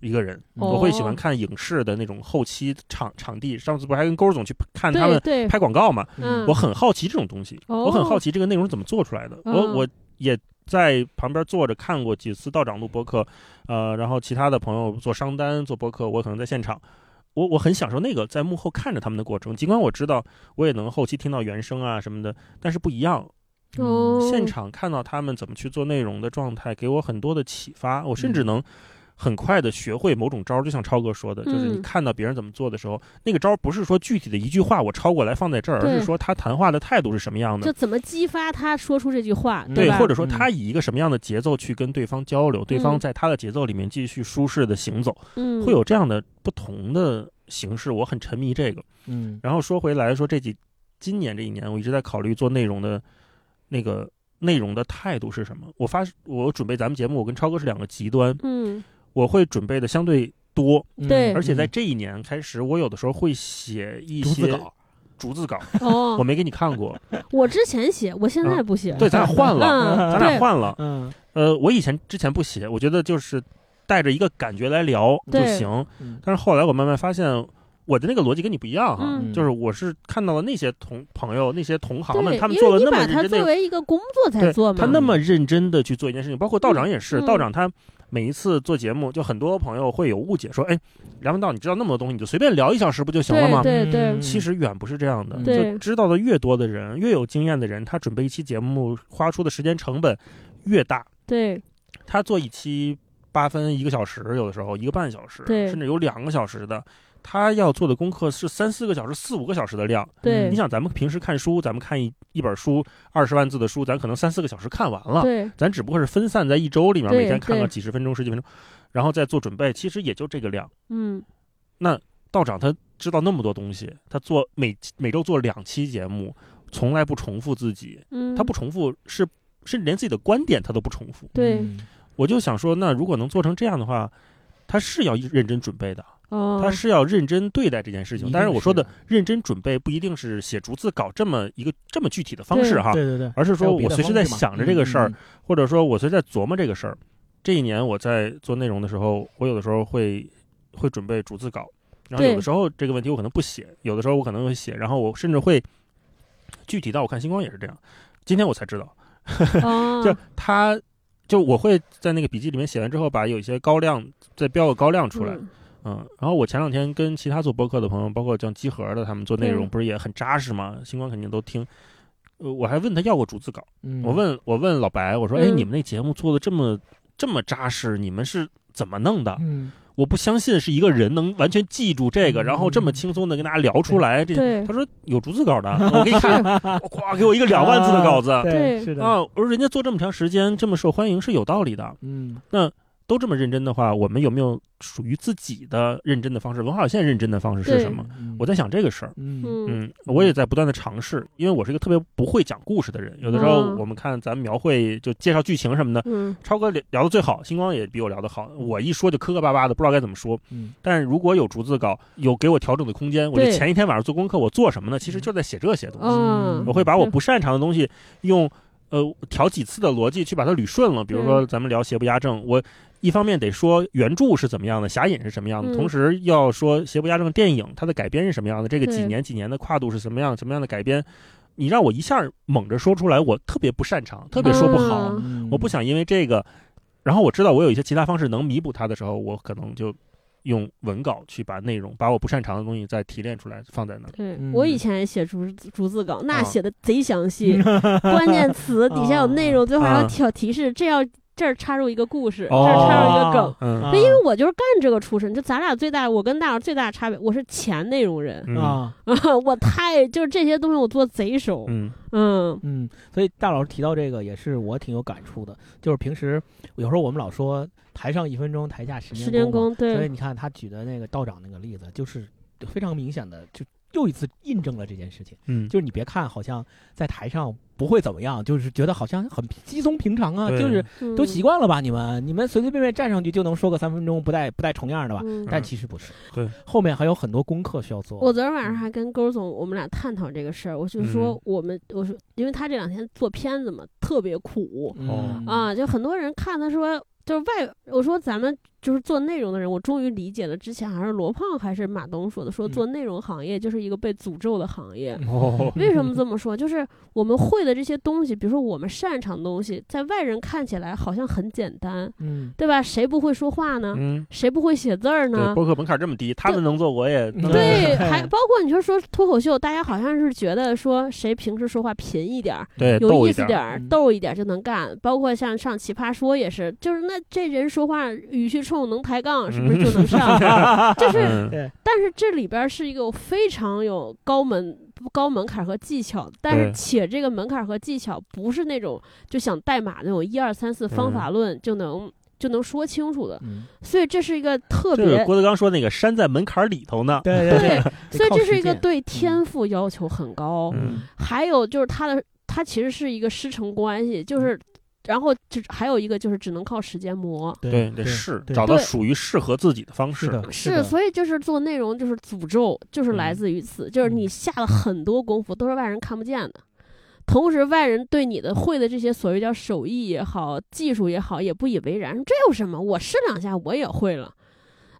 一个人，
哦
我会喜欢看影视的那种后期场场地。上次不是还跟勾总去看他
对
们
对，
拍广告嘛？
嗯
我很好奇这种东西，
哦
我很好奇这个内容是怎么做出来的。我
嗯
我也在旁边坐着看过几次道长录播客，呃，然后其他的朋友做商单做播客，我可能在现场。我我很享受那个在幕后看着他们的过程，尽管我知道我也能后期听到原声啊什么的，但是不一样，
哦，嗯
现场看到他们怎么去做内容的状态，给我很多的启发。我甚至能很快的学会某种招儿，就像超哥说的，就是你
嗯
看到别人怎么做的时候，那个招儿不是说具体的一句话我抄过来放在这儿，而
对
是说他谈话的态度是什么样
就
的，
怎么激发他说出这句话，
嗯
对，
吧？
或者说
嗯
他以一个什么样的节奏去跟对方交流，对
嗯
方在他的节奏里面继续舒适的行走，
嗯，
会有这样的不同的形式，我很沉迷这个。
嗯
然后说回来说这几今年这一年，我一直在考虑做内容的那个内容的态度是什么。我发我准备咱们节目，我跟超哥是两个极端，
嗯
我会准备的相对多，
嗯
对
而且在这一年开始，我有的时候会写一
逐字
些
稿，
逐字稿，我
哦，
没给你看过，
我之前写，我现在不写，
对，咱俩换了，
嗯
咱
对
俩换了。
嗯
呃，我以前之前不写，我觉得就是带着一个感觉来聊就
对
行，
嗯
但是后来我慢慢发现。我的那个逻辑跟你不一样哈，
嗯
啊就是我是看到了那些同朋友、那些同行们，
对，
他们
因
做了
为你
那么
把
认真
它
的
作为一个工作在
对
做
他
嘛，
那么认真的去做一件事情，包括道长也是，
嗯
道长他每一次做节目，就很多朋友会有误解，说，哎，梁文道，你知道那么多东西，你就随便聊一小时不就行了吗？
对对
嗯
其实远不是这样的，
对
就知道的越多的人，越有经验的人，他准备一期节目花出的时间成本越大，
对
他做一期八分一个小时，有的时候一个半小时，
对
甚至有两个小时的，他要做的功课是三四个小时、四五个小时的量。
对
你想，咱们平时看书，咱们看一一本书二十万字的书，咱可能三四个小时看完了，
对
咱只不过是分散在一周里面，
对
每天看个
对
几十分钟、十几分钟，然后再做准备，其实也就这个量。
嗯
道长他知道那么多东西，他做每每周做两期节目，从来不重复自己，
嗯，
他不重复是甚至连自己的观点他都不重复。
对
嗯
我就想说，那如果能做成这样的话，他是要认真准备的，
哦，
他是要认真对待这件事
一
情。
定
当然，我说的
是嗯
认真准备不一定是写逐字稿这么一个这么具体的方式
对
哈，
对对对，
而是
还
说
有别
我
的
随
方
时在
式嘛
想着这个事儿，
嗯
或者说我随时在琢磨这个事儿。这一年我在做内容的时候，我有的时候会会准备逐字稿，然后
对
有的时候这个问题我可能不写，有的时候我可能会写，然后我甚至会具体到我看星光也是这样，今天我才知道，
嗯
(laughs)
哦
就他就我会在那个笔记里面写完之后，把有一些高亮再标个高亮出来，
嗯
嗯，然后我前两天跟其他做播客的朋友，包括像集合的，他们做内容
嗯
不是也很扎实吗？星光肯定都听。呃，我还问他要过逐字稿，
嗯
我问我问老白，我说，哎，
嗯
你们那节目做的这么这么扎实，你们是怎么弄的？
嗯
我不相信是一个人能完全记住这个，
嗯
然后这么轻松的跟大家聊出来。这
对
他说有逐字稿
(laughs)
的，我给你看，咵给我一个两万字的稿子
啊
啊！
对
对
是的
我说人家做这么长时间，这么受欢迎是有道理的。
嗯
都这么认真的话，我们有没有属于自己的认真的方式？文化现在认真的方式是
对
什么？
嗯
我在想这个事儿。
嗯
嗯
嗯，我也在不断的尝试，因为我是一个特别不会讲故事的人。有的时候
嗯
我们看咱们描绘就介绍剧情什么的，
嗯
超哥聊聊的最好，星光也比我聊得好。我一说就磕磕巴巴的，不知道该怎么说。
嗯
但是如果有逐字稿，有给我调整的空间，我就
对嗯
前一天晚上做功课，我做什么呢？其实就在写这些东西。
哦
我会把我不擅长的东西用呃调几次的逻辑去把它捋顺了。比如
嗯
说咱们聊邪不压正，我一方面得说原著是怎么样的，侠隐是什么样的，
嗯
同时要说邪不压正电影它的改编是什么样的，这个
对
几年几年的跨度是什么样，什么样的改编，你让我一下猛着说出来，我特别不擅长，特别说不好，
啊
嗯
我不想因为这个。然后我知道我有一些其他方式能弥补它的时候，我可能就用文稿去把内容，把我不擅长的东西再提炼出来放在那儿。
对
嗯，
我以前也写逐逐字稿，那
啊
写的贼详细，关键词底下有内容，最后还有
啊
小提示，这要这儿插入一个故事，这
哦
儿插入一个梗。
嗯
啊
那因为我就是干这个出身，就咱俩最大，我跟大佬最大的差别，我是前内容人， (laughs)
嗯
啊
我太就是这些东西我做贼熟，
嗯
嗯
嗯，所以大老师提到这个也是我挺有感触的，就是平时有时候我们老说台上一分钟，台下十
十
年
年
功嘛，
功
所以
对，
你看他举的那个道长那个例子，就是非常明显的就。又一次印证了这件事情，
嗯，
就是你别看好像在台上不会怎么样，就是觉得好像很稀松平常啊，
对
就是
嗯
都习惯了吧？你们你们随随便便站上去就能说个三分钟，不带不带重样的吧？
嗯
但其实不是，
对，
后面还有很多功课需要做。
我昨天晚上还跟勾总我们俩探讨这个事儿，我就说我们、我说，因为他这两天做片子嘛，特别苦
嗯
啊，就很多人看他说就是外，我说咱们就是做内容的人，我终于理解了之前还是罗胖还是马东说的，说
嗯
做内容行业就是一个被诅咒的行业。
(laughs) 哦，
(laughs) 为什么这么说？就是我们会的这些东西，比如说我们擅长的东西，在外人看起来好像很简单，
嗯，
对吧？谁不会说话呢？
嗯，
谁不会写字儿呢
对，？播客门槛这么低，他们能做我也能
对，
嗯
还包括你就说脱口秀，大家好像是觉得说谁平时说话贫一点儿、
对
有
哎逗
意
一
思
下
点儿、
嗯
逗一点儿就能干。包括像上奇葩说也是，就是那这人说话语气冲冲能抬杠，是不是就能上？这是
嗯
但是这里边儿是一个非常有高门高门槛儿和技巧，但是
对
且这个门槛儿和技巧不是那种就想代码那种一二三四方法论就能、就能说清楚的，
嗯，
所以这是一个特
就是
别。
郭德纲说那个山在门槛里头呢，
对
对，所以这是一个
得靠实践
对天赋要求很高，
嗯
还有就是他的他其实是一个师承关系，就是，然后只还有一个就是只能靠时间磨，
(laughs) 对，得试，
对
找到
对嗯
属于适合自己的方式。
的，嗯
是，所以就是做内容就是诅咒，就是来自于此，就是你下了很多功夫，都是外人看不见的。同时，外人对你的会的这些所谓叫手艺也好、技术也好，也不以为然，这有什么？我试两下我也会了。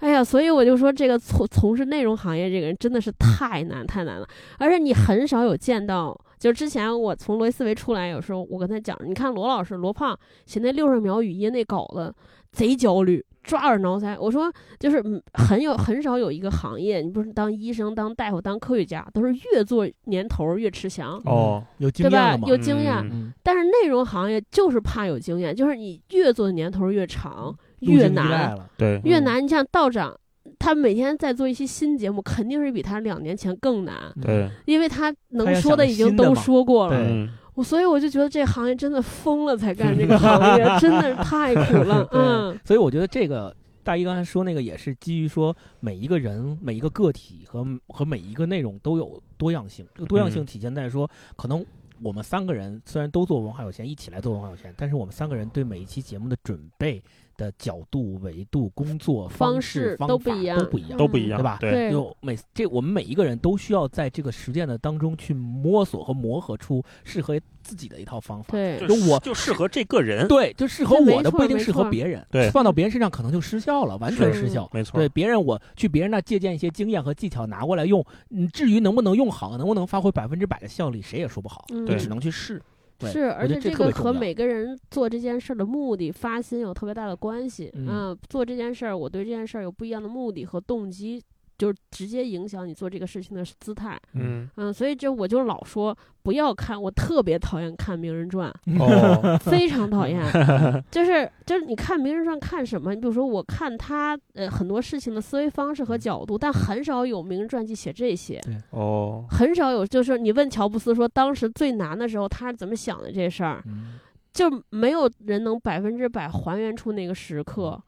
哎呀，所以我就说，这个从从事内容行业这个人真的是太难太难了，而且你很少有见到。就之前我从罗辑思维出来，有时候我跟他讲，你看罗老师罗胖写那六十秒语音那稿子，贼焦虑，抓耳挠腮。我说就是嗯很有很少有一个行业，你不是当医生、当大夫、当科学家，都是越做年头儿越吃香，
哦，
嗯有经
对
验
吧
了？嘛？
有经验，
嗯
嗯，
但是内容行业就是怕有经验，就是你越做的年头儿越长，越
嗯路径依赖
难，
了，嗯
对，
越难。你像道长。他每天在做一些新节目，肯定是比他两年前更难，
对，
因为他
嗯他
能
要
说
想
的已经
新的
都
嘛
说过了。
对
嗯
我所以我就觉得这行业真的疯了才干这个行业，真的是太苦了。
对
嗯，
所以我觉得这个大一刚才说那个也是基于说每一个人、每一个个体和和每一个内容都有多样性。这个多样性
嗯
体现在说，可能我们三个人虽然都做文化有限，一起来做文化有限，但是我们三个人对每一期节目的准备的角度、维度、工作
方
式、
式
方
都
法
不一样
都不一样。
都不
嗯
一样，
对吧
对，
对
就每这我们每一个人都需要在这个实践的当中去摸索和磨合出适合自己的一套方法。
(laughs) 嗯对，
就我
就适合这个人，
对，就适合
对没
我的不
错
一定
没
适合
错
别人，
对
放到别人身上可能就失效了，完全
是
失效。
没错
对，别人，我去别人那借鉴一些经验和技巧拿过来用，嗯，至于能不能用好，能不能发挥百分之百的效力，谁也说不好，
嗯
就只能去试。对
是，
我
而
觉
且
得这特
个
别重
和
要
每个人做这件事儿的目的、发心有特别大的关系。
嗯
做这件事儿，我对这件事儿有不一样的目的和动机，就是直接影响你做这个事情的姿态。
嗯，
嗯，所以这我就老说不要看，我特别讨厌看《名人传》，
嗯 (laughs)
哦，
非常讨厌。 (laughs) 就是就是，你看《名人传》看什么？你比如说，我看他呃很多事情的思维方式
嗯
和角度，但很少有名人传记写这些。
哦，
很少有，就是你问乔布斯说当时最难的时候他是怎么想的这事儿，
嗯
就没有人能百分之百还原出那个时刻，
嗯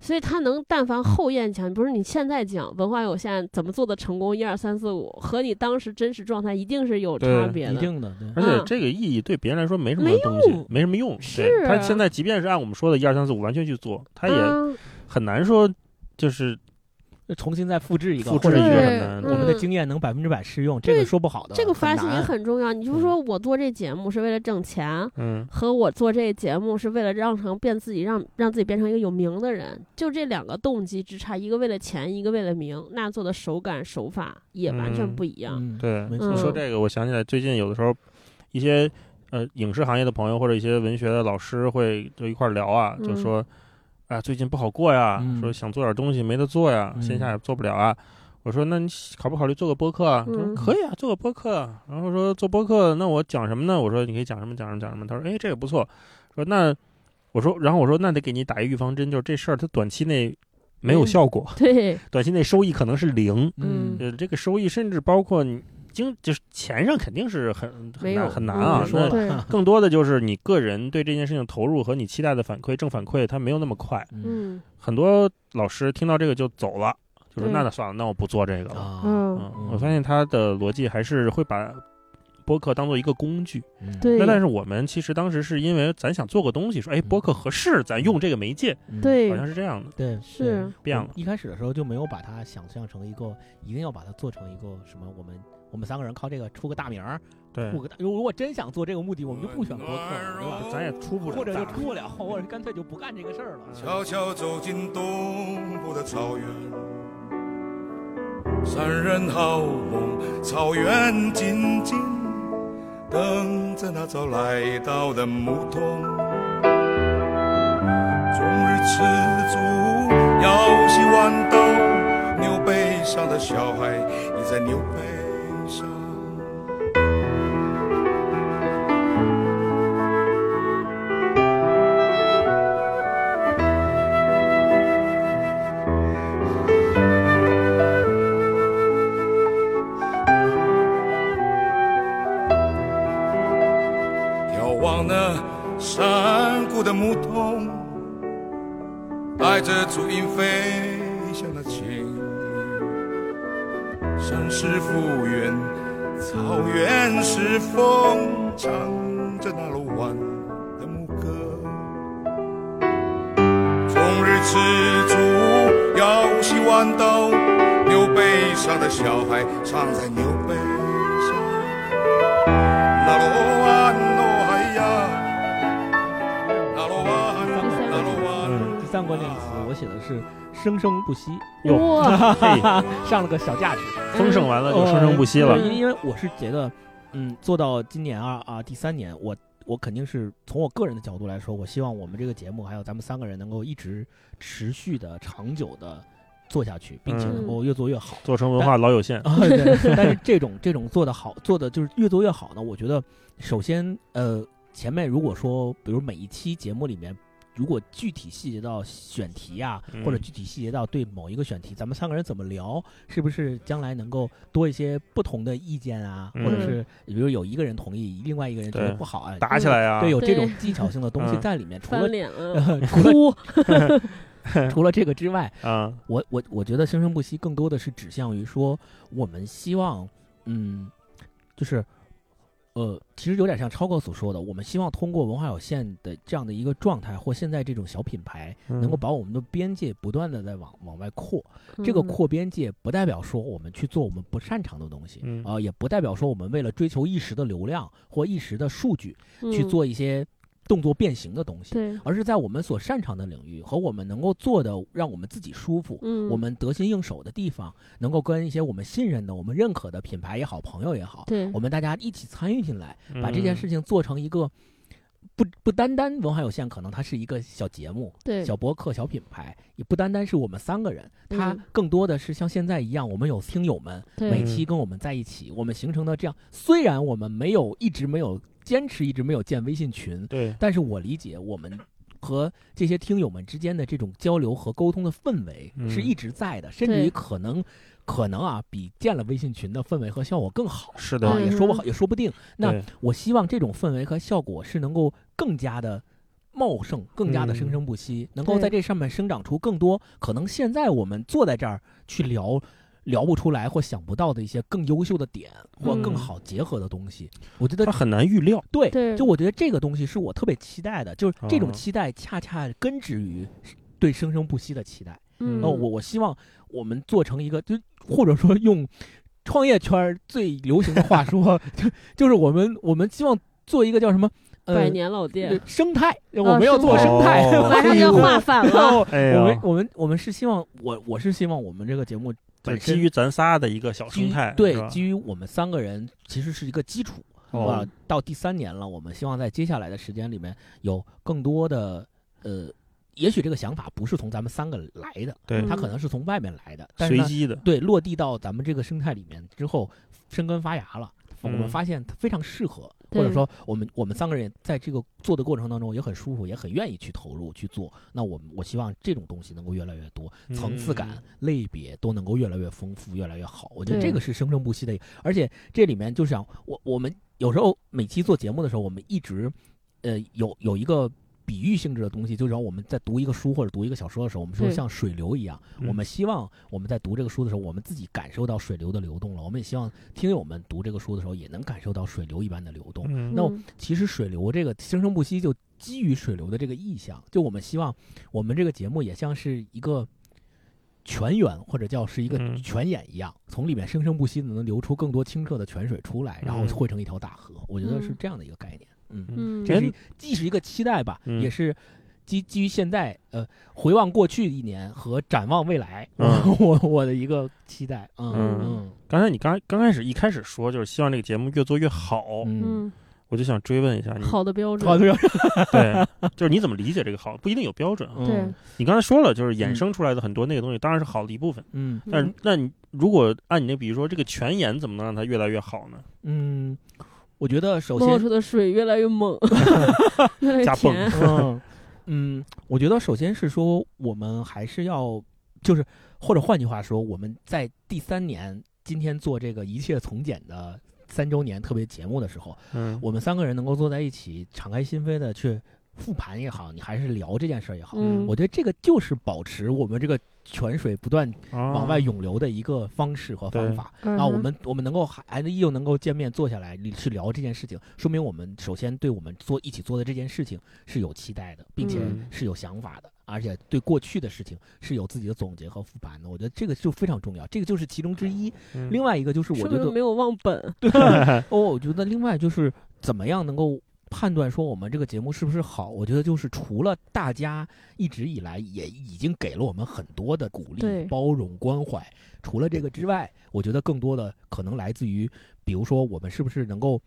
所以他能但凡后验讲，不是你现在讲文化有限怎么做的成功一二三四五，和你当时真实状态一定是有差
对
别
一
的。
定的，
而
对，
且
嗯
这个意义对别人来说没什么
没
东西，
用
没什么用。对
是啊
他现在即便是按我们说的一二三四五完全去做，他也
嗯，
很难说就是
就重新再复制一个，
复
或
制
者
一个
是
很
对
难。
我们的
嗯
经验能百分之百适用，这个
对
说不好的，
这个发
现
心也很重要。
嗯
你就说我做这节目是为了挣钱，
嗯，
和我做这节目是为了让成变自己，让让自己变成一个有名的人，就这两个动机之差，一个为了钱，一个为了名，那做的手感手法也完全不一样。
嗯，
对，
没
你
错
说这个，我想起来最近有的时候一些呃影视行业的朋友或者一些文学的老师会就一块儿聊啊，就
嗯
说啊最近不好过呀，
嗯
说想做点东西没得做呀，
嗯
线下也做不了啊。我说那你考不考虑做个播客啊？他说
嗯
可以啊，做个播客啊。然后说做播客，那我讲什么呢？我说你可以讲什么讲什么讲什么。他说哎这个不错。说那我说然后我说那得给你打一预防针，就是这事儿它短期内没有
嗯
效果，
对，
短期内收益可能是零。
嗯
嗯
呃，这个收益甚至包括你经就是钱上肯定是很很
(laughs) 没
难
有
很难
嗯
啊
别。说
那
了 (laughs)
对，
更多的就是你个人对这件事情投入和你期待的反馈正反馈，它没有那么快。
嗯
嗯
很多老师听到这个就走了，就说
对
那那算了，那我不做这个了。
啊，
嗯，
嗯，我发现他的逻辑还是会把。播客当做一个工具，
嗯
对
那但是我们其实当时是因为咱想做个东西，说哎，播客合适，咱用这个媒介，
嗯
对
好像是这样的，
对对
是，
变了。
一开始的时候就没有把它想象成一个，一定要把它做成一个什么，我们我们三个人靠这个出个大名儿，
对
出，个大。如果真想做这个目的，我们就不选播
哎
客了，对吧？
咱也出不了，
或者就出不了，或者干脆就不干这个事儿 (laughs) 了。
悄悄走进东部的草原，三人好梦，草原静静等着那早来到的牧童。终日吃足，腰系豌豆，牛背上的小孩倚在牛背上。山谷的牧童，带着足印飞翔的情侣。山是复原，草原是风，唱着那鲁湾的牧歌。终日吃足，腰系弯刀，牛背上的小孩唱在牛背上。那罗哇诺嗨呀，那罗哇那罗
(laughs)
哇，
第三关键词我写的是生生不息，
哟，
(laughs)
哇，
嘿，
上了个小价值。
嗯
丰盛完了就生生不息了
对，哦因因为我是觉得，嗯，做到今年啊啊第三年，我我肯定是从我个人的角度来说，我希望我们这个节目还有咱们三个人能够一直持续的、长久的做下去，并且
嗯
能够越做越好。
做成文化老有
嗯
限。
(laughs) 啊，对，但是这种这种做的好，做的就是越做越好呢。我觉得，首先，呃，前面如果说，比如每一期节目里面，如果具体细节到选题啊，
嗯
或者具体细节到对某一个选题，咱们三个人怎么聊，是不是将来能够多一些不同的意见啊？
嗯
或者是比如有一个人同意，另外一个人觉得不好啊，
打起来啊！
对，有这种
对
技巧性的东西
嗯
在里面。除
翻
了呃
脸
(laughs)
了， (laughs)
除了
哭，
除了这个之外，
啊，
我我我觉得生生不息更多的是指向于说，我们希望，嗯，就是，呃，其实有点像超哥所说的，我们希望通过文化有限的这样的一个状态，或现在这种小品牌，能
能
够把我们的边界不断的在往往外扩。这个
嗯
扩边界不代表说我们去做我们不擅长的东西，
嗯
啊、也不代表说我们为了追求一时的流量或一时的数据去
嗯
做一些动作变形的东西。
对，
而是在我们所擅长的领域和我们能够做的，让我们自己舒服，
嗯，
我们得心应手的地方，能够跟一些我们信任的、我们认可的品牌也好、朋友也好，
对
我们大家一起参与进来，
嗯
把这件事情做成一个不不单单文化有限，可能它是一个小节目、
对
小博客、小品牌，也不单单是我们三个人，它
嗯
更多的是像现在一样，我们有听友们
对
每期跟我们在一起，我们形成的这样，虽然我们没有一直没有坚持，一直没有建微信群，
对，
但是我理解我们和这些听友们之间的这种交流和沟通的氛围
嗯
是一直在的，甚至于可能可能啊，比建了微信群的氛围和效果更好。
是
啊，
的，
也说不好，也说不定。那
对
我希望这种氛围和效果是能够更加的茂盛，更加的生生不息，能够在这上面生长出更多可能现在我们坐在这儿去聊聊不出来或想不到的一些更优秀的点或更
嗯
好结合的东西。我觉得
它很难预料。
对，
对
就我觉得这个东西是我特别期待的，就是这种
哦
期待恰恰根植于对生生不息的期待。
嗯
那、哦我我希望我们做成一个，就或者说用创业圈儿最流行的
(laughs)
话说，就就是我们我们希望做一个叫什么
百
呃
年老店啊
呃生态，我们要做生
生
态
态，
(laughs)
哦
马上就要
画
画反
然
了，
后
哎
哦我们
呀，
我们我们是希望我我是希望我们这个节目
就
本
基
身
于咱仨的一个小
基
生
于
态，是
对
吧
基于我们三个人其实是一个基础。
哦
啊，到第三年了，我们希望在接下来的时间里面有更多的呃，也许这个想法不是从咱们三个来的，
对
嗯
它可能是从外面来的，但是
随
呢，
机的，
对落地到咱们这个生态里面之后，生根发芽了。我们
嗯
发现它非常适合，
对
或者说我们我们三个人在这个做的过程当中也很舒服，也很愿意去投入去做。那我们我希望这种东西能够越来越多，
嗯
层次感、类别都能够越来越丰富，越来越好。我觉得
对
这个是生生不息的，而且这里面就想我我们有时候每期做节目的时候，我们一直呃有有一个。比喻性质的东西，就像我们在读一个书或者读一个小说的时候，我们说
对
像水流一样，
嗯
我们希望我们在读这个书的时候，我们自己感受到水流的流动了。我们也希望听友们读这个书的时候，也能感受到水流一般的流动。
嗯
那我
嗯
其实水流这个生生不息，就基于水流的这个意象，就我们希望我们这个节目也像是一个泉源，或者叫是一个
嗯
泉眼一样，从里面生生不息的能流出更多清澈的泉水出来，然后
嗯
汇成一条大河。我觉得是
嗯
这样的一个概念。嗯，
嗯
这是
哎
一既是一个期待吧，
嗯
也是基基于现在呃回望过去一年和展望未来，
嗯
(laughs) 我我的一个期待。嗯
嗯
刚才你刚刚开始一开始说就是希望这个节目越做越好，
嗯
嗯，
我就想追问一下你，
好的标
好
准，
的，
对，就是你怎么理解这个好？不一定有标准啊。
嗯
对，
你刚才说了，就是衍生出来的很多那个东西，当然是好的一部分。
嗯
但是，那你如果按你那，比如说这个泉眼怎么能让它越来越好呢？
嗯，我觉得首
冒
先
出的水越来越猛，越来越
加
甜，
嗯，嗯，我觉得首先是说，我们还是要，就是或者换句话说，我们在第三年今天做这个一切从简的三周年特别节目的时候，
嗯
我们三个人能够坐在一起，敞开心扉的去复盘也好，你还是聊这件事儿也好，
嗯，
我觉得这个就是保持我们这个泉水不断往
往
外涌流的一个方式和方法。
嗯
啊那我们我们能够还还依旧能够见面坐下来去聊这件事情，说明我们首先对我们做一起做的这件事情是有期待的，并且
嗯
是有想法的，而且对过去的事情是有自己的总结和复盘的。我觉得这个就非常重要，这个就是其中之一。
嗯
嗯
另外一个就是我
说
觉得
明没有忘本，
(laughs)
哦，我觉得另外就是怎么样能够判断说我们这个节目是不是好？我觉得就是除了大家一直以来也已经给了我们很多的鼓励
对、
包容、关怀，除了这个之外，我觉得更多的可能来自于，比如说我们是不是能够。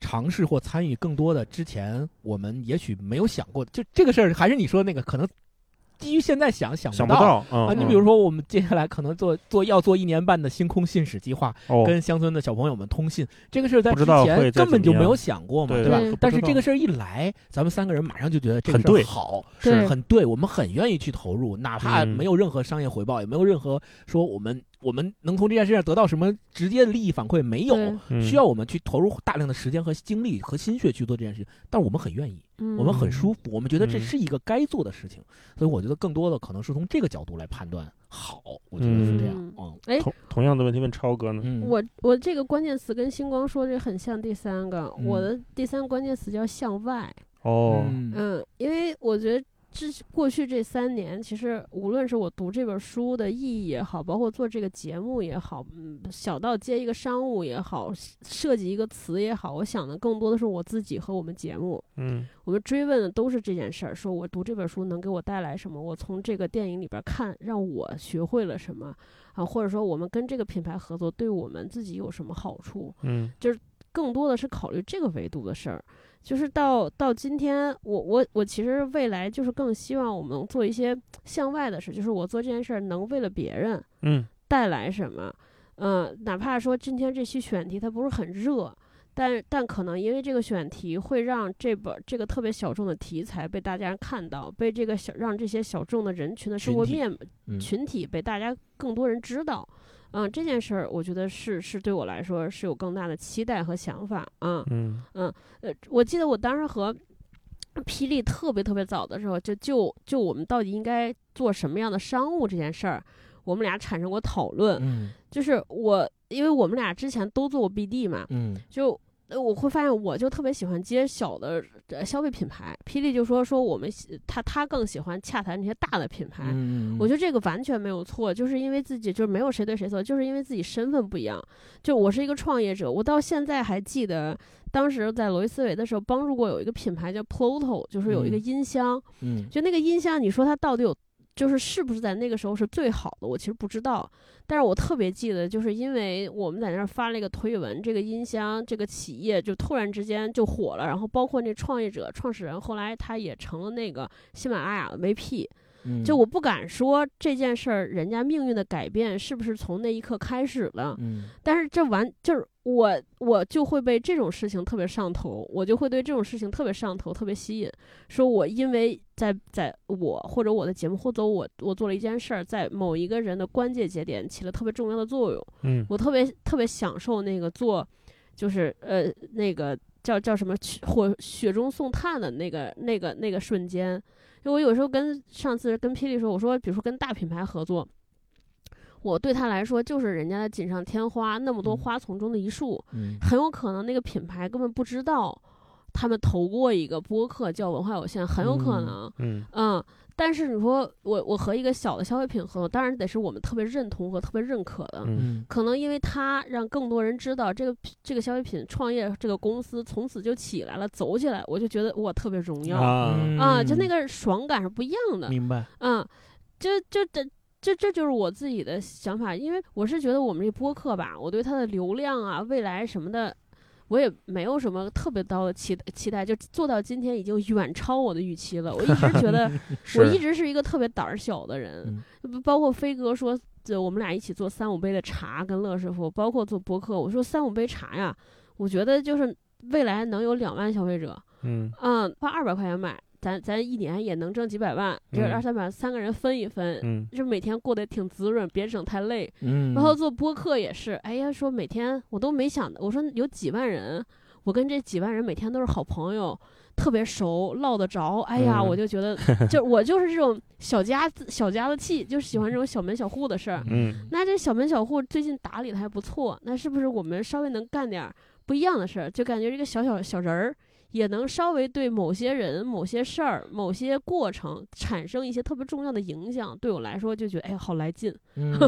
尝试或参与更多的之前我们也许没有想过的，就这个事儿还是你说的那个，可能基于现在想想
想
不
不
到
到嗯
啊。你比如说，我们接下来可能做做要做一年半的星空信使计划，
哦
跟乡村的小朋友们通信，这个事儿在
不
之
知道
前
会再
根本
怎
就
么
没有
样
想过嘛，
对
吧
对？
但
不
是
知
这个
道
事儿一来，咱们三个人马上就觉得这个
很
事儿
对
好，
对
很对，我们很愿意去投入，哪怕
嗯
没有任何商业回报，也没有任何说我们我们能从这件事上得到什么直接的利益反馈，没有
对，
嗯
需要我们去投入大量的时间和精力和心血去做这件事情，但我们很愿意，
嗯
我们很舒服，我们觉得这
嗯
是一个该做的事情，所以我觉得更多的可能是从这个角度来判断好，我觉得是这样，
嗯
嗯
哎，
同同样的问题问超哥呢？
嗯，
我我这个关键词跟星光说这很像第三个，我
嗯
的第三关键词叫向外。
哦，
嗯
嗯，因为我觉得这过去这三年，其实无论是我读这本书的意义也好，包括做这个节目也好，嗯，小到接一个商务也好，设计一个词也好，我想的更多的是我自己和我们节目。
嗯
我们追问的都是这件事儿，说我读这本书能给我带来什么？我从这个电影里边看，让我学会了什么啊？或者说，我们跟这个品牌合作，对我们自己有什么好处？
嗯
更多的是考虑这个维度的事儿。就是到到今天，我我我其实未来就是更希望我们能做一些向外的事，就是我做这件事儿能为了别人
嗯
带来什么。嗯、哪怕说今天这期选题它不是很热，但但可能因为这个选题会让这本这个特别小众的题材被大家看到，被这个小让这些小众的人群的生活
群体
面
嗯
群体被大家更多人知道。嗯，这件事儿我觉得是是对我来说是有更大的期待和想法啊。
嗯
呃，我记得我当时和霹雳特别特别早的时候，就就就我们到底应该做什么样的商务这件事儿，我们俩产生过讨论。
嗯
就是我，因为我们俩之前都做过 BD 嘛，
嗯
就呃我会发现，我就特别喜欢接小的呃消费品牌。霹雳就说说我们喜他他更喜欢洽谈这些大的品牌。
嗯，
我觉得这个完全没有错，就是因为自己就是没有谁对谁错，就是因为自己身份不一样。就我是一个创业者，我到现在还记得，当时在罗伊斯维的时候帮助过有一个品牌叫 Pluto，就是有一个
嗯
音箱，
嗯
就那个音箱，你说它到底有，就是是不是在那个时候是最好的，我其实不知道。但是我特别记得，就是因为我们在那儿发了一个推文，这个音箱这个企业就突然之间就火了，然后包括那创业者、创始人，后来他也成了那个喜马拉雅的 VP。
嗯，
就我不敢说这件事儿，人家命运的改变是不是从那一刻开始的，
嗯
但是这完就是我我就会被这种事情特别上头，我就会对这种事情特别上头，特别吸引。说我因为在在我或者我的节目或者我我做了一件事儿，在某一个人的关键节点起了特别重要的作用，
嗯
我特别特别享受那个做，就是呃那个叫叫什么去或雪中送炭的那个那个那个瞬间。因为我有时候跟上次跟霹雳说，我说比如说跟大品牌合作，我对他来说就是人家的锦上添花，那么多
嗯
花丛中的一束，
嗯
很有可能那个品牌根本不知道他们投过一个播客叫文化有限，很有可
嗯
能。
嗯
嗯，但是你说我我和一个小的消费品合作，当然得是我们特别认同和特别认可的。
嗯
嗯
可能因为它让更多人知道这个这个消费品创业这个公司从此就起来了，走起来，我就觉得我特别荣耀啊、
啊
就那个爽感是不一样的。
明白，
嗯，这这这这这就是我自己的想法，因为我是觉得我们这播客吧，我对它的流量啊、未来什么的，我也没有什么特别高的期期待，就做到今天已经远超我的预期了。我一直觉得我一
是嗯
直是一个特别胆儿小的人，包括飞哥说，就我们俩一起做三五杯的茶跟乐师傅，包括做播客，我说三五杯茶呀，我觉得就是未来能有两万消费者，
嗯
嗯，花二百块钱买，咱咱一年也能挣几百万，
嗯
这二三百三个人分一分， (laughs)
嗯
就每天过得挺滋润，别整太累。
嗯，
然后做播客也是，哎呀，说每天我都没想，我说有几万人，我跟这几万人每天都是好朋友，特别熟，唠得着。哎呀，
嗯
我就觉
(laughs)
得，就我就是这种小家子小家子气，就喜欢这种小门小户的事儿。
嗯
那这小门小户最近打理的还不错，那是不是我们稍微能干点儿不一样的事儿？就感觉这个小小小人儿也能稍微对某些人、某些事儿、某些过程产生一些特别重要的影响。对我来说，就觉得哎，好来劲。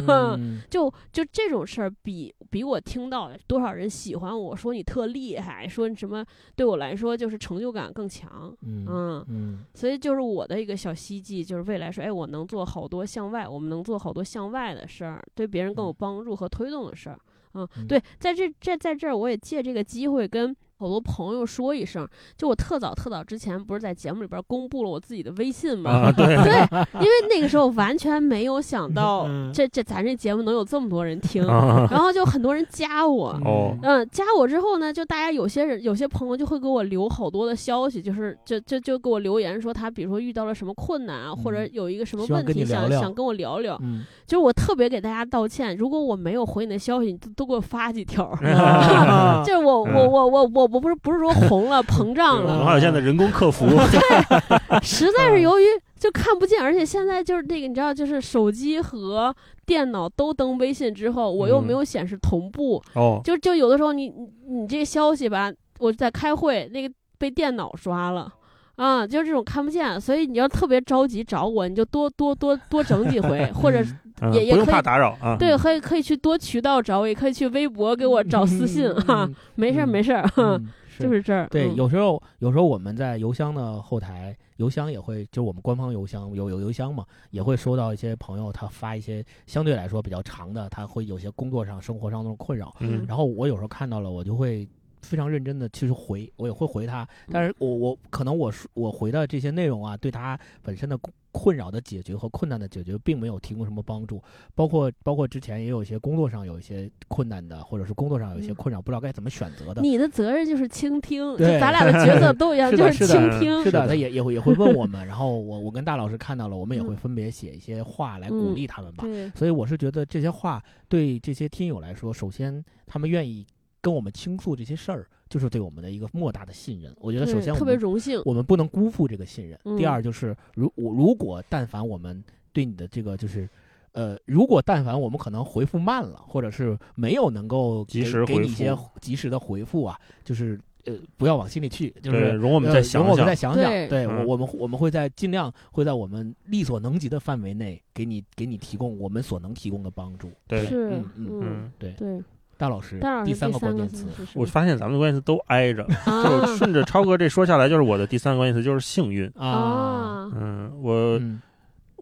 嗯
就就这种事儿，比比我听到多少人喜欢我说你特厉害，说你什么，对我来说就是成就感更强。
嗯
嗯，
嗯
所以就是我的一个小希冀，就是未来说，哎，我能做好多向外，我们能做好多向外的事儿，对别人更有帮助和推动的事儿。嗯，
嗯
对，在这这在这儿，我也借这个机会跟好多朋友说一声，就我特早特早之前不是在节目里边公布了我自己的微信吗？
啊，对，
对，因为那个时候完全没有想到
嗯
这这咱这节目能有这么多人听，
啊，
(laughs)
然后就很多人加我。
哦
嗯，加我之后呢，就大家有些人、有些朋友就会给我留好多的消息，就是就就就给我留言说他，比如说遇到了什么困难啊，或者有一个什么
嗯希望
问
跟你
题想
聊聊
想跟我聊聊。
嗯，
就是我特别给大家道歉，如果我没有回你的消息，你都都给我发几条。
啊
(laughs) 就是我我我我我我不是不是说红了膨胀
文
了，
化有限的人工客服，
嗯
实在是由于就看不见，而且现在就是那个你知道，就是手机和电脑都登微信之后，我又
嗯
没有显示同步，
哦，
就就有的时候你你你这消息吧，我在开会，那个被电脑刷了。啊，就是这种看不见，所以你要特别着急找我，你就多多多多整几回，
(laughs)
或者
嗯
也也
不用
可以
怕打扰啊，
对，可以可以去多渠道找我，也可以去微博给我找私信哈、
嗯
没事儿
嗯
没事儿，哈、
嗯是
就是这儿。
对，
嗯
有时候有时候我们在邮箱的后台，邮箱也会就是我们官方邮箱有有邮箱嘛，也会收到一些朋友他发一些相对来说比较长的，他会有些工作上、生活上那种困扰。
嗯
然后我有时候看到了，我就会非常认真的去回，我也会回他，但
嗯
是我我可能我说我回的这些内容啊，对他本身的困困扰的解决和困难的解决，并没有提供什么帮助，包括包括之前也有一些工作上有一些困难的，或者是工作上有一些
嗯
困扰，不知道该怎么选择的。
你的责任就是倾听，就
对
咱俩的角色都一
(laughs)
样，
是
就
的
是
是
倾
的
听。
是
是的
的，他也也会也会问我们，然后我我跟大老师看到了，我们也会
嗯
分别写一些话来鼓
嗯
励他们吧。
对，
所以我是觉得这些话对这些听友来说，首先他们愿意跟我们倾诉这些事儿，就是对我们的一个莫大的信任。我觉得首
对
先我
特别
们
荣幸。
我们不能辜负这个信任。第
嗯
二就是如我如果但凡我们对你的这个就是。呃，如果但凡我们可能回复慢了，或者是没有能够
及
给
时
给
回
你一些
复
及时的回复啊，就是呃，不要往心里去，就
对，
是
容我们
呃
再
容
想
我们
想
再，想想，
对
对我
嗯
我们我们会在尽量会在我们力所能及的范围内，给你给你提供我们所能提供的帮助。
对，
是，
嗯嗯
嗯，
嗯。
对，
大老师，
戴老师
第
第
三
三
个
个
关键词，
是什
我
么
发现咱们的关系都挨着，就是
啊
顺着超哥这说下来，就是我的第三个关系词就是幸运。
啊，
啊，
嗯，我
嗯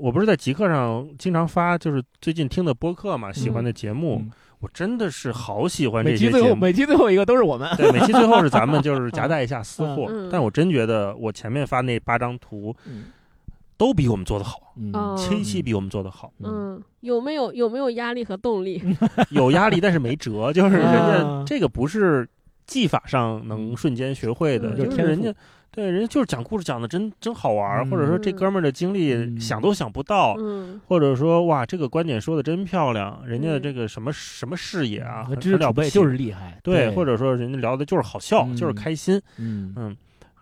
我不是在极客上经常发，就是最近听的播客嘛，喜欢的节目，
嗯
呃我真的是好喜欢这
每期
些
最后
节目。
每期最后一个都是我
(laughs)
们，
对，每期最后是咱们就是夹带一下私货，
嗯嗯
但我真觉得我前面发那八张图
嗯
都比我们做的好，
哦
清晰比我们做的好，
嗯，有没有有没有压力和动力？
嗯
有压力但是没辙，
(laughs)
就是人
啊
嗯
家这个不是技法上能瞬间学会的，
嗯
就是
就是嗯天
人
赋
家对人家就是讲故事讲的真真好玩儿，
嗯
或者说这哥们儿的经历
嗯
想都想不到，
嗯，
或者说哇，这个观点说的真漂亮，人家
嗯
这个什么什么视野啊，
嗯和
很
知识
很了
储
不
备
起，
就是厉害，
对，或者说人家聊的就是好笑，
嗯
就是开心，
嗯
嗯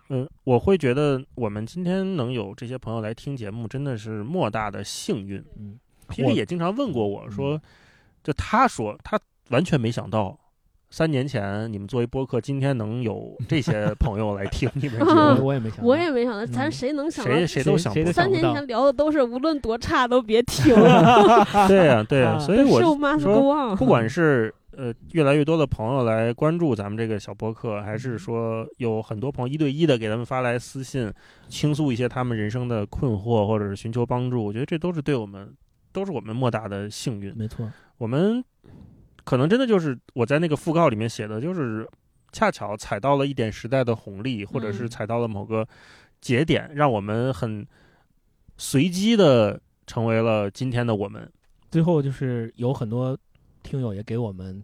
嗯，我会觉得我们今天能有这些朋友来听节目，真的是莫大的幸运。
嗯
皮
我
皮也经常问过我说，就他说他完全没想到。三年前，你们作为播客，今天能有这些朋友来听你们节
我
目，
嗯我也没想到，
(laughs) 我也没想到，
嗯
咱谁能想到
谁谁都想
谁
不
都
到
想
三
不
年
到
前聊的都是无论多差都别听，
(laughs)
对呀、对呀、
啊
所以我
受 must
说
go
(laughs)
on。
不管是呃越来越多的朋友来关注咱们这个小播
嗯
客，还是说有很多朋友一对一的给他们发来私信，倾诉一些他们人生的困惑或者是寻求帮助，我觉得这都是对我们都是我们莫大的幸运。
没错，
我们可能真的就是我在那个讣告里面写的，就是恰巧踩到了一点时代的红利，或者
嗯
是踩到了某个节点，让我们很随机的成为了今天的我们。
最后就是有很多听友也给我们。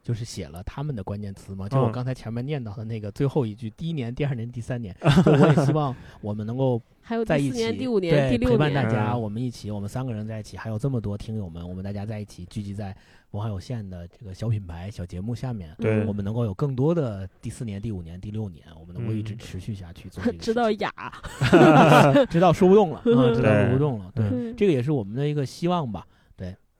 就是写了他们的关键词嘛，就我
嗯
刚才前面念到的那个最后一句，第一年、第二年、第三年，就我也希望我们能
(laughs)
够
还有
在
第
一
四
起，
年、第五年、
对
第六
陪伴大
年，
家，
嗯
我们一起，我们三个人在一起，还有这么多听友们，我们大家在一起聚集在文化有限的这个小品牌、小节目下面，
对
嗯
我们能够有更多的第四年、第五年、第六年，我们能够一直
嗯
持续下去做
(laughs)
这个
直
事
到
情，
哑， (laughs)
直到说不动了，啊，直到
对
说不动了，对，
嗯
这个也是我们的一个希望吧。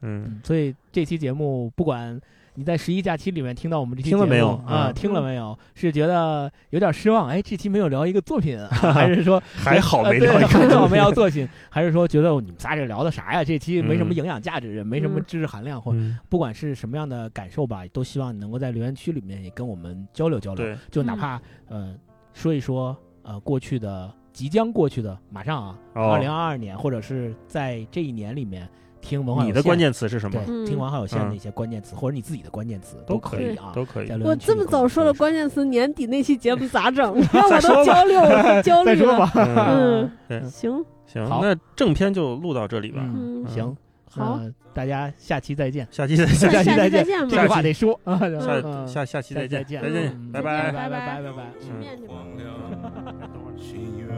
嗯，
所以这期节目，不管你在十一假期里面听到我们这期节
听
目
了没有
啊，
嗯
听了没有？是觉得有点失望？哎，这期没有聊一个作
(laughs)
品啊，还是说
还好
呃
没
对
聊一个
还好没聊作品？还是说觉得你们仨这聊的啥呀？这期没什么
嗯
营养价值，也没什么
嗯
知识含量，或
(laughs) 嗯
不管是什么样的感受吧，都希望你能够在留言区里面也跟我们交流交流，
对，嗯
就哪怕呃说一说呃过去的。即将过去的，马上啊，
哦
二零二二年，或者是在这一年里面听文化
你
有
的
限
关键词是什么
对？，
嗯
听完好有限的
嗯
一些关键词，或者你自己的关键词
都
可
可
以
以
啊。
都可以
在。留
我
言区
这
里
么
跟我
早
们
说了
说
关键词，年底那期节目咋
(laughs)
整？你看我
再说吧
都焦
(laughs)
虑了，焦虑
再说
了。
吧，
嗯，
对，
行，
行，
好
那正片就录到这里吧。
嗯，
行，
好，
那大家下期再见，
(laughs) 下期再
(laughs)
那
见，
下
下
期再见
再
这
见
句
吧。
话得说啊，
下
嗯
下下期再
再
见，
见，
再见，
嗯
拜
拜
拜。
拜拜
拜
拜拜。
吃面去吧。
荒凉心愿。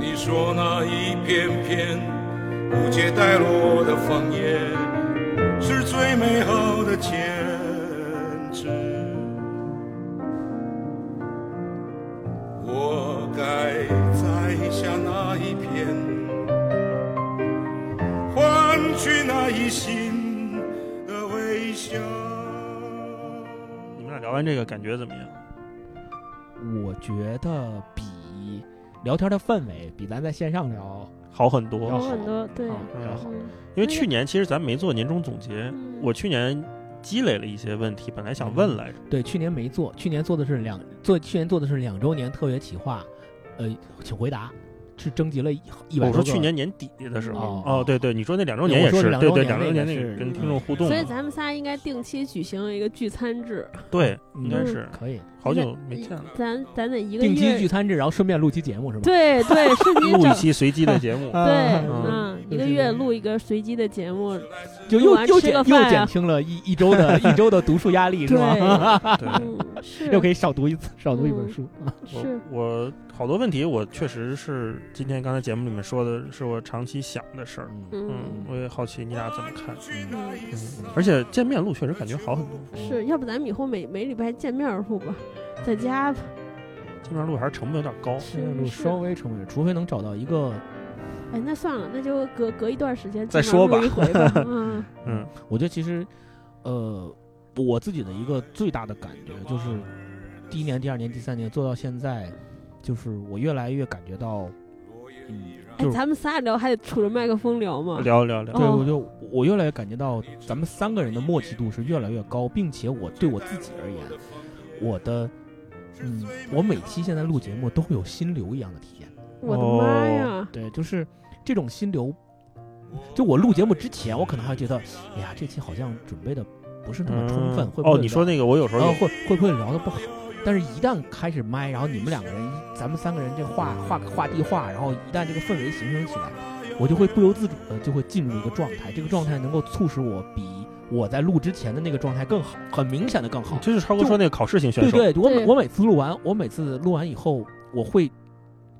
你说那一片片无解带落的方言，是最美好的坚持。我该摘下那一片，换取那一心的微笑。
你们俩聊完这个感觉怎么样？
我觉得比聊天的氛围比咱在线上聊
好很多，
嗯要
有
好
很多对，
啊要好，
嗯
因为去年其实咱没做年终总结，
嗯
我去年积累了一些问题，本来想问来着，
对，去年没做，去年做的是两做，去年做的是两周年特别企划，呃，请回答，是征集了一一百
我说
多个。
去年年底的时候
哦，
哦，对对，你说那两周
对
年
我
也
说
是，
两
对
周
对，
年
两周
那
年
个
那个
是
跟
嗯
听众互动
所
嘛
以，咱们仨应该定期举行一个聚餐制，
对，
嗯
应该是
可以
好久没见了，
咱咱得一个
定期聚
月，
餐制，然后顺便录期节目是吗？
对对，瞬
录
间
一
整。
期随机的
(laughs)
节目，
对，
啊
嗯，一
就
个
是
月录一个随机的节目，
就
录
又
完
又
吃
减
个
又
饭啊
减轻了一一周 (laughs) 的一周的读书压力是
对，
吗？
对。
嗯，是
(laughs) 又可以少读一次，少读一本
嗯
书。啊
是，
我我好多问题，我确实是今天刚才节目里面说的，是我长期想的事儿。
嗯，
嗯
嗯，，
我也好奇你俩怎么看。
嗯
而且见面录确实感觉好很多，
是要不咱们以后每每礼拜见面儿录吧，在家吧
见面录还是成本有点高。
这个路
是
稍微成本，除非能找到一个，
哎，那算了，那就隔隔一段时间
再
尽
说
量
吧
录一回
(laughs)
吧。嗯，
嗯，
我觉得其实，呃，我自己的一个最大的感觉就是，第一年、第二年、第三年做到现在，就是我越来越感觉到，嗯，
哎，
就是
咱们仨聊还得杵着麦克风聊吗？
嗯聊聊聊，
对，
哦
我就我越来越感觉到咱们三个人的默契度是越来越高，并且我对我自己而言，我的，嗯，我每期现在录节目都会有心流一样的体验。
我的妈呀！
对，就是这种心流，就我录节目之前，我可能还觉得，哎呀，这期好像准备的不是那么充分，
嗯
会不会
哦，你说
聊
那个，我有时候
然后
也
会会不会聊的不好？但是，一旦开始麦，然后你们两个人，咱们三个人这话话话地话，然后一旦这个氛围形成起来，我就会不由自主的就会进入一个状态，这个状态能够促使我比我在录之前的那个状态更好，很明显的更好。
就是超哥说那个考试型选
对对，
手，
我每
对
我每次录完，我每次录完以后，我会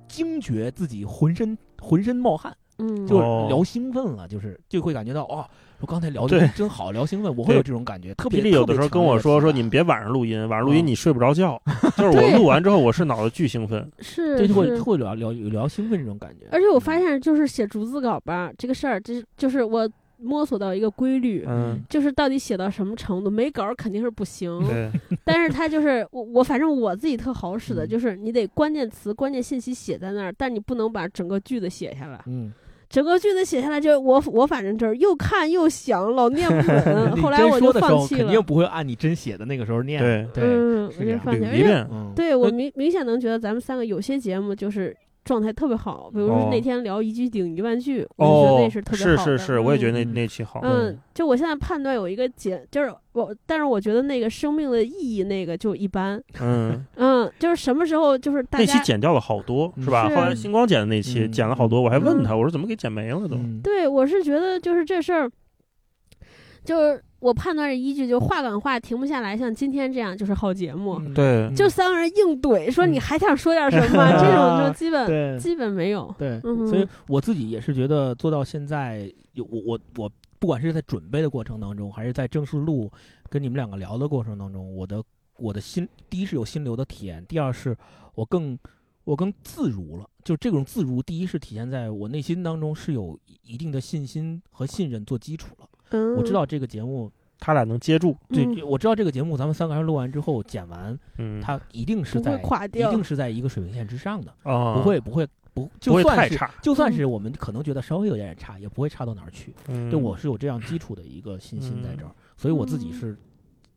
惊觉自己浑身浑身冒汗，
嗯，
就
哦
聊兴奋了，就是就会感觉到哦，我刚才聊的
对
真好，聊兴奋，我会
对
有这种感觉。特别
霹雳有的时候
特别强烈
跟我说
体
说
感
你们别晚上录音，晚上录
嗯
音你睡不着觉。就是我
对
录完之后，我是脑子巨兴奋，
是
对，就会
是
会聊聊有聊兴奋这种感觉。嗯
而且我发现，就是写逐字稿吧，这个事儿，这就是我摸索到一个规律，
嗯，
就是到底写到什么程度，没稿儿肯定是
(laughs)
不行。
对，
(laughs)
但是它就是我我反正我自己特好使的，
嗯
就是你得关键词、关键信息写在那儿，但你不能把整个句子写下来。
嗯，
整个句子写下来就是我我反正就是又看又想，老念
(laughs)
不
你
准，呃后来
真
我就
说的时候
放弃
肯定
了。
不会按你真写的那个时候念。
对
对，
嗯，
是这
我就
样
放弃了。
捋
而
一
且
遍，
嗯，
对我
那
明明显能觉得咱们三个有些节目就是状态特别好，比如说
哦
那天聊一句顶一万句，我就觉得
哦
那是，特别
是
好的。
是是，我也觉得
嗯
那
嗯
那期好，
嗯，就我现在判断有一个节，就是我，但是我觉得那个生命的意义那个就一般。
嗯，
嗯，就是什么时候就是大
那期
家
剪掉了好多，是吧？
是
后来星光剪的那期
嗯
剪了好多，我还问
嗯
他，我说怎么给剪没了都，
嗯
对，我是觉得就是这事儿，就是我判断的依据就是话赶话，停不下来，像今天这样就是好节目。
嗯
对
就三个人硬怼，说
嗯
你还想说点什
(laughs)
么？这种就基本
对
基本没有。
对，
嗯
所以我自己也是觉得做到现在，有我我我，不管是在准备的过程当中，还是在正式录跟你们两个聊的过程当中，我的我的心，第一是有心流的体验，第二是我更我更自如了。就这种自如，第一是体现在我内心当中是有一定的信心和信任做基础了。
嗯，
我知道这个节目，
他俩能接住，
对
嗯，
我知道这个节目，咱们三个人录完之后剪完，
嗯，
它一定是
不会
在
垮
一
掉
定。是在一个水平线之上的，
啊
不会不会不
不
就
会
算
太
是
差，
就
嗯
算是我们可能觉得稍微有点差，也不会差到哪儿去。
嗯
对我是有这样基础的一个信心在
嗯
这儿，所以我自己是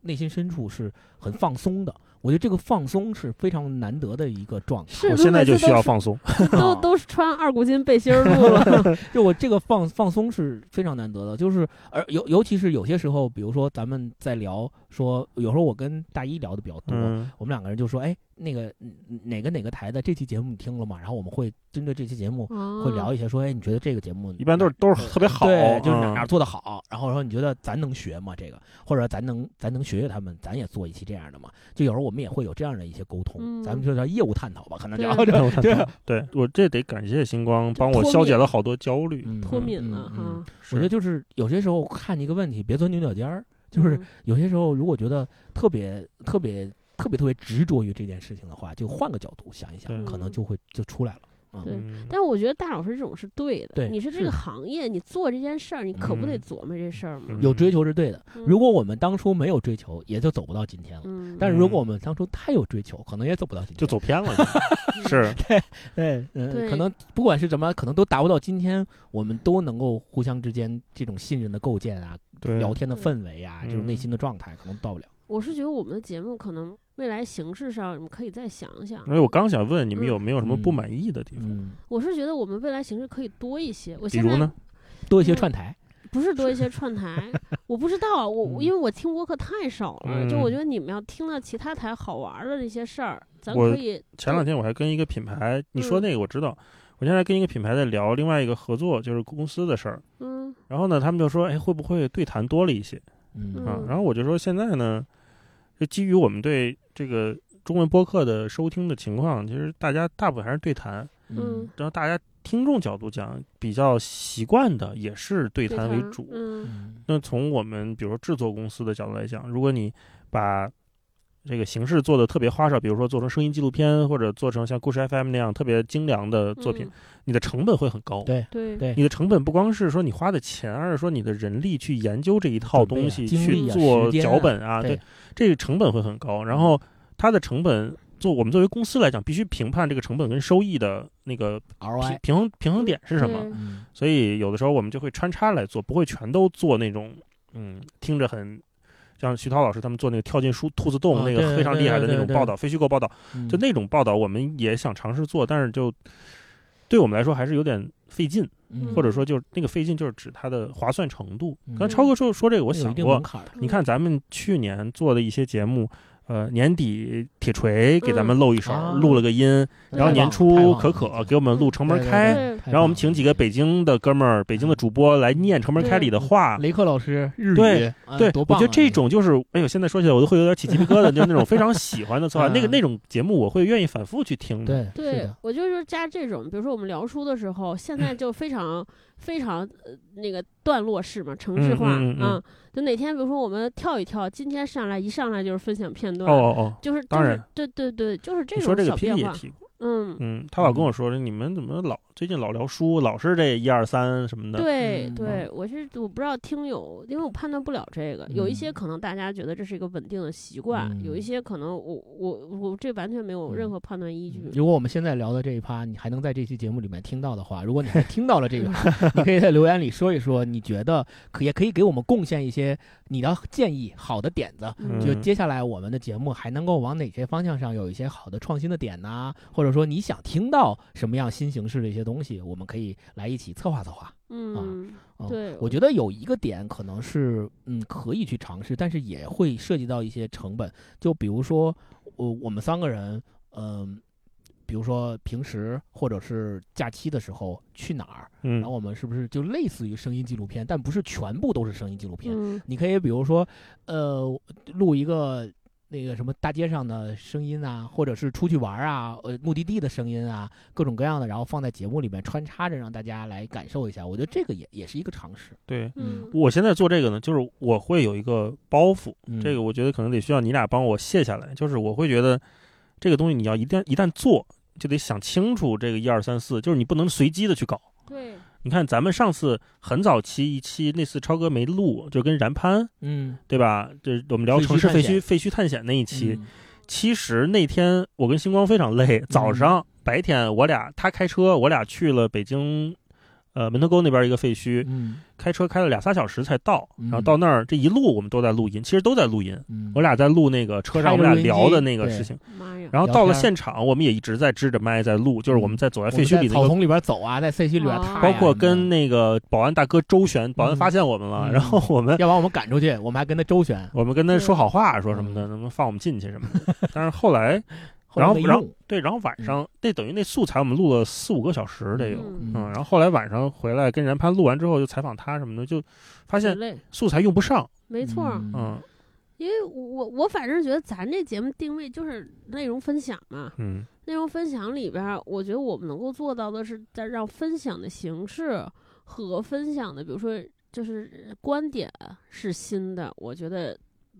内心深处是很放松的。我觉得这个放松是非常难得的一个状
(laughs)
态。
是
我
都
现在
每
就
次
需
都
要
是
放松，
都都是穿二股筋背心儿
(laughs)
录了。
就我这个放放松是非常难得的，就是而尤尤其是有些时候，比如说咱们在聊说，有时候我跟大一聊的比较多，
嗯
我们两个人就说，哎，那个嗯哪个哪个台的这期节目你听了吗？然后我们会针对这期节目
会
会聊一些，说，哎，你觉得这个节目
一般都是都是特别好，
对，就是哪
嗯
哪儿做的好，然后说你觉得咱能学吗？这个，或者咱能咱能学学他们，咱也做一期这样的嘛？就有时候我们也会有这样的一些沟通，
嗯
咱们就叫业务探讨吧，可能叫 (laughs)
对
就对，啊
对我这得感谢星光帮我
脱
消解
敏
了好多焦虑，
嗯
脱敏了
嗯嗯
哈。
我觉得就是有些时候看一个问题，别钻牛角尖儿。就是
嗯
有些时候，如果觉得特别特别特别特别执着于这件事情的话，就换个角度想一想，
对
可能就会就出来了。
对
嗯
但我觉得大老师这种是对的，
对
你是这
是
个行业，你做这件事儿，你可不得
嗯
琢磨这事儿吗
嗯？
有追求是对的，如
嗯
果我们当初没有追求，也就走不到今天了。
嗯，
但是如果我们当初太有追求，可能也走不到今天。
就走偏
(laughs)
了
(laughs)
就，是
对，嗯，
对
可能不管是怎么，可能都达不到今天我们都能够互相之间这种信任的构建啊，
对
聊天的氛围啊，
嗯
这种内心的状态，可能到不了。
我是觉得我们的节目可能未来形式上，你们可以再想想。
哎，我刚想问你们
嗯
有没有什么
嗯
不满意的地方？
嗯，
我是觉得我们未来形式可以多一些。我
比
现
如
在
呢？
多
嗯
一些串台，
不是多一些串台，我不知道
(laughs)
啊，我
嗯
因为我听播客太少了，
嗯
就我觉得你们要听到其他台好玩儿的那些事儿，咱
我
可以
前两天我还跟一个品牌，你说那个我知道，我现在跟一个品牌在聊另外一个合作，就是公司的事儿。
嗯
然后呢，他们就说，哎，会不会对谈多了一些啊
嗯
嗯？
然后我就说，现在呢，就基于我们对这个中文播客的收听的情况，其实大家大部分还是对谈。
嗯
然后大家听众角度讲，比较习惯的也是对
对
谈为主。
嗯
嗯
那从我们比如说制作公司的角度来讲，如果你把这个形式做的特别花哨，比如说做成声音纪录片，或者做成像故事 FM 那样特别精良的作品，
嗯
你的成本会很高。
对
对
对
你的成本不光是说你花的钱，而是说你的人力去研究这一套东西，
准
备啊
去
精力啊
做
时间啊
脚本啊，
对
对，这个成本会很高。然后它的成本，做我们作为公司来讲，必须评判这个成本跟收益的那个平
，ROI，
平衡平衡点是什么。
对
嗯
所以有的时候我们就会穿插来做，不会全都做那种，嗯，听着很像徐涛老师他们做那个跳进书兔子洞
啊对
那个
对
非常厉害的那
对对
种
对
报道，非虚构报道，
嗯
就那种报道我们也想尝试做，但是就对我们来说还是有点费劲，
嗯
或者说就是那个费劲就是指它的划算程度。
嗯
刚才超哥说说这个，我
那有
想
一定
过
门，槛儿的，
你看咱们去年做的一些节目。呃，年底铁锤给咱们露一
嗯
手，
啊
录了个音，然后
太棒
年
了
初可可给我们录《城
嗯
门
对对
开》，
哎对
然后我们请几个北京的哥们儿、北京的主播来念《城门开》里的话。
雷克老师日语，
对
啊
对，
多
我
棒啊！
觉得这种就是，哎呦，现在说起来我都会有点起鸡皮疙
(laughs)
瘩，就是那种非常喜欢的策划。
嗯
那个那种节目，我会愿意反复去听
这
的。
对是
对
的，，
我就是加这种，比如说我们聊书的时候，现在就非常非常呃那个段落式嘛，城市
嗯
化啊、
嗯嗯嗯
就哪天比如说我们跳一跳，今天上来一上来就是分享片段，
哦哦哦，
就是就是
当然
对对对，就是这
你说这个
种小
拼
变
也
化。
提过，
嗯，
嗯，他老跟我说，你们怎么老最近老聊书，老是这一二三什么的。
对
嗯
对，我是我不知道听友，因为我判断不了这个，有一些
嗯
可能大家觉得这是一个稳定的习惯，有一
嗯
些可能我我我这完全没有任
嗯
何判断依据。
如果我们现在聊的这一趴，你还能在这期节目里面听到的话，如果你还听到了这个，
(laughs)
你可以在留言里说一说，你觉得可也可以给我们贡献一些你的建议、好的点子。
嗯
就
嗯
接下来我们的节目还能够往哪些方向上有一些好的创新的点呐、或者说你想听到什么样新形式的一些东西，我们可以来一起策划策划。
啊
嗯，
嗯
对
我觉得有一个点可能是，嗯，可以去尝试，但是也会涉及到一些成本。就比如说，我、我们三个人，嗯、比如说平时或者是假期的时候去哪儿，
嗯
然后我们是不是就类似于声音纪录片，但不是全部都是声音纪录片，
嗯
你可以比如说，呃，录一个那个什么大街上的声音啊，或者是出去玩啊，呃，目的地的声音啊，各种各样的，然后放在节目里面穿插着，让大家来感受一下。我觉得这个也也是一个尝试。
对。
嗯
嗯
我现在做这个呢，就是我会有一个包袱，
嗯、
这个我觉得可能得需要你俩帮我卸下来。就是我会觉得这个东西你要一旦一旦做，就得想清楚这个一二三四，就是你不能随机的去搞。
对，
你看咱们上次很早期一期那次超哥没录，就跟燃潘
嗯，
对吧？这我们聊
废墟
城市废
探
墟废墟探险那一期，
嗯
其实那天我跟星光非常累，早上、白天我俩他开车，我俩去了北京。呃，门头沟那边一个废墟，
嗯
开车开了俩仨小时才到，
嗯
然后到那儿这一路我们都在录音，其实都在录音，
嗯，
我俩在录那个车上
开着
我们俩
录音
聊的
机
那个
对
事情，
妈呀，
然后
聊
到
天
了
儿嗯
现场，我们也一直在支着麦在录，就是我们在走在
我
废
们
墟
在
里那
草
个，
丛里边走啊，在废墟里边
啊
踏呀、
包括
什么
跟
的
那个保安大哥周旋，保安
嗯
发现我们了，
嗯
然后我们
要把我们赶出去，我们还跟他周旋，
(laughs) 我们跟他说好话，说什么的，能不能放我们进去什么的。但是后来，然后
嗯没嗯
然后
用
对，然后晚上那等于那素材我们录了四五个小时得有，
嗯
嗯，然后后来晚上回来跟燃潘录完之后，就采访他什么的，就发
很
现
嗯
累，
素材用不上，
没错儿，
嗯
因为我我反正觉得咱这节目定位就是内容分享嘛，
嗯
内容分享里边儿，我觉得我们能够做到的是在让分享的形式和分享的，比如说就是观点是新的，我觉得。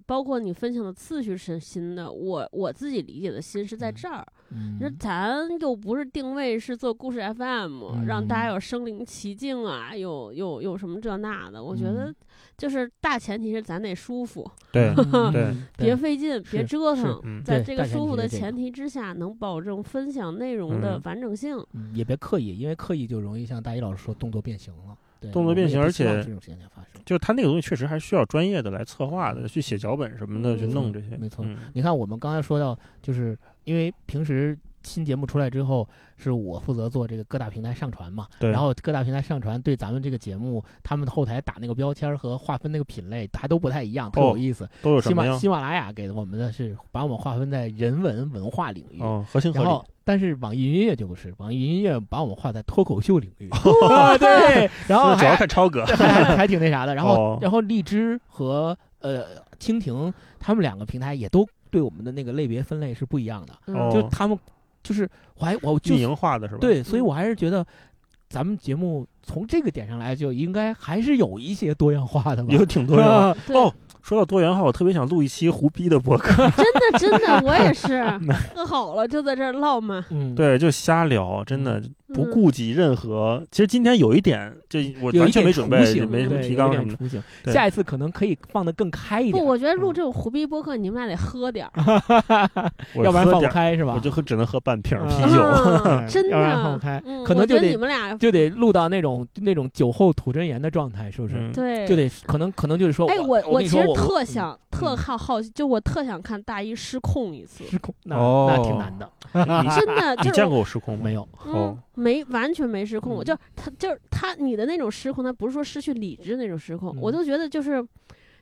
包括你分享的次序是新的，我我自己理解的新是在
嗯
这儿。
嗯
那、咱又不是定位是做故事 FM，、让大家
嗯
有身临其境啊，有有有什么这那的。我觉得
嗯
就是大前提是咱得舒服，
(laughs)
对，
(laughs)
嗯
对
嗯
别费劲，别
是
折
是
腾。
嗯
在
对
这
大
个
前提
舒服
是
的
这
前
个
提之下，能保证分享内容的
嗯
完整性。
嗯，也别刻意，因为刻意就容易像大一老师说动作变形了。对
动作
我们
变
也
形
不
而
希望
且
这种现象发生。
就是他那个东西确实还需要专业的来策划的，去写脚本什么的，去弄这些。
嗯没错
嗯
你看，我们刚才说到，就是因为平时新节目出来之后，是我负责做这个各大平台上传嘛，
对
然后各大平台上传对咱们这个节目，他们后台打那个标签儿和划分那个品类还都不太一样，特
哦
有意思。
都有
喜
什么
马
呀？
喜马拉雅给我们的是把我们划分在人文文化领域。
哦，合情合
然后
理。，
但是网易云音乐就不是，网易云音乐把我们划在脱口秀领域。 (laughs) 啊对，然后
哦就是主要
还
看超哥。
还还挺那啥的。然后，
哦
然后荔枝和呃蜻蜓，他们两个平台也都对我们的那个类别分类是不一样的。
哦
就他们，就是我还我就
(laughs) 运营化的是吧？，
对，所以我还是觉得咱们节目从这个点上来，就应该还是有一些多样化的吧。
(laughs)
(laughs)
有挺多元
嗯
化。
对
哦，说到多元化，我特别想录一期胡逼的博
嗯
客，
嗯真的真的，我
(laughs)
也是喝好了就在这儿唠嘛，
嗯，，
对，就瞎聊，真的不
嗯
顾及任何。其实今天有一点，这我
有
完
一
全
点
没准备
雏，形
也没什么
对
提纲
有一
什
点
么的。
雏形
对
下一次可能可以放得更开一
不，
点，嗯
我觉得录这种胡逼播客，你们俩得喝点儿，
(laughs)
我
要不然放
喝
不
点儿，
开是吧？
我就喝只能喝半瓶儿
嗯
啤酒。
(laughs)
嗯真
要不然放
的
不开。
嗯
可
我
能
觉
就
得
得
你们俩
就得录到那种那种酒后吐真言的状态，是不是？
嗯
对
就得可能可能就是说，
哎，
哦我
我
跟
其
你说
实
我
特想、特
嗯
好好奇，就我特想看大一失控
(laughs)
一次，
失控，那、
哦
那挺难的，啊
真的
(laughs) 你
就是
见
我
过我失控吗
嗯没？有，
嗯
哦，
没完全没失控，我
嗯
就他就是他你的那种失控，他不是说失去理智那种失控，
嗯
我就觉得就是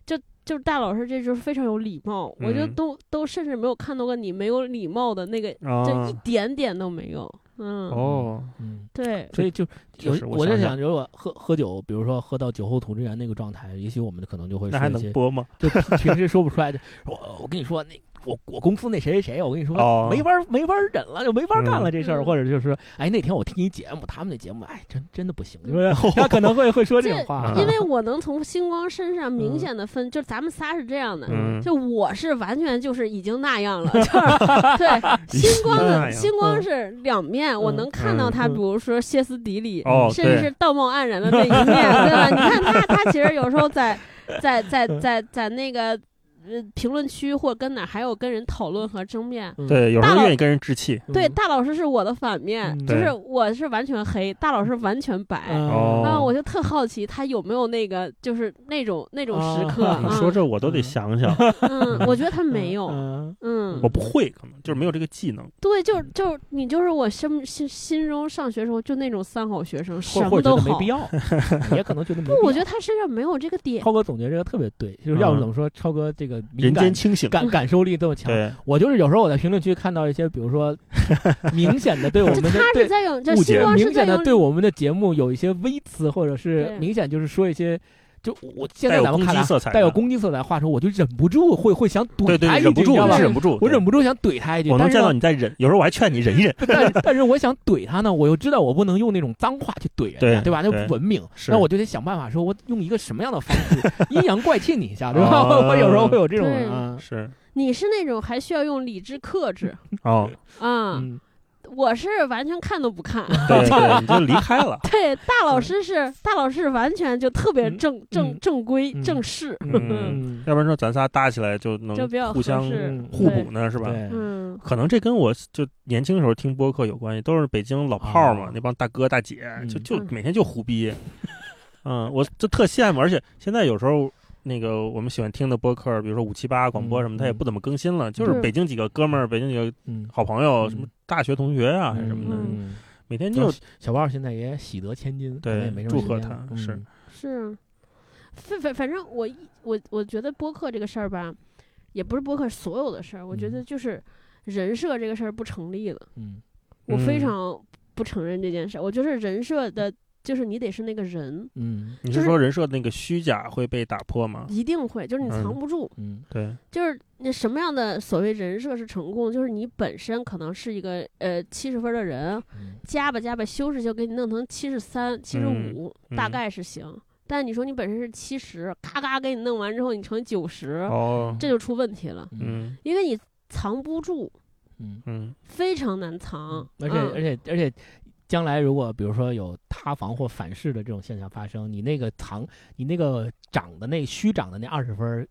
就就是大老师这就是非常有礼貌，我就
嗯
都都甚至没有看到过你没有礼貌的那个，就
啊
一，点点都没有，嗯，
哦，
嗯，
对，
所以就有
确实我
我就
想
想，如果喝喝酒，比如说喝到酒后吐真言那个状态，也许我们可能就会
那
说
还
一
能
些，
播吗？
就平时说不出来的。我我跟你说，那我我公司那谁谁谁，我跟你说、
哦
没法没法忍了，就没法干了这事儿，
嗯
或者就是哎那天我听一节目，他们那节目，哎真真的不行，
啊
就是他可能会会说这种话，
因为我能从星光身上明
啊嗯
显的分，就是咱们仨是这样的，
嗯
就我是完全就是已经那样了，就是
(laughs)
对星光
那
的
样嗯
星光是两面，我能看到他，
嗯
比如说歇斯底里，
哦，
甚至
对
是，道貌岸然的那一面，对吧？你看他，他其实有时
(laughs)
候在在在在在那个呃评论区或跟哪儿还有跟人讨论和争辩。
嗯，
对，有时
大
候
佬
愿意跟人置气。
嗯
对，大老师是我的反面，
嗯
就是
对
我是完全黑，大老师完全白。
嗯
哦
啊，我就特好奇他有没有那个，就是那种那种时刻。
啊
哦你
嗯
说这我都得
嗯 (laughs)
想想，
嗯，我觉得他没有。
嗯
嗯
我，不会，可能就是没有这个技能。
对，就是就是你就是我心心心中上学时候就那种三好学生，什
或
么
或者
都
觉得没
好
必。要，
(laughs)
也可能觉得没必
不，
要。
我觉得他身上没有这个点。
超哥总结这个特别对，就是要不
嗯
怎么说超哥这个么敏
人
感
间清醒，
感感受力这么强。
对，
我就是有时候我在评论区看到一些，比如
(laughs)
说明显的对我
就
们的
他是
对
在用，这
误
星
解
光是
明
在
显的
用
对我们的节目有一些微词，或者是
对
明显就是说一些，就我现在
带有
咱们
攻
看来
击色彩的，
带有攻击色彩的话说，我就忍不住会会想
对
怼
对，
他
对
一句，
忍不住，
你知道
我
吧
是？忍不住，
我
对
忍不住想怼他一句，
我能
但是
见
呢
到你在忍，有时候我还劝你
(laughs)
忍一忍。
但但是我想怼他呢，我又知道我不能用那种脏话去怼人家，
对
对吧？那
对
不文明。
是
那我就得想办法，说我用一个什么样的方式阴阳怪气你一下，对吧？
哦
(laughs) 我有时候会有这种
对
啊，
是
你是那种还需要用理智
(laughs)
克制
哦，
啊、
嗯，
我是完全看都不看。。
对对，你就离开了
(laughs)
(laughs)
对，大老师是大老师，完全就特别
嗯
正、正
嗯
正规、
嗯
正式，
(laughs)
嗯，
嗯，
要不然说咱仨搭起来就能
就比较
互
合
相
适。
嗯
互补呢，是吧？
对，
嗯，
可能这跟我就年轻时候听播客有关系，都是北京老炮儿嘛，
啊
那帮大哥大姐，就
嗯
就
嗯
每天就
(laughs)
胡逼。嗯，我就特羡慕，而且现在有时候那个我们喜欢听的播客，比如说五七八广播什么，
嗯
它也不怎么更新了，就是
对
北京几个哥们儿，北京几个
嗯，
好朋友，
嗯
什么大学同学啊，还是什么的，
嗯
每天
就
就是
小豹现在也喜得千金，
对
可能也没什么
祝贺
时间
他
了
是
嗯
是，啊反反反正我一我我觉得播客这个事儿吧，也不是播客所有的事儿，我觉
嗯
得就是人设这个事儿不成立了，
嗯
我非
嗯
常不承认这件事儿。我觉得人设的，就是你得是那个人，
嗯
你
就是是
说人设那个虚假会被打破吗？
一定会，就是你藏
嗯
不住，
嗯
对，
就是那什么样的所谓人设是成功，就是你本身可能是一个呃七十分的人，
嗯
加吧加吧修饰就给你弄成七十三、七十五，大
嗯
概是行。但你说你本身是七十，咔咔给你弄完之后，你成九十，
哦，
这就出问题了，
嗯
嗯
因为你藏不住，
嗯，
嗯
非常难藏。
而
嗯
且而且而且。将来如果比如说有塌房或反噬的这种现象发生，你那个藏你那个涨的那虚涨的那二十分儿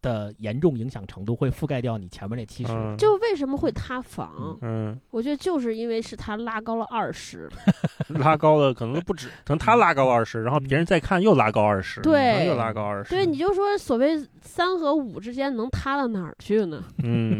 的严重影响程度会覆盖掉你前面那七十。
嗯，
就为什么会塌房？
嗯
我觉得就是因为是他拉高了二十，
(laughs) 拉高了，可能都不止，可能他拉
嗯
高二十，然后别人再看又拉高二十，
对
然后又拉高二十，
对，你就说所谓三和五之间能塌到哪儿去呢？ (laughs)
嗯，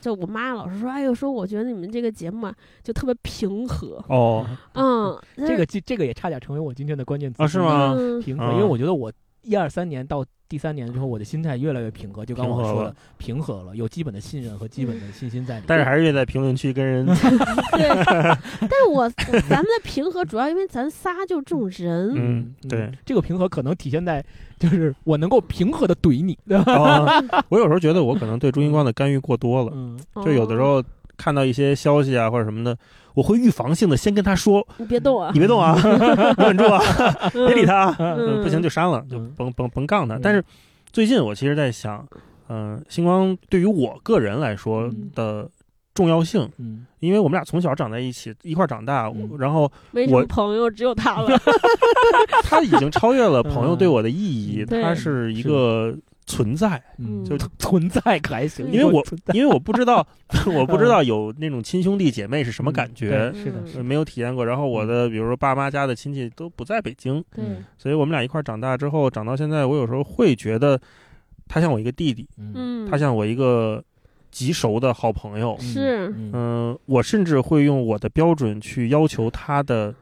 就我妈老是说，哎呦，说我觉得你们这个节目啊，就特别平和，
哦，
嗯，但
这
是
个这这个也差点成为我今天的关键词
啊是吗 (laughs)
嗯，
平和，
啊
因为我觉得我一二三年到第三年之后，我的心态越来越平和，就刚刚我说的平和了，有基本的信任和基本的信心在里面。
但是还是愿意在评论区跟人，
(laughs) 对，但我咱们的平和主要因为咱仨就这种人，
嗯，对
嗯，这个平和可能体现在就是我能够平和的怼你，对吧？
哦我有时候觉得我可能对朱英光的干预过多了，
嗯
哦
就有的时候看到一些消息啊或者什么的，我会预防性的先跟他说，
你别动啊
你，别动
(laughs)
啊，稳住啊，别理他啊，
嗯
嗯不行就删了，就
嗯
甭甭甭杠他
嗯。
但是最近我其实在想，嗯、星光对于我个人来说
嗯
的重要性，
嗯
因为我们俩从小长在一起，一块儿长大，我
嗯
然后
没什么
我
朋友，只有他
(laughs)
了，
他已经超越
(laughs)
了朋友
嗯
对我的意义，
对
他是一个存在，
嗯，
就
(laughs) 存在感还行，
嗯
因为我
存在
因为我不知
(laughs)
道， (laughs) 我不知道有那种亲兄弟姐妹是什么感觉
嗯
嗯
对。嗯是的，是
呃
的
没有体验过，然后我的比如说爸妈家的亲戚都不在北京，
对，
所以我们俩一块儿长大之后，长到现在，我有时候会觉得他像我一个弟弟，
嗯，
嗯，
他像我一个极熟的好朋友。
是
嗯
嗯、我甚至会用我的标准去要求他的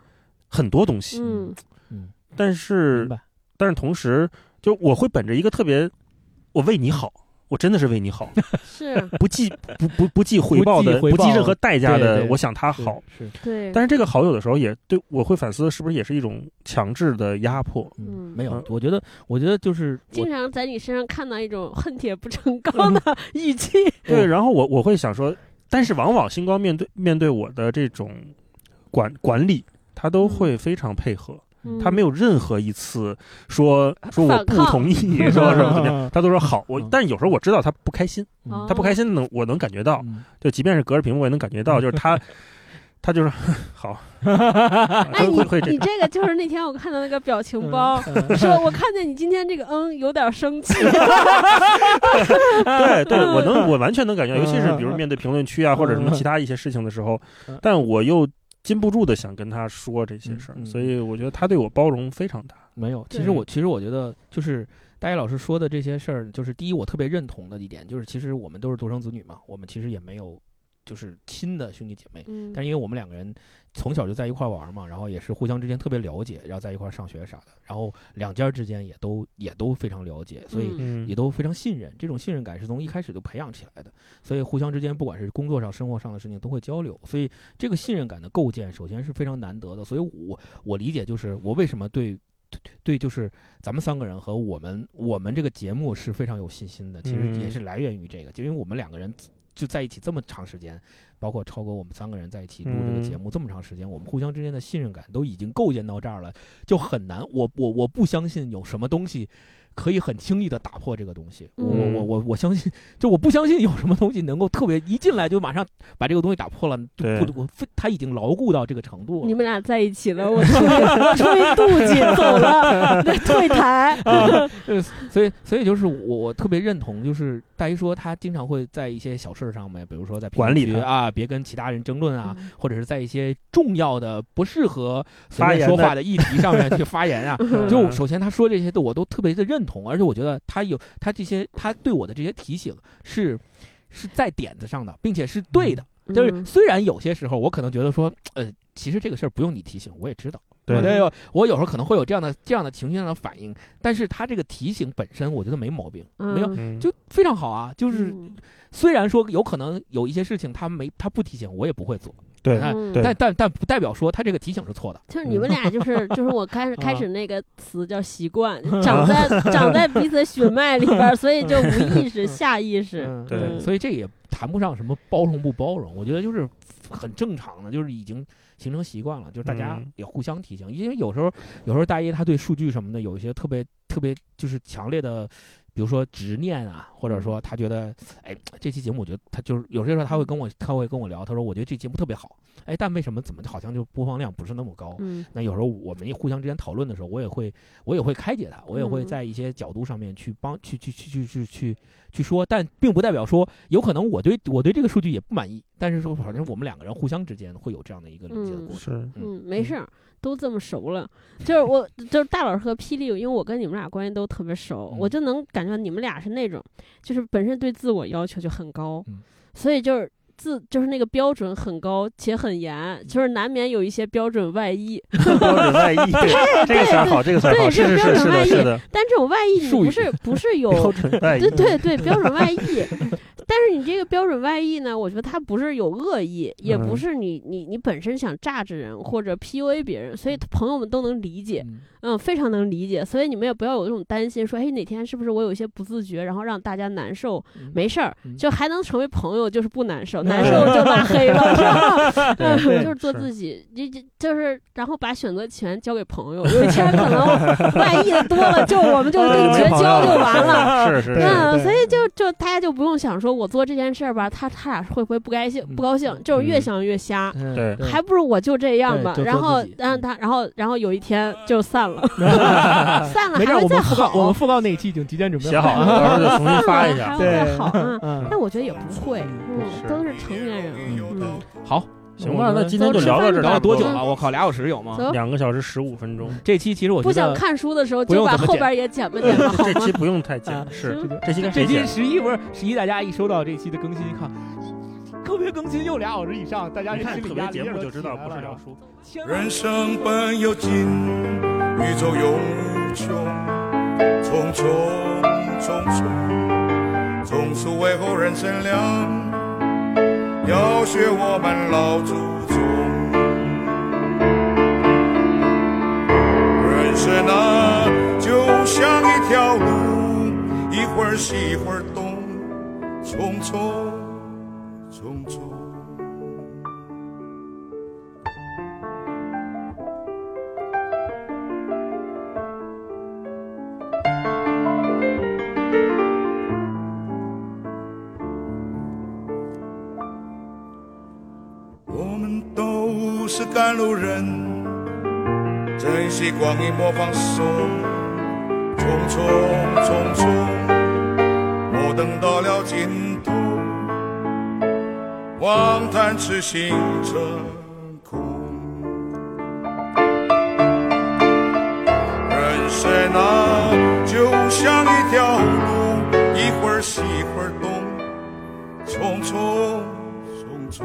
很多东西，
嗯，
嗯，
但
明
是
白，
但是同时，就我会本着一个特别，我为你好。我真的是为你好，
(laughs)
是
不计 (laughs) 不不不计回报的，
不计
不
回报
计任何代价
对
的，
对
我想他
是
好。
是，
对，
但是这个好有的时候也对我会反思，是不是也是一种强制的压迫？
嗯，
嗯
没有
嗯，
我觉得我觉得就是我嗯
经常在你身上看到一种恨铁不成钢的 (laughs) 语气，
对，然后我我会想说，但是往往星光面对面对我的这种管管理，他都会非常配合，嗯他没有任何一次说说我
反
不
抗
同
(laughs)
意，说什么怎么 (laughs) 样，他都说好。我但有时候我知道他不开心，
哦
他不开心能我能感觉到，
嗯
就即便是隔着屏幕我也能感
(laughs)
觉到，就是他他就是 (laughs)
(laughs)
好，
哎，
会
你
会会这
你这个就是那天我看到那个
嗯
表情包，说我看见你今天这个嗯有点生气，
对对，我能我完全能感觉
嗯
到，尤其是比如面对评论区啊或者什么其他一些事情的时候
嗯，
但我又。禁不住的想跟他说这些事儿
嗯，嗯
所以我觉得他对我包容非常大。
没有，其
对
实我其实我觉得就是大一老师说的这些事儿，就是第一，我特别认同的一点，就是其实我们都是独生子女嘛，我们其实也没有。就是亲的兄弟姐妹。
嗯，
但是因为我们两个人从小就在一块儿玩嘛，然后也是互相之间特别了解，然后在一块儿上学啥的，然后两家之间也都也都非常了解，所以
嗯
嗯
也都非常信任。这种信任感是从一开始就培养起来的，所以互相之间不管是工作上、生活上的事情都会交流，所以这个信任感的构建首先是非常难得的。所以我我理解就是我为什么对。对对，就是咱们三个人和我们我们这个节目是非常有信心的，其实也
嗯
是来源于这个，就因为我们两个人就在一起这么长时间，包括超哥我们三个人在一起录这
嗯
个节目这么长时间，我们互相之间的信任感都已经构建到这儿了，就很难。我我我不相信有什么东西可以很轻易的打破这个东西。我我
嗯
我我我相信，就我不相信有什么东西能够特别一进来就马上把这个东西打破了，就
对
不我非它已经牢固到这个程度
你
了。
们俩在一起了，我出去出去
(laughs)
妒忌走了，退台。
呃所以所以就是我我特别认同，就是大姨说他经常会在一些小事上面，比如说在评
管理
论区
他
啊，别跟其他人争论 (laughs) 啊，
嗯
或者是在一些重要的不适合随
发
便
言
说
的
话的议题上面去发言
(laughs)
啊。
嗯
就首先他说这些的我都特别的认同，而且我觉得他有他这些他对我的这些提醒是是在点子上的，并且是对的。就是
嗯
虽然有些时候我可能觉得说，呃，其实这个事儿不用你提醒，我也知道。我
对
这有我有时候可能会有这样的这样的情绪上的反应，但是他这个提醒本身我觉得没毛病，没有
嗯
嗯
就非常好啊。就是
嗯
虽然说有可能有一些事情他没他不提醒我也不会做，
对
哎
嗯
对
但但但不代表说他这个提醒是错的。
就是你们
(laughs)
俩，就是就是我开始
啊
开始那个词叫
(laughs)
习惯，长在长在彼此的血脉里边儿，所以就无意识、下意识。
嗯
对
嗯所以这也谈不上什么包容不包容，我觉得就是很正常的，就是已经形成习惯了，就是大家
嗯
也互相提醒，因为有时候有时候大一他对数据什么的有一些特别特别就是强烈的。比如说执念啊，或者说他觉得，哎，这期节目我觉得他就是有些时候他会跟我他会跟我聊，他说我觉得这节目特别好，哎，但为什么怎么好像就播放量不是那么高？
嗯
那有时候我们互相之间讨论的时候，我也会我也会开解他，我也会
嗯
在一些角度上面去帮去去去去去去去说，但并不代表说有可能我对我对这个数据也不满意，但是说反正我们两个人互相之间会有这样的一个理解的
嗯
过程。
是
嗯，没事儿，都这么熟了。就是我，就是大老师和霹雳，因为我跟你们俩关系都特别熟，
嗯
我就能感觉到你们俩是那种，就是本身对自我要求就很高，
嗯
所以就是。自就是那个标准很高且很严，就是难免有一些标准外溢。
标准外溢，这个词儿好，这个词儿好，
对
是
这
是
个
是是
标准外
的，
溢
是的，
但这种外溢你
术语
不是不是有
标准外溢
对，对对，标准外溢。但是你这个标准外溢呢，我觉得它不是有恶意，也不
嗯
是你你你本身想榨着人或者 PUA 别人，所以朋友们都能理解，
嗯
嗯，非常能理解。所以你们也不要有这种担心，说哎哪天是不是我有一些不自觉，然后让大家难受？
嗯
没事儿
嗯，
就还能成为朋友，就是不难受，难受就拉黑了，是吧？嗯，
对
(laughs) 就是做
是
自己，就就就是，然后把选择权交给朋友。有一天可能万一的多了，就我们就
对
一绝
没
交
朋友
就完了。
(laughs) 是是
对
是，
嗯，
对
所以就就大家就不用想说我做这件事儿吧，他他俩会不会不开心
嗯
不高兴，就是越
嗯
想越瞎，
嗯
对
还不如我就这样吧
对。就
然后
做自己
让他，然后然后有一天就散了， (laughs) 散了
没事儿，
还会
我
再
们复
好
告，我们复告那一期已经提前准备
(laughs) 写好了，
了。
到时候就重
(laughs)
新
散
发一
了还
下。
会再
对
好。
(laughs)
嗯，
嗯，
但我觉得也不会，
是
嗯，都是成年人了，嗯。
好，
行
我
吧，
们
那今天就聊到这儿，
聊了多久
嗯
了？我靠，俩小时有吗？
走
两个小时十五分 (laughs) 钟，
这期其实我觉
不
得
想看书的时候
不
就
用
把
怎么
后
剪
边也剪吧
(laughs)
剪嗯吧，好
这
吗
期？不用太
啊
(laughs) 剪，是
行
这期该
这
谁
期
剪？
十一不是十一，大家一收到这期的更新，一看，特别更新又俩小时以上，大家
你
这
看
心
特
理
别
压力
节
一下
目
都
就知
起
道
来
不是
了
聊书。
千万
人生本有尽，宇宙永无穷，匆匆匆匆，总是为后人乘凉。要学我们老祖宗，人生啊，就像一条路，一会儿西一会儿东，匆匆匆匆。我们都是赶路人，珍惜光阴莫放松，匆匆匆匆，莫等到了尽头，望叹痴心成空。人生啊，就像一条路，一会儿西一会儿东，匆匆匆匆。